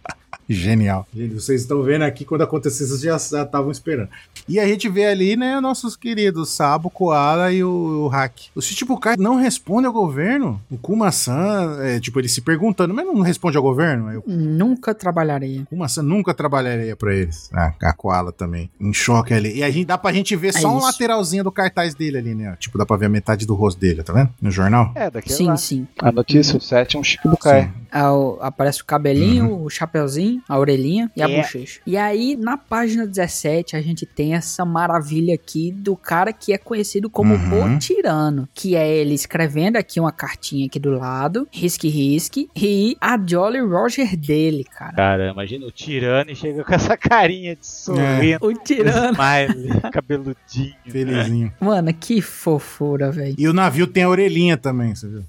[SPEAKER 2] Genial. Gente, vocês estão vendo aqui quando aconteceu, vocês já já estavam esperando. E a gente vê ali, né, nossos queridos Sabo, Koala e o, o Hack. O Shichibukai não responde ao governo. O Kuma-san, é, tipo, ele se perguntando, mas não responde ao governo? Aí o
[SPEAKER 4] Nunca trabalharia.
[SPEAKER 2] Uma maçã nunca trabalharia pra eles. A, a Koala também. Em choque ali. E a gente, dá pra gente ver
[SPEAKER 4] É
[SPEAKER 2] só um
[SPEAKER 4] isso.
[SPEAKER 2] lateralzinho do cartaz dele ali, né? Tipo, dá pra ver a metade do rosto dele, tá vendo? No jornal.
[SPEAKER 3] É, daqui
[SPEAKER 4] Sim,
[SPEAKER 3] lá.
[SPEAKER 4] sim.
[SPEAKER 3] A notícia, o 7 é um Shikibukai.
[SPEAKER 4] Ah, o- aparece o cabelinho, o chapeuzinho, a orelhinho e a
[SPEAKER 3] É.
[SPEAKER 4] bochecha. E aí, na página 17, a gente tem essa maravilha aqui do cara que é conhecido como
[SPEAKER 2] Uhum.
[SPEAKER 4] o Tirano. Que é ele escrevendo aqui uma cartinha aqui do lado, risque, risque, e a Jolly Roger dele, cara.
[SPEAKER 3] Cara, imagina o Tirano e chega com essa carinha de sorrindo.
[SPEAKER 4] O *laughs* Tirano.
[SPEAKER 3] Smiley, cabeludinho.
[SPEAKER 2] Felizinho.
[SPEAKER 4] Mano, que fofura, velho.
[SPEAKER 2] E o navio tem a orelhinha também, você viu?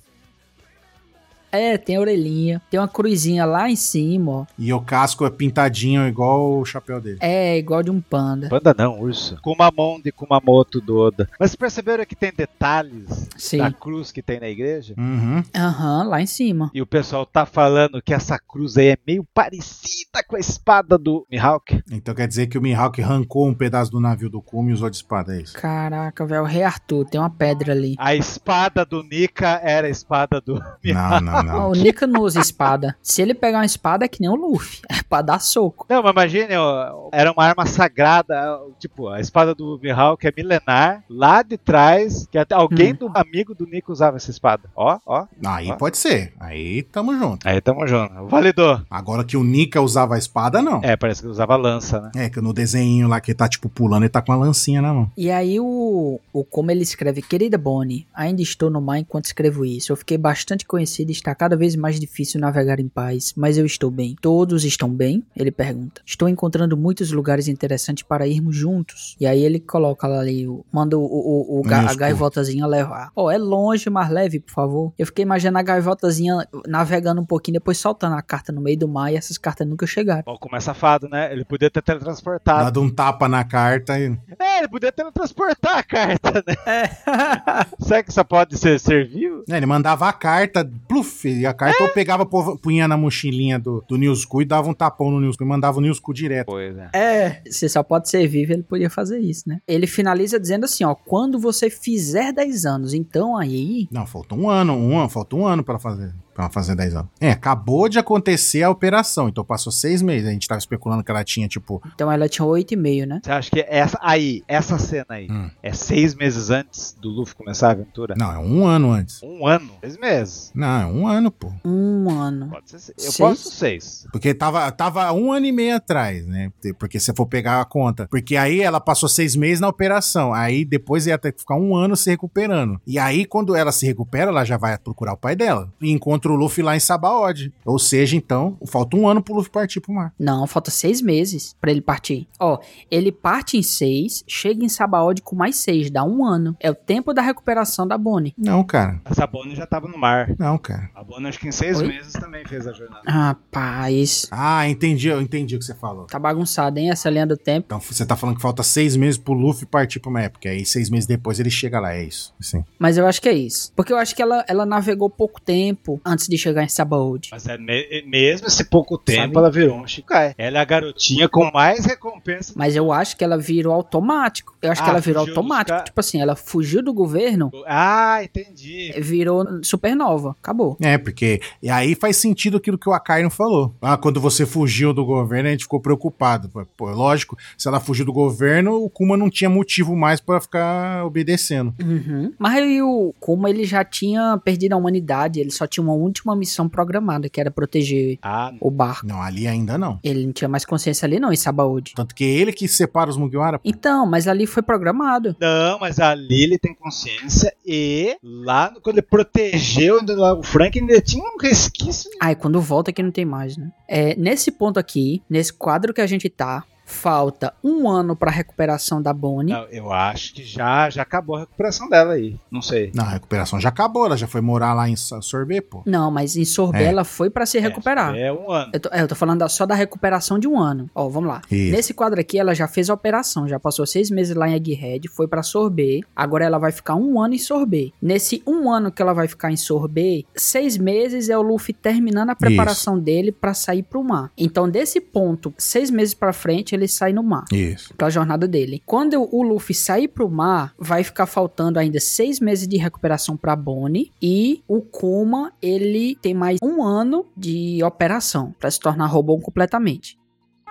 [SPEAKER 4] É, tem a orelhinha, tem uma cruzinha lá em cima, ó.
[SPEAKER 2] E o casco é pintadinho igual o chapéu dele.
[SPEAKER 4] É igual de um panda.
[SPEAKER 3] Panda não, urso. Kumamon de Kumamoto do Oda. Mas vocês perceberam que tem detalhes
[SPEAKER 4] Sim.
[SPEAKER 3] da cruz que tem na igreja?
[SPEAKER 2] Uhum.
[SPEAKER 4] Aham, lá em cima.
[SPEAKER 3] E o pessoal tá falando que essa cruz aí é meio parecida com a espada do Mihawk.
[SPEAKER 2] Então quer dizer que o Mihawk arrancou um pedaço do navio do Kumi e usou de espada, é isso?
[SPEAKER 4] *laughs* Caraca, velho, o Rei Arthur, tem uma pedra ali.
[SPEAKER 3] A espada do Nika era a espada do Mihawk.
[SPEAKER 2] Não, não, não.
[SPEAKER 4] Ó, o Nika não usa espada. Se ele pegar uma espada, é que nem o Luffy. *laughs* É pra dar soco.
[SPEAKER 3] Não, mas imagine, ó, era uma arma sagrada, ó, tipo, a espada do Mihawk é milenar, lá de trás, que até alguém do amigo do Nico usava essa espada. Ó, ó.
[SPEAKER 2] Aí pode ser. Aí tamo junto.
[SPEAKER 3] Aí tamo junto. Validou.
[SPEAKER 2] Agora que o Nika usava a espada, não.
[SPEAKER 3] É, parece que usava lança, né?
[SPEAKER 2] É, que no desenho lá que ele tá tipo pulando, ele tá com a lancinha na mão.
[SPEAKER 4] E aí o, o como ele escreve, querida Bonnie, ainda estou no mar enquanto escrevo isso. Eu fiquei bastante conhecido e está cada vez mais difícil navegar em paz, mas eu estou bem. Todos estão bem? Ele pergunta. Estou encontrando muitos lugares interessantes para irmos juntos. E aí ele coloca lá ali, o- manda o, o, o ga- a
[SPEAKER 2] Minúsculo.
[SPEAKER 4] gaivotazinha levar. Ó, é longe, mas leve, por favor. Eu fiquei imaginando a gaivotazinha navegando um pouquinho, depois soltando a carta no meio do mar e essas cartas nunca chegaram.
[SPEAKER 3] Bom, como é safado, né? Ele podia ter teletransportado.
[SPEAKER 2] Dado um tapa na carta e.
[SPEAKER 3] É, ele podia teletransportar a carta,
[SPEAKER 4] *laughs*
[SPEAKER 3] né?
[SPEAKER 4] É.
[SPEAKER 3] *laughs* Será que isso pode ser, serviu?
[SPEAKER 2] É, ele mandava a carta, pluf, e a carta eu pegava, pô- punha na mochilinha do, do Newsku e dava um tapão no Newsku e mandava o Newsku direto.
[SPEAKER 3] Pois é.
[SPEAKER 4] É, você só pode ser vivo, ele podia fazer isso, né? Ele finaliza dizendo assim, ó, quando você fizer 10 anos, então aí...
[SPEAKER 2] Não, faltou um ano, um ano, faltou um ano pra fazer. Pra fazer 10 anos. É, acabou de acontecer a operação, então passou seis meses. A gente tava especulando que ela tinha, tipo,
[SPEAKER 4] Então ela tinha 8,5, né?
[SPEAKER 3] Você acha que essa aí, essa cena aí,
[SPEAKER 2] Hum.
[SPEAKER 3] é seis meses antes do Luffy começar a aventura?
[SPEAKER 2] Não, é um ano antes.
[SPEAKER 3] Um ano? Seis meses.
[SPEAKER 2] Não, é um ano, pô.
[SPEAKER 4] Um ano.
[SPEAKER 3] Pode ser seis. Eu
[SPEAKER 4] Seis?
[SPEAKER 3] posso seis.
[SPEAKER 2] Porque tava, tava um ano e meio atrás, né? Porque se eu for pegar a conta. Porque aí ela passou seis meses na operação. Aí depois ia ter que ficar um ano se recuperando. E aí, quando ela se recupera, ela já vai procurar o pai dela. E encontra o Luffy lá em Sabaody. Ou seja, então, falta um ano pro Luffy partir pro mar.
[SPEAKER 4] Não, falta seis meses pra ele partir. Ó, ele parte em seis, chega em Sabaody com mais seis, dá um ano. É o tempo da recuperação da Bonnie.
[SPEAKER 2] Não, cara.
[SPEAKER 3] A Sabone já tava no mar.
[SPEAKER 2] Não, cara.
[SPEAKER 3] A Bonnie acho que em seis
[SPEAKER 4] Oi?
[SPEAKER 3] meses também fez a jornada.
[SPEAKER 4] Rapaz,
[SPEAKER 2] Ah, entendi, eu entendi o que você falou.
[SPEAKER 4] tá bagunçado, hein, essa linha do tempo.
[SPEAKER 2] Então você tá falando que falta seis meses pro Luffy partir pro mar. É, Porque aí seis meses depois ele chega lá, é isso. Sim.
[SPEAKER 4] Mas eu acho que é isso. Porque eu acho que ela, ela navegou pouco tempo antes de chegar em Sabaody.
[SPEAKER 3] Mas é me- mesmo esse pouco tempo
[SPEAKER 4] Sabe?
[SPEAKER 3] ela virou um Shikai. Ela é a garotinha com mais recompensa
[SPEAKER 4] Mas eu acho que ela virou automático. Eu acho
[SPEAKER 3] Ah,
[SPEAKER 4] que ela virou
[SPEAKER 3] fugiu dos
[SPEAKER 4] automático.
[SPEAKER 3] ca-
[SPEAKER 4] Tipo assim, ela fugiu do governo,
[SPEAKER 3] do... Ah, entendi.
[SPEAKER 4] virou supernova. Acabou.
[SPEAKER 2] É, porque. E aí faz sentido aquilo que o Akainu falou. Ah, quando você fugiu do governo, a gente ficou preocupado. Pô, Pô, lógico, se ela fugiu do governo, o Kuma não tinha motivo mais pra ficar obedecendo.
[SPEAKER 4] Uhum. Mas aí o Kuma ele já tinha perdido a humanidade, ele só tinha uma última missão programada, que era proteger
[SPEAKER 3] Ah, não.
[SPEAKER 4] o barco.
[SPEAKER 2] Não, ali ainda não.
[SPEAKER 4] Ele não tinha mais consciência ali não, em Sabaody.
[SPEAKER 2] Tanto que ele que separa os Mugiwara. pô.
[SPEAKER 4] Então, mas ali foi programado.
[SPEAKER 3] Não, mas ali ele tem consciência e lá no- quando ele protegeu lá o Frank ainda tinha um resquício.
[SPEAKER 4] Ai, quando volta aqui não tem mais, né? É, nesse ponto aqui, nesse quadro que a gente tá, falta um ano pra recuperação da Bonnie.
[SPEAKER 3] Não, eu acho que já, já acabou a recuperação dela aí. Não sei.
[SPEAKER 2] Não, a recuperação já acabou, ela já foi morar lá em Sa- Sorbet, pô.
[SPEAKER 4] Não, mas em Sorbet
[SPEAKER 2] É.
[SPEAKER 4] ela foi pra se recuperar.
[SPEAKER 3] É, um ano.
[SPEAKER 4] Eu tô, é, eu tô falando da- só da recuperação de um ano. Ó, vamos lá.
[SPEAKER 2] Isso.
[SPEAKER 4] Nesse quadro aqui, ela já fez a operação, já passou seis meses lá em Egghead, foi pra Sorbet, agora ela vai ficar um ano em Sorbet. Nesse um ano que ela vai ficar em Sorbet, seis meses é o Luffy terminando a preparação dele pra sair pro mar. Então, desse ponto, seis meses pra frente, ele sai no mar.
[SPEAKER 2] Isso.
[SPEAKER 4] Pra jornada dele. Quando o Luffy sair pro mar, vai ficar faltando ainda seis meses de recuperação pra Bonnie. E o Kuma, ele tem mais um ano de operação pra se tornar robô completamente.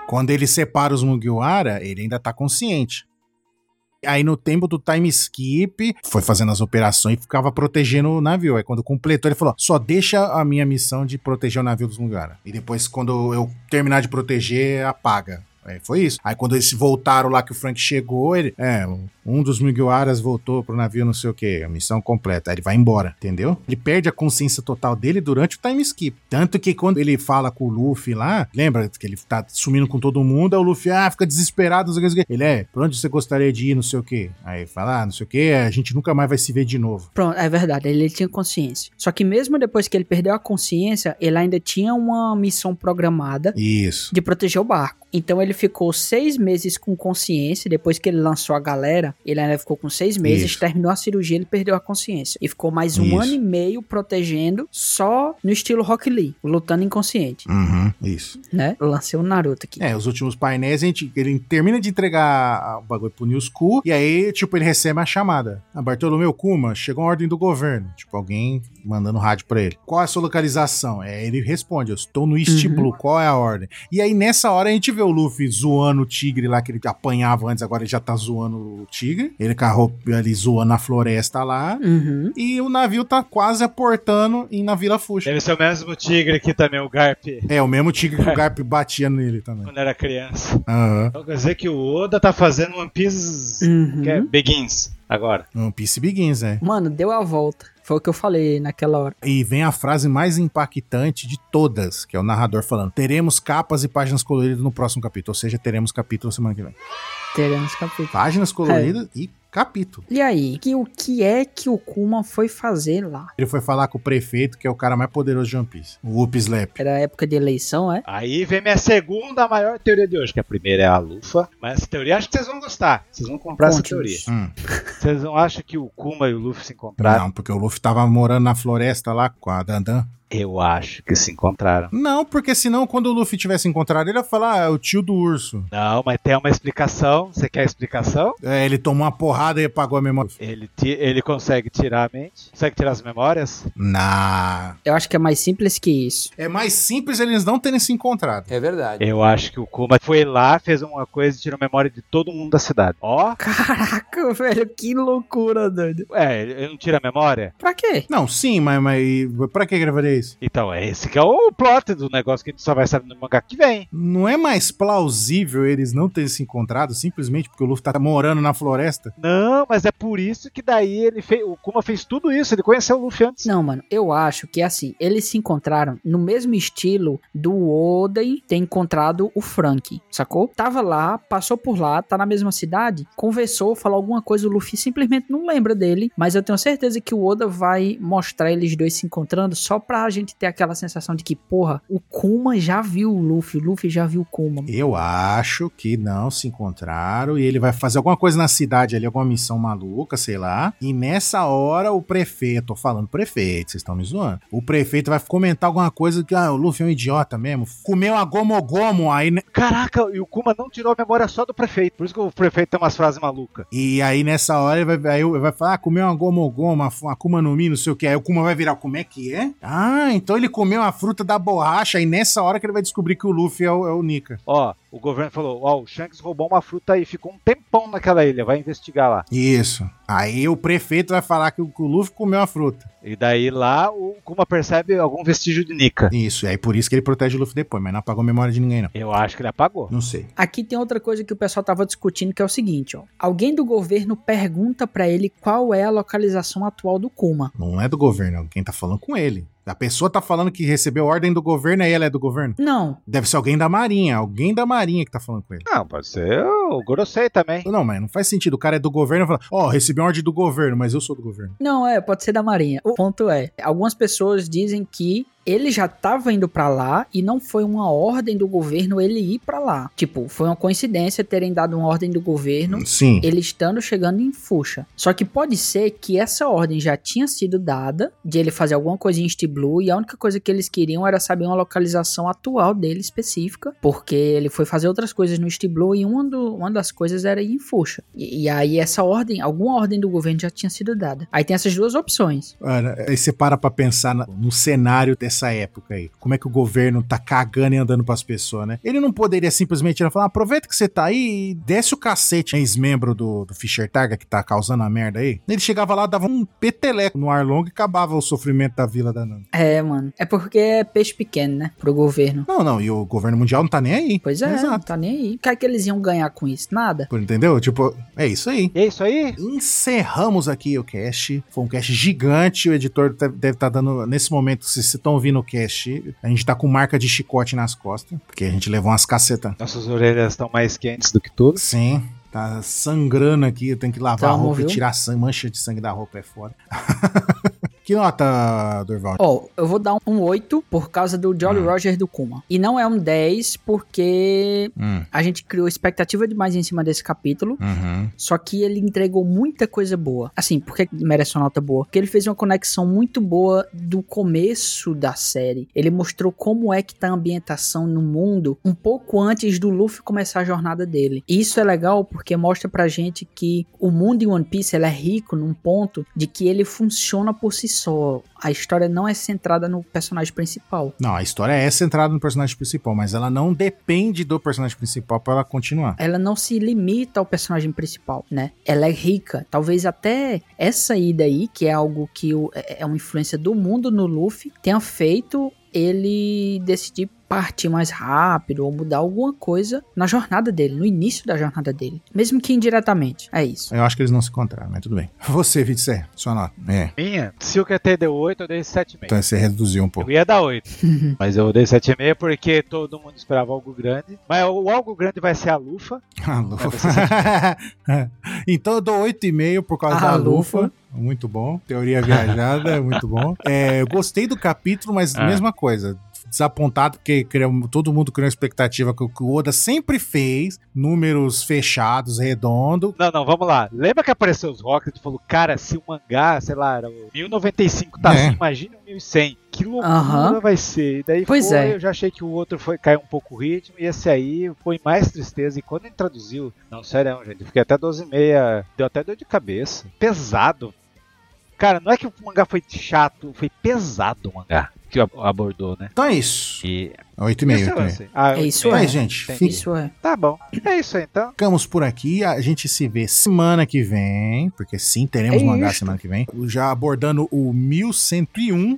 [SPEAKER 2] Quando ele separa os Mugiwara, ele ainda tá consciente. Aí no tempo do time skip, foi fazendo as operações e ficava protegendo o navio. Aí quando completou, ele falou: só deixa a minha missão de proteger o navio dos Mugiwara. E depois, quando eu terminar de proteger, apaga. É, foi isso. Aí quando eles voltaram lá que o Frank chegou, ele. É, um dos Mugiwaras voltou pro navio não sei o quê. A missão completa. Aí ele vai embora, entendeu? Ele perde a consciência total dele durante o time skip. Tanto que quando ele fala com o Luffy lá, lembra que ele tá sumindo com todo mundo, aí o Luffy ah, fica desesperado, não sei o quê, não sei o quê. Ele é, pra onde você gostaria de ir, não sei o quê. Aí ele fala, ah, não sei o quê, a gente nunca mais vai se ver de novo.
[SPEAKER 4] Pronto, é verdade, ele, ele tinha consciência. Só que mesmo depois que ele perdeu a consciência, ele ainda tinha uma missão programada
[SPEAKER 2] Isso.
[SPEAKER 4] de proteger o barco. Então ele ficou seis meses com consciência. Depois que ele lançou a galera, ele ainda ficou com seis meses,
[SPEAKER 2] Isso.
[SPEAKER 4] terminou a cirurgia, ele perdeu a consciência. E ficou mais um
[SPEAKER 2] Isso.
[SPEAKER 4] ano e meio protegendo só no estilo Rock Lee, lutando inconsciente,
[SPEAKER 2] Uhum, isso.
[SPEAKER 4] né? Eu lancei o Naruto aqui.
[SPEAKER 2] É, os últimos painéis, a gente, ele termina de entregar o bagulho pro News Cool, e aí, tipo, ele recebe a chamada. Ah, Bartolomeu Kuma, chegou uma ordem do governo. Tipo, alguém mandando rádio pra ele. Qual é a sua localização? É, ele responde, eu estou no East
[SPEAKER 4] Uhum.
[SPEAKER 2] Blue, qual é a ordem? E aí, nessa hora, a gente vê o Luffy zoando o tigre lá, que ele apanhava antes, agora ele já tá zoando o tigre. Ele carrou ali zoando na floresta lá.
[SPEAKER 4] Uhum.
[SPEAKER 2] E o navio tá quase aportando em, na Vila Fuxa.
[SPEAKER 3] Deve ser o mesmo tigre que também, o Garp,
[SPEAKER 2] É, o mesmo tigre que o Garp batia nele também.
[SPEAKER 3] quando era criança.
[SPEAKER 2] Aham.
[SPEAKER 3] Então quer dizer que o Oda tá fazendo One Piece
[SPEAKER 4] Uhum.
[SPEAKER 3] que é Begins agora.
[SPEAKER 2] One Piece Begins, né?
[SPEAKER 4] Mano, deu a volta. Foi o que eu falei naquela hora.
[SPEAKER 2] E vem a frase mais impactante de todas, que é o narrador falando: teremos capas e páginas coloridas no próximo capítulo. Ou seja, teremos capítulo semana que vem.
[SPEAKER 4] Teremos capítulo.
[SPEAKER 2] Páginas coloridas e capítulo.
[SPEAKER 4] E aí, que, o que é que o Kuma foi fazer lá?
[SPEAKER 2] Ele foi falar com o prefeito, que é o cara mais poderoso de One Piece, o Up Slap.
[SPEAKER 4] Era época de eleição, é?
[SPEAKER 3] Aí vem minha segunda maior teoria de hoje, que a primeira é a Lufa, mas essa teoria acho que vocês vão gostar. Vocês vão comprar essa teoria.
[SPEAKER 4] Conte-nos.
[SPEAKER 2] Hum.
[SPEAKER 3] Vocês não acham que o Kuma e o Luffy se encontraram?
[SPEAKER 2] Não, porque o Luffy tava morando na floresta lá com a Dandan.
[SPEAKER 3] Eu acho que se encontraram.
[SPEAKER 2] Não, porque senão quando o Luffy tivesse encontrado ele, ia falar: ah, é o tio do urso.
[SPEAKER 3] Não, mas tem uma explicação. Você quer a explicação?
[SPEAKER 2] É, ele tomou uma porrada e apagou a memória.
[SPEAKER 3] Ele, ti- ele consegue tirar a mente? Consegue tirar as memórias?
[SPEAKER 2] Nah.
[SPEAKER 4] Eu acho que é mais simples que isso.
[SPEAKER 2] É mais simples eles não terem se encontrado.
[SPEAKER 6] É verdade.
[SPEAKER 3] Eu acho que o Kuma foi lá, fez uma coisa e tirou a memória de todo mundo da cidade. Ó,
[SPEAKER 4] Caraca, *laughs* velho, que loucura, doido.
[SPEAKER 3] é, ele não tira a memória?
[SPEAKER 4] Pra quê?
[SPEAKER 2] Não, sim, mas, mas pra que gravaria isso?
[SPEAKER 3] Então, é esse que é o plot do negócio que a gente só vai saber no mangá que vem.
[SPEAKER 2] Não é mais plausível eles não terem se encontrado simplesmente porque o Luffy tá morando na floresta?
[SPEAKER 3] Não, mas é por isso que daí ele fez. O Kuma fez tudo isso, ele conheceu o Luffy antes.
[SPEAKER 4] Não, mano, eu acho que assim, eles se encontraram no mesmo estilo do Oden ter encontrado o Frank, sacou? Tava lá, passou por lá, tá na mesma cidade, conversou, falou alguma coisa, o Luffy simplesmente não lembra dele, mas eu tenho certeza que o Oda vai mostrar eles dois se encontrando só pra gente ter aquela sensação de que, porra, o Kuma já viu o Luffy, o Luffy já viu o Kuma.
[SPEAKER 2] Eu acho que não se encontraram e ele vai fazer alguma coisa na cidade ali, alguma missão maluca, sei lá. E nessa hora o prefeito, tô falando prefeito, vocês estão me zoando. O prefeito vai comentar alguma coisa que, ah, o Luffy é um idiota mesmo. Comeu a gomogomo aí. ne-
[SPEAKER 3] Caraca, e o Kuma não tirou a memória só do prefeito. Por isso que o prefeito tem umas frases malucas.
[SPEAKER 2] E aí nessa hora ele vai, aí ele vai falar, ah, comeu uma gomogoma, uma Akuma no Mi, não sei o que. Aí o Kuma vai virar, como é que é? Ah, então ele comeu a fruta da borracha e nessa hora que ele vai descobrir que o Luffy é o, é o Nika.
[SPEAKER 3] Ó, o governo falou: Ó, o Shanks roubou uma fruta e ficou um tempão naquela ilha, vai investigar lá.
[SPEAKER 2] Isso. Aí o prefeito vai falar que o que o Luffy comeu a fruta.
[SPEAKER 3] E daí lá o Kuma percebe algum vestígio de Nika.
[SPEAKER 2] Isso, e aí por isso que ele protege o Luffy depois, mas não apagou a memória de ninguém, não.
[SPEAKER 3] Eu acho que ele apagou.
[SPEAKER 2] Não sei.
[SPEAKER 4] Aqui tem outra coisa que o pessoal tava discutindo que é o seguinte, ó. Alguém do governo pergunta pra ele qual é a localização atual do Kuma.
[SPEAKER 2] Não é do governo, é quem tá falando com ele. A pessoa tá falando que recebeu ordem do governo, aí ela é do governo.
[SPEAKER 4] Não,
[SPEAKER 2] Deve ser alguém da Marinha, alguém da Marinha que tá falando com ele.
[SPEAKER 3] Não, Ah, pode ser o Gorosei também.
[SPEAKER 2] Não, mas não faz sentido. O cara é do governo e fala, ó, recebi uma ordem do governo, mas eu sou do governo.
[SPEAKER 4] não é, pode ser da Marinha. O ponto é, algumas pessoas dizem que ele já tava indo pra lá e não foi uma ordem do governo ele ir pra lá. Tipo, foi uma coincidência terem dado uma ordem do governo
[SPEAKER 2] Sim.
[SPEAKER 4] ele estando chegando em Fuxa. Só que pode ser que essa ordem já tinha sido dada de ele fazer alguma coisa em East Blue e a única coisa que eles queriam era saber uma localização atual dele específica, porque ele foi fazer outras coisas no East Blue e uma, do- uma das coisas era ir em Fuxa. E, e aí essa ordem, alguma ordem do
[SPEAKER 2] Ah,
[SPEAKER 4] governo já tinha sido dada. Aí tem essas duas opções.
[SPEAKER 2] né, Cara, aí você para pra pensar na- no cenário dessa essa época aí. Como é que o governo tá cagando e andando pras pessoas, né? Ele não poderia simplesmente ir lá falar, aproveita que você tá aí e desce o cacete, né, ex-membro do, do Fischer Targa que tá causando a merda aí. Ele chegava lá, dava um peteleco no Arlong e acabava o sofrimento da vila da Nami.
[SPEAKER 4] É, mano. É porque é peixe pequeno, né? Pro governo.
[SPEAKER 2] Não, não, e o governo mundial não tá nem aí.
[SPEAKER 4] Pois é, não
[SPEAKER 2] Exato.
[SPEAKER 4] tá nem aí. O que é que eles iam ganhar com isso? Nada.
[SPEAKER 2] Entendeu? Tipo, é isso aí.
[SPEAKER 3] E é isso aí?
[SPEAKER 2] Encerramos aqui o cast. Foi um cast gigante. O editor te- deve estar dando. Nesse momento, se vocês estão ouvindo o cast, a gente tá com marca de chicote nas costas. Porque a gente levou umas cacetas.
[SPEAKER 3] Nossas orelhas estão mais quentes do que todas.
[SPEAKER 2] Sim. Tá sangrando aqui. Eu tenho que lavar
[SPEAKER 4] Tá,
[SPEAKER 2] a roupa e
[SPEAKER 4] viu?
[SPEAKER 2] tirar sangue. Mancha de sangue da roupa é foda. *laughs* que nota, Durval?
[SPEAKER 4] Ó, eu vou dar um- um 8 por causa do Jolly Roger do Kuma. E não é um 10 porque
[SPEAKER 2] Hum,
[SPEAKER 4] a gente criou expectativa demais em cima desse capítulo.
[SPEAKER 2] uhum.
[SPEAKER 4] Só que ele entregou muita coisa boa. Assim, por que merece uma nota boa? Porque ele fez uma conexão muito boa do começo da série. Ele mostrou como é que tá a ambientação no mundo um pouco antes do Luffy começar a jornada dele. E isso é legal porque mostra pra gente que o mundo em One Piece ele é rico num ponto de que ele funciona por si só. A história não é centrada no personagem principal.
[SPEAKER 2] Não, a história é centrada no personagem principal, mas ela não depende do personagem principal pra ela continuar.
[SPEAKER 4] ela não se limita ao personagem principal, né? Ela é rica. Talvez até essa ida aí, que é algo que o- é é uma influência do mundo no Luffy, tenha feito ele decidir partir mais rápido ou mudar alguma coisa na jornada dele, no início da jornada dele. Mesmo que indiretamente. É isso.
[SPEAKER 2] Eu acho que eles não se encontraram, mas tudo bem. *laughs* Você, Vitor, sua nota. É.
[SPEAKER 3] Minha? Se o QT deu 8, eu dei 7,5.
[SPEAKER 2] Então você reduziu um pouco.
[SPEAKER 3] Eu ia dar 8. Tá. *laughs* mas eu dei 7,5 porque todo mundo esperava algo grande. Mas o algo grande vai ser a Lufa.
[SPEAKER 2] *laughs* Ah,
[SPEAKER 4] É,
[SPEAKER 2] lufa.
[SPEAKER 3] Vai ser
[SPEAKER 2] *laughs* então eu dou 8,5 por causa
[SPEAKER 4] Ah,
[SPEAKER 2] da lufa.
[SPEAKER 4] lufa.
[SPEAKER 2] Muito bom. Teoria viajada, *laughs* muito bom. É, eu gostei do capítulo, mas
[SPEAKER 3] Ah.
[SPEAKER 2] mesma coisa. Desapontado, porque criou- todo mundo criou uma expectativa que o que o Oda sempre fez. Números fechados, redondo.
[SPEAKER 3] Não, não, vamos lá. Lembra que apareceu os Rockets e falou, cara, se o mangá, sei lá, era o 1095 tá
[SPEAKER 2] É.
[SPEAKER 3] assim, imagina o 1100. Que loucura
[SPEAKER 4] Aham.
[SPEAKER 3] vai ser. E daí
[SPEAKER 4] Pois
[SPEAKER 3] foi,
[SPEAKER 4] é.
[SPEAKER 3] eu já achei que o outro foi caiu um pouco o ritmo, e esse aí foi mais tristeza. E quando ele traduziu, não, sério, gente, fiquei até 12 e meia, deu até dor de cabeça. Pesado. Cara, não é que o mangá foi chato, foi pesado o mangá que ab- abordou, né?
[SPEAKER 2] Então é isso.
[SPEAKER 3] E esse
[SPEAKER 2] 8,5.
[SPEAKER 3] é o
[SPEAKER 2] 8,5.
[SPEAKER 3] lance. Ah,
[SPEAKER 4] É
[SPEAKER 2] Então
[SPEAKER 3] oito
[SPEAKER 4] isso,
[SPEAKER 3] e
[SPEAKER 2] é,
[SPEAKER 3] meia.
[SPEAKER 4] aí,
[SPEAKER 2] gente.
[SPEAKER 3] Tem
[SPEAKER 2] Fica,
[SPEAKER 4] Isso é.
[SPEAKER 3] Tá bom. É isso aí, então.
[SPEAKER 2] Ficamos por aqui, a gente se vê semana que vem, porque sim, teremos
[SPEAKER 4] É
[SPEAKER 2] mangá
[SPEAKER 4] isto.
[SPEAKER 2] semana que vem. Já abordando o 1101,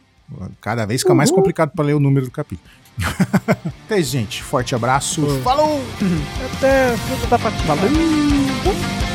[SPEAKER 2] cada vez fica mais
[SPEAKER 4] Uhul.
[SPEAKER 2] complicado pra ler o número do capítulo. *laughs* Até, gente, forte abraço. Falou!
[SPEAKER 3] Até o filme da patinha.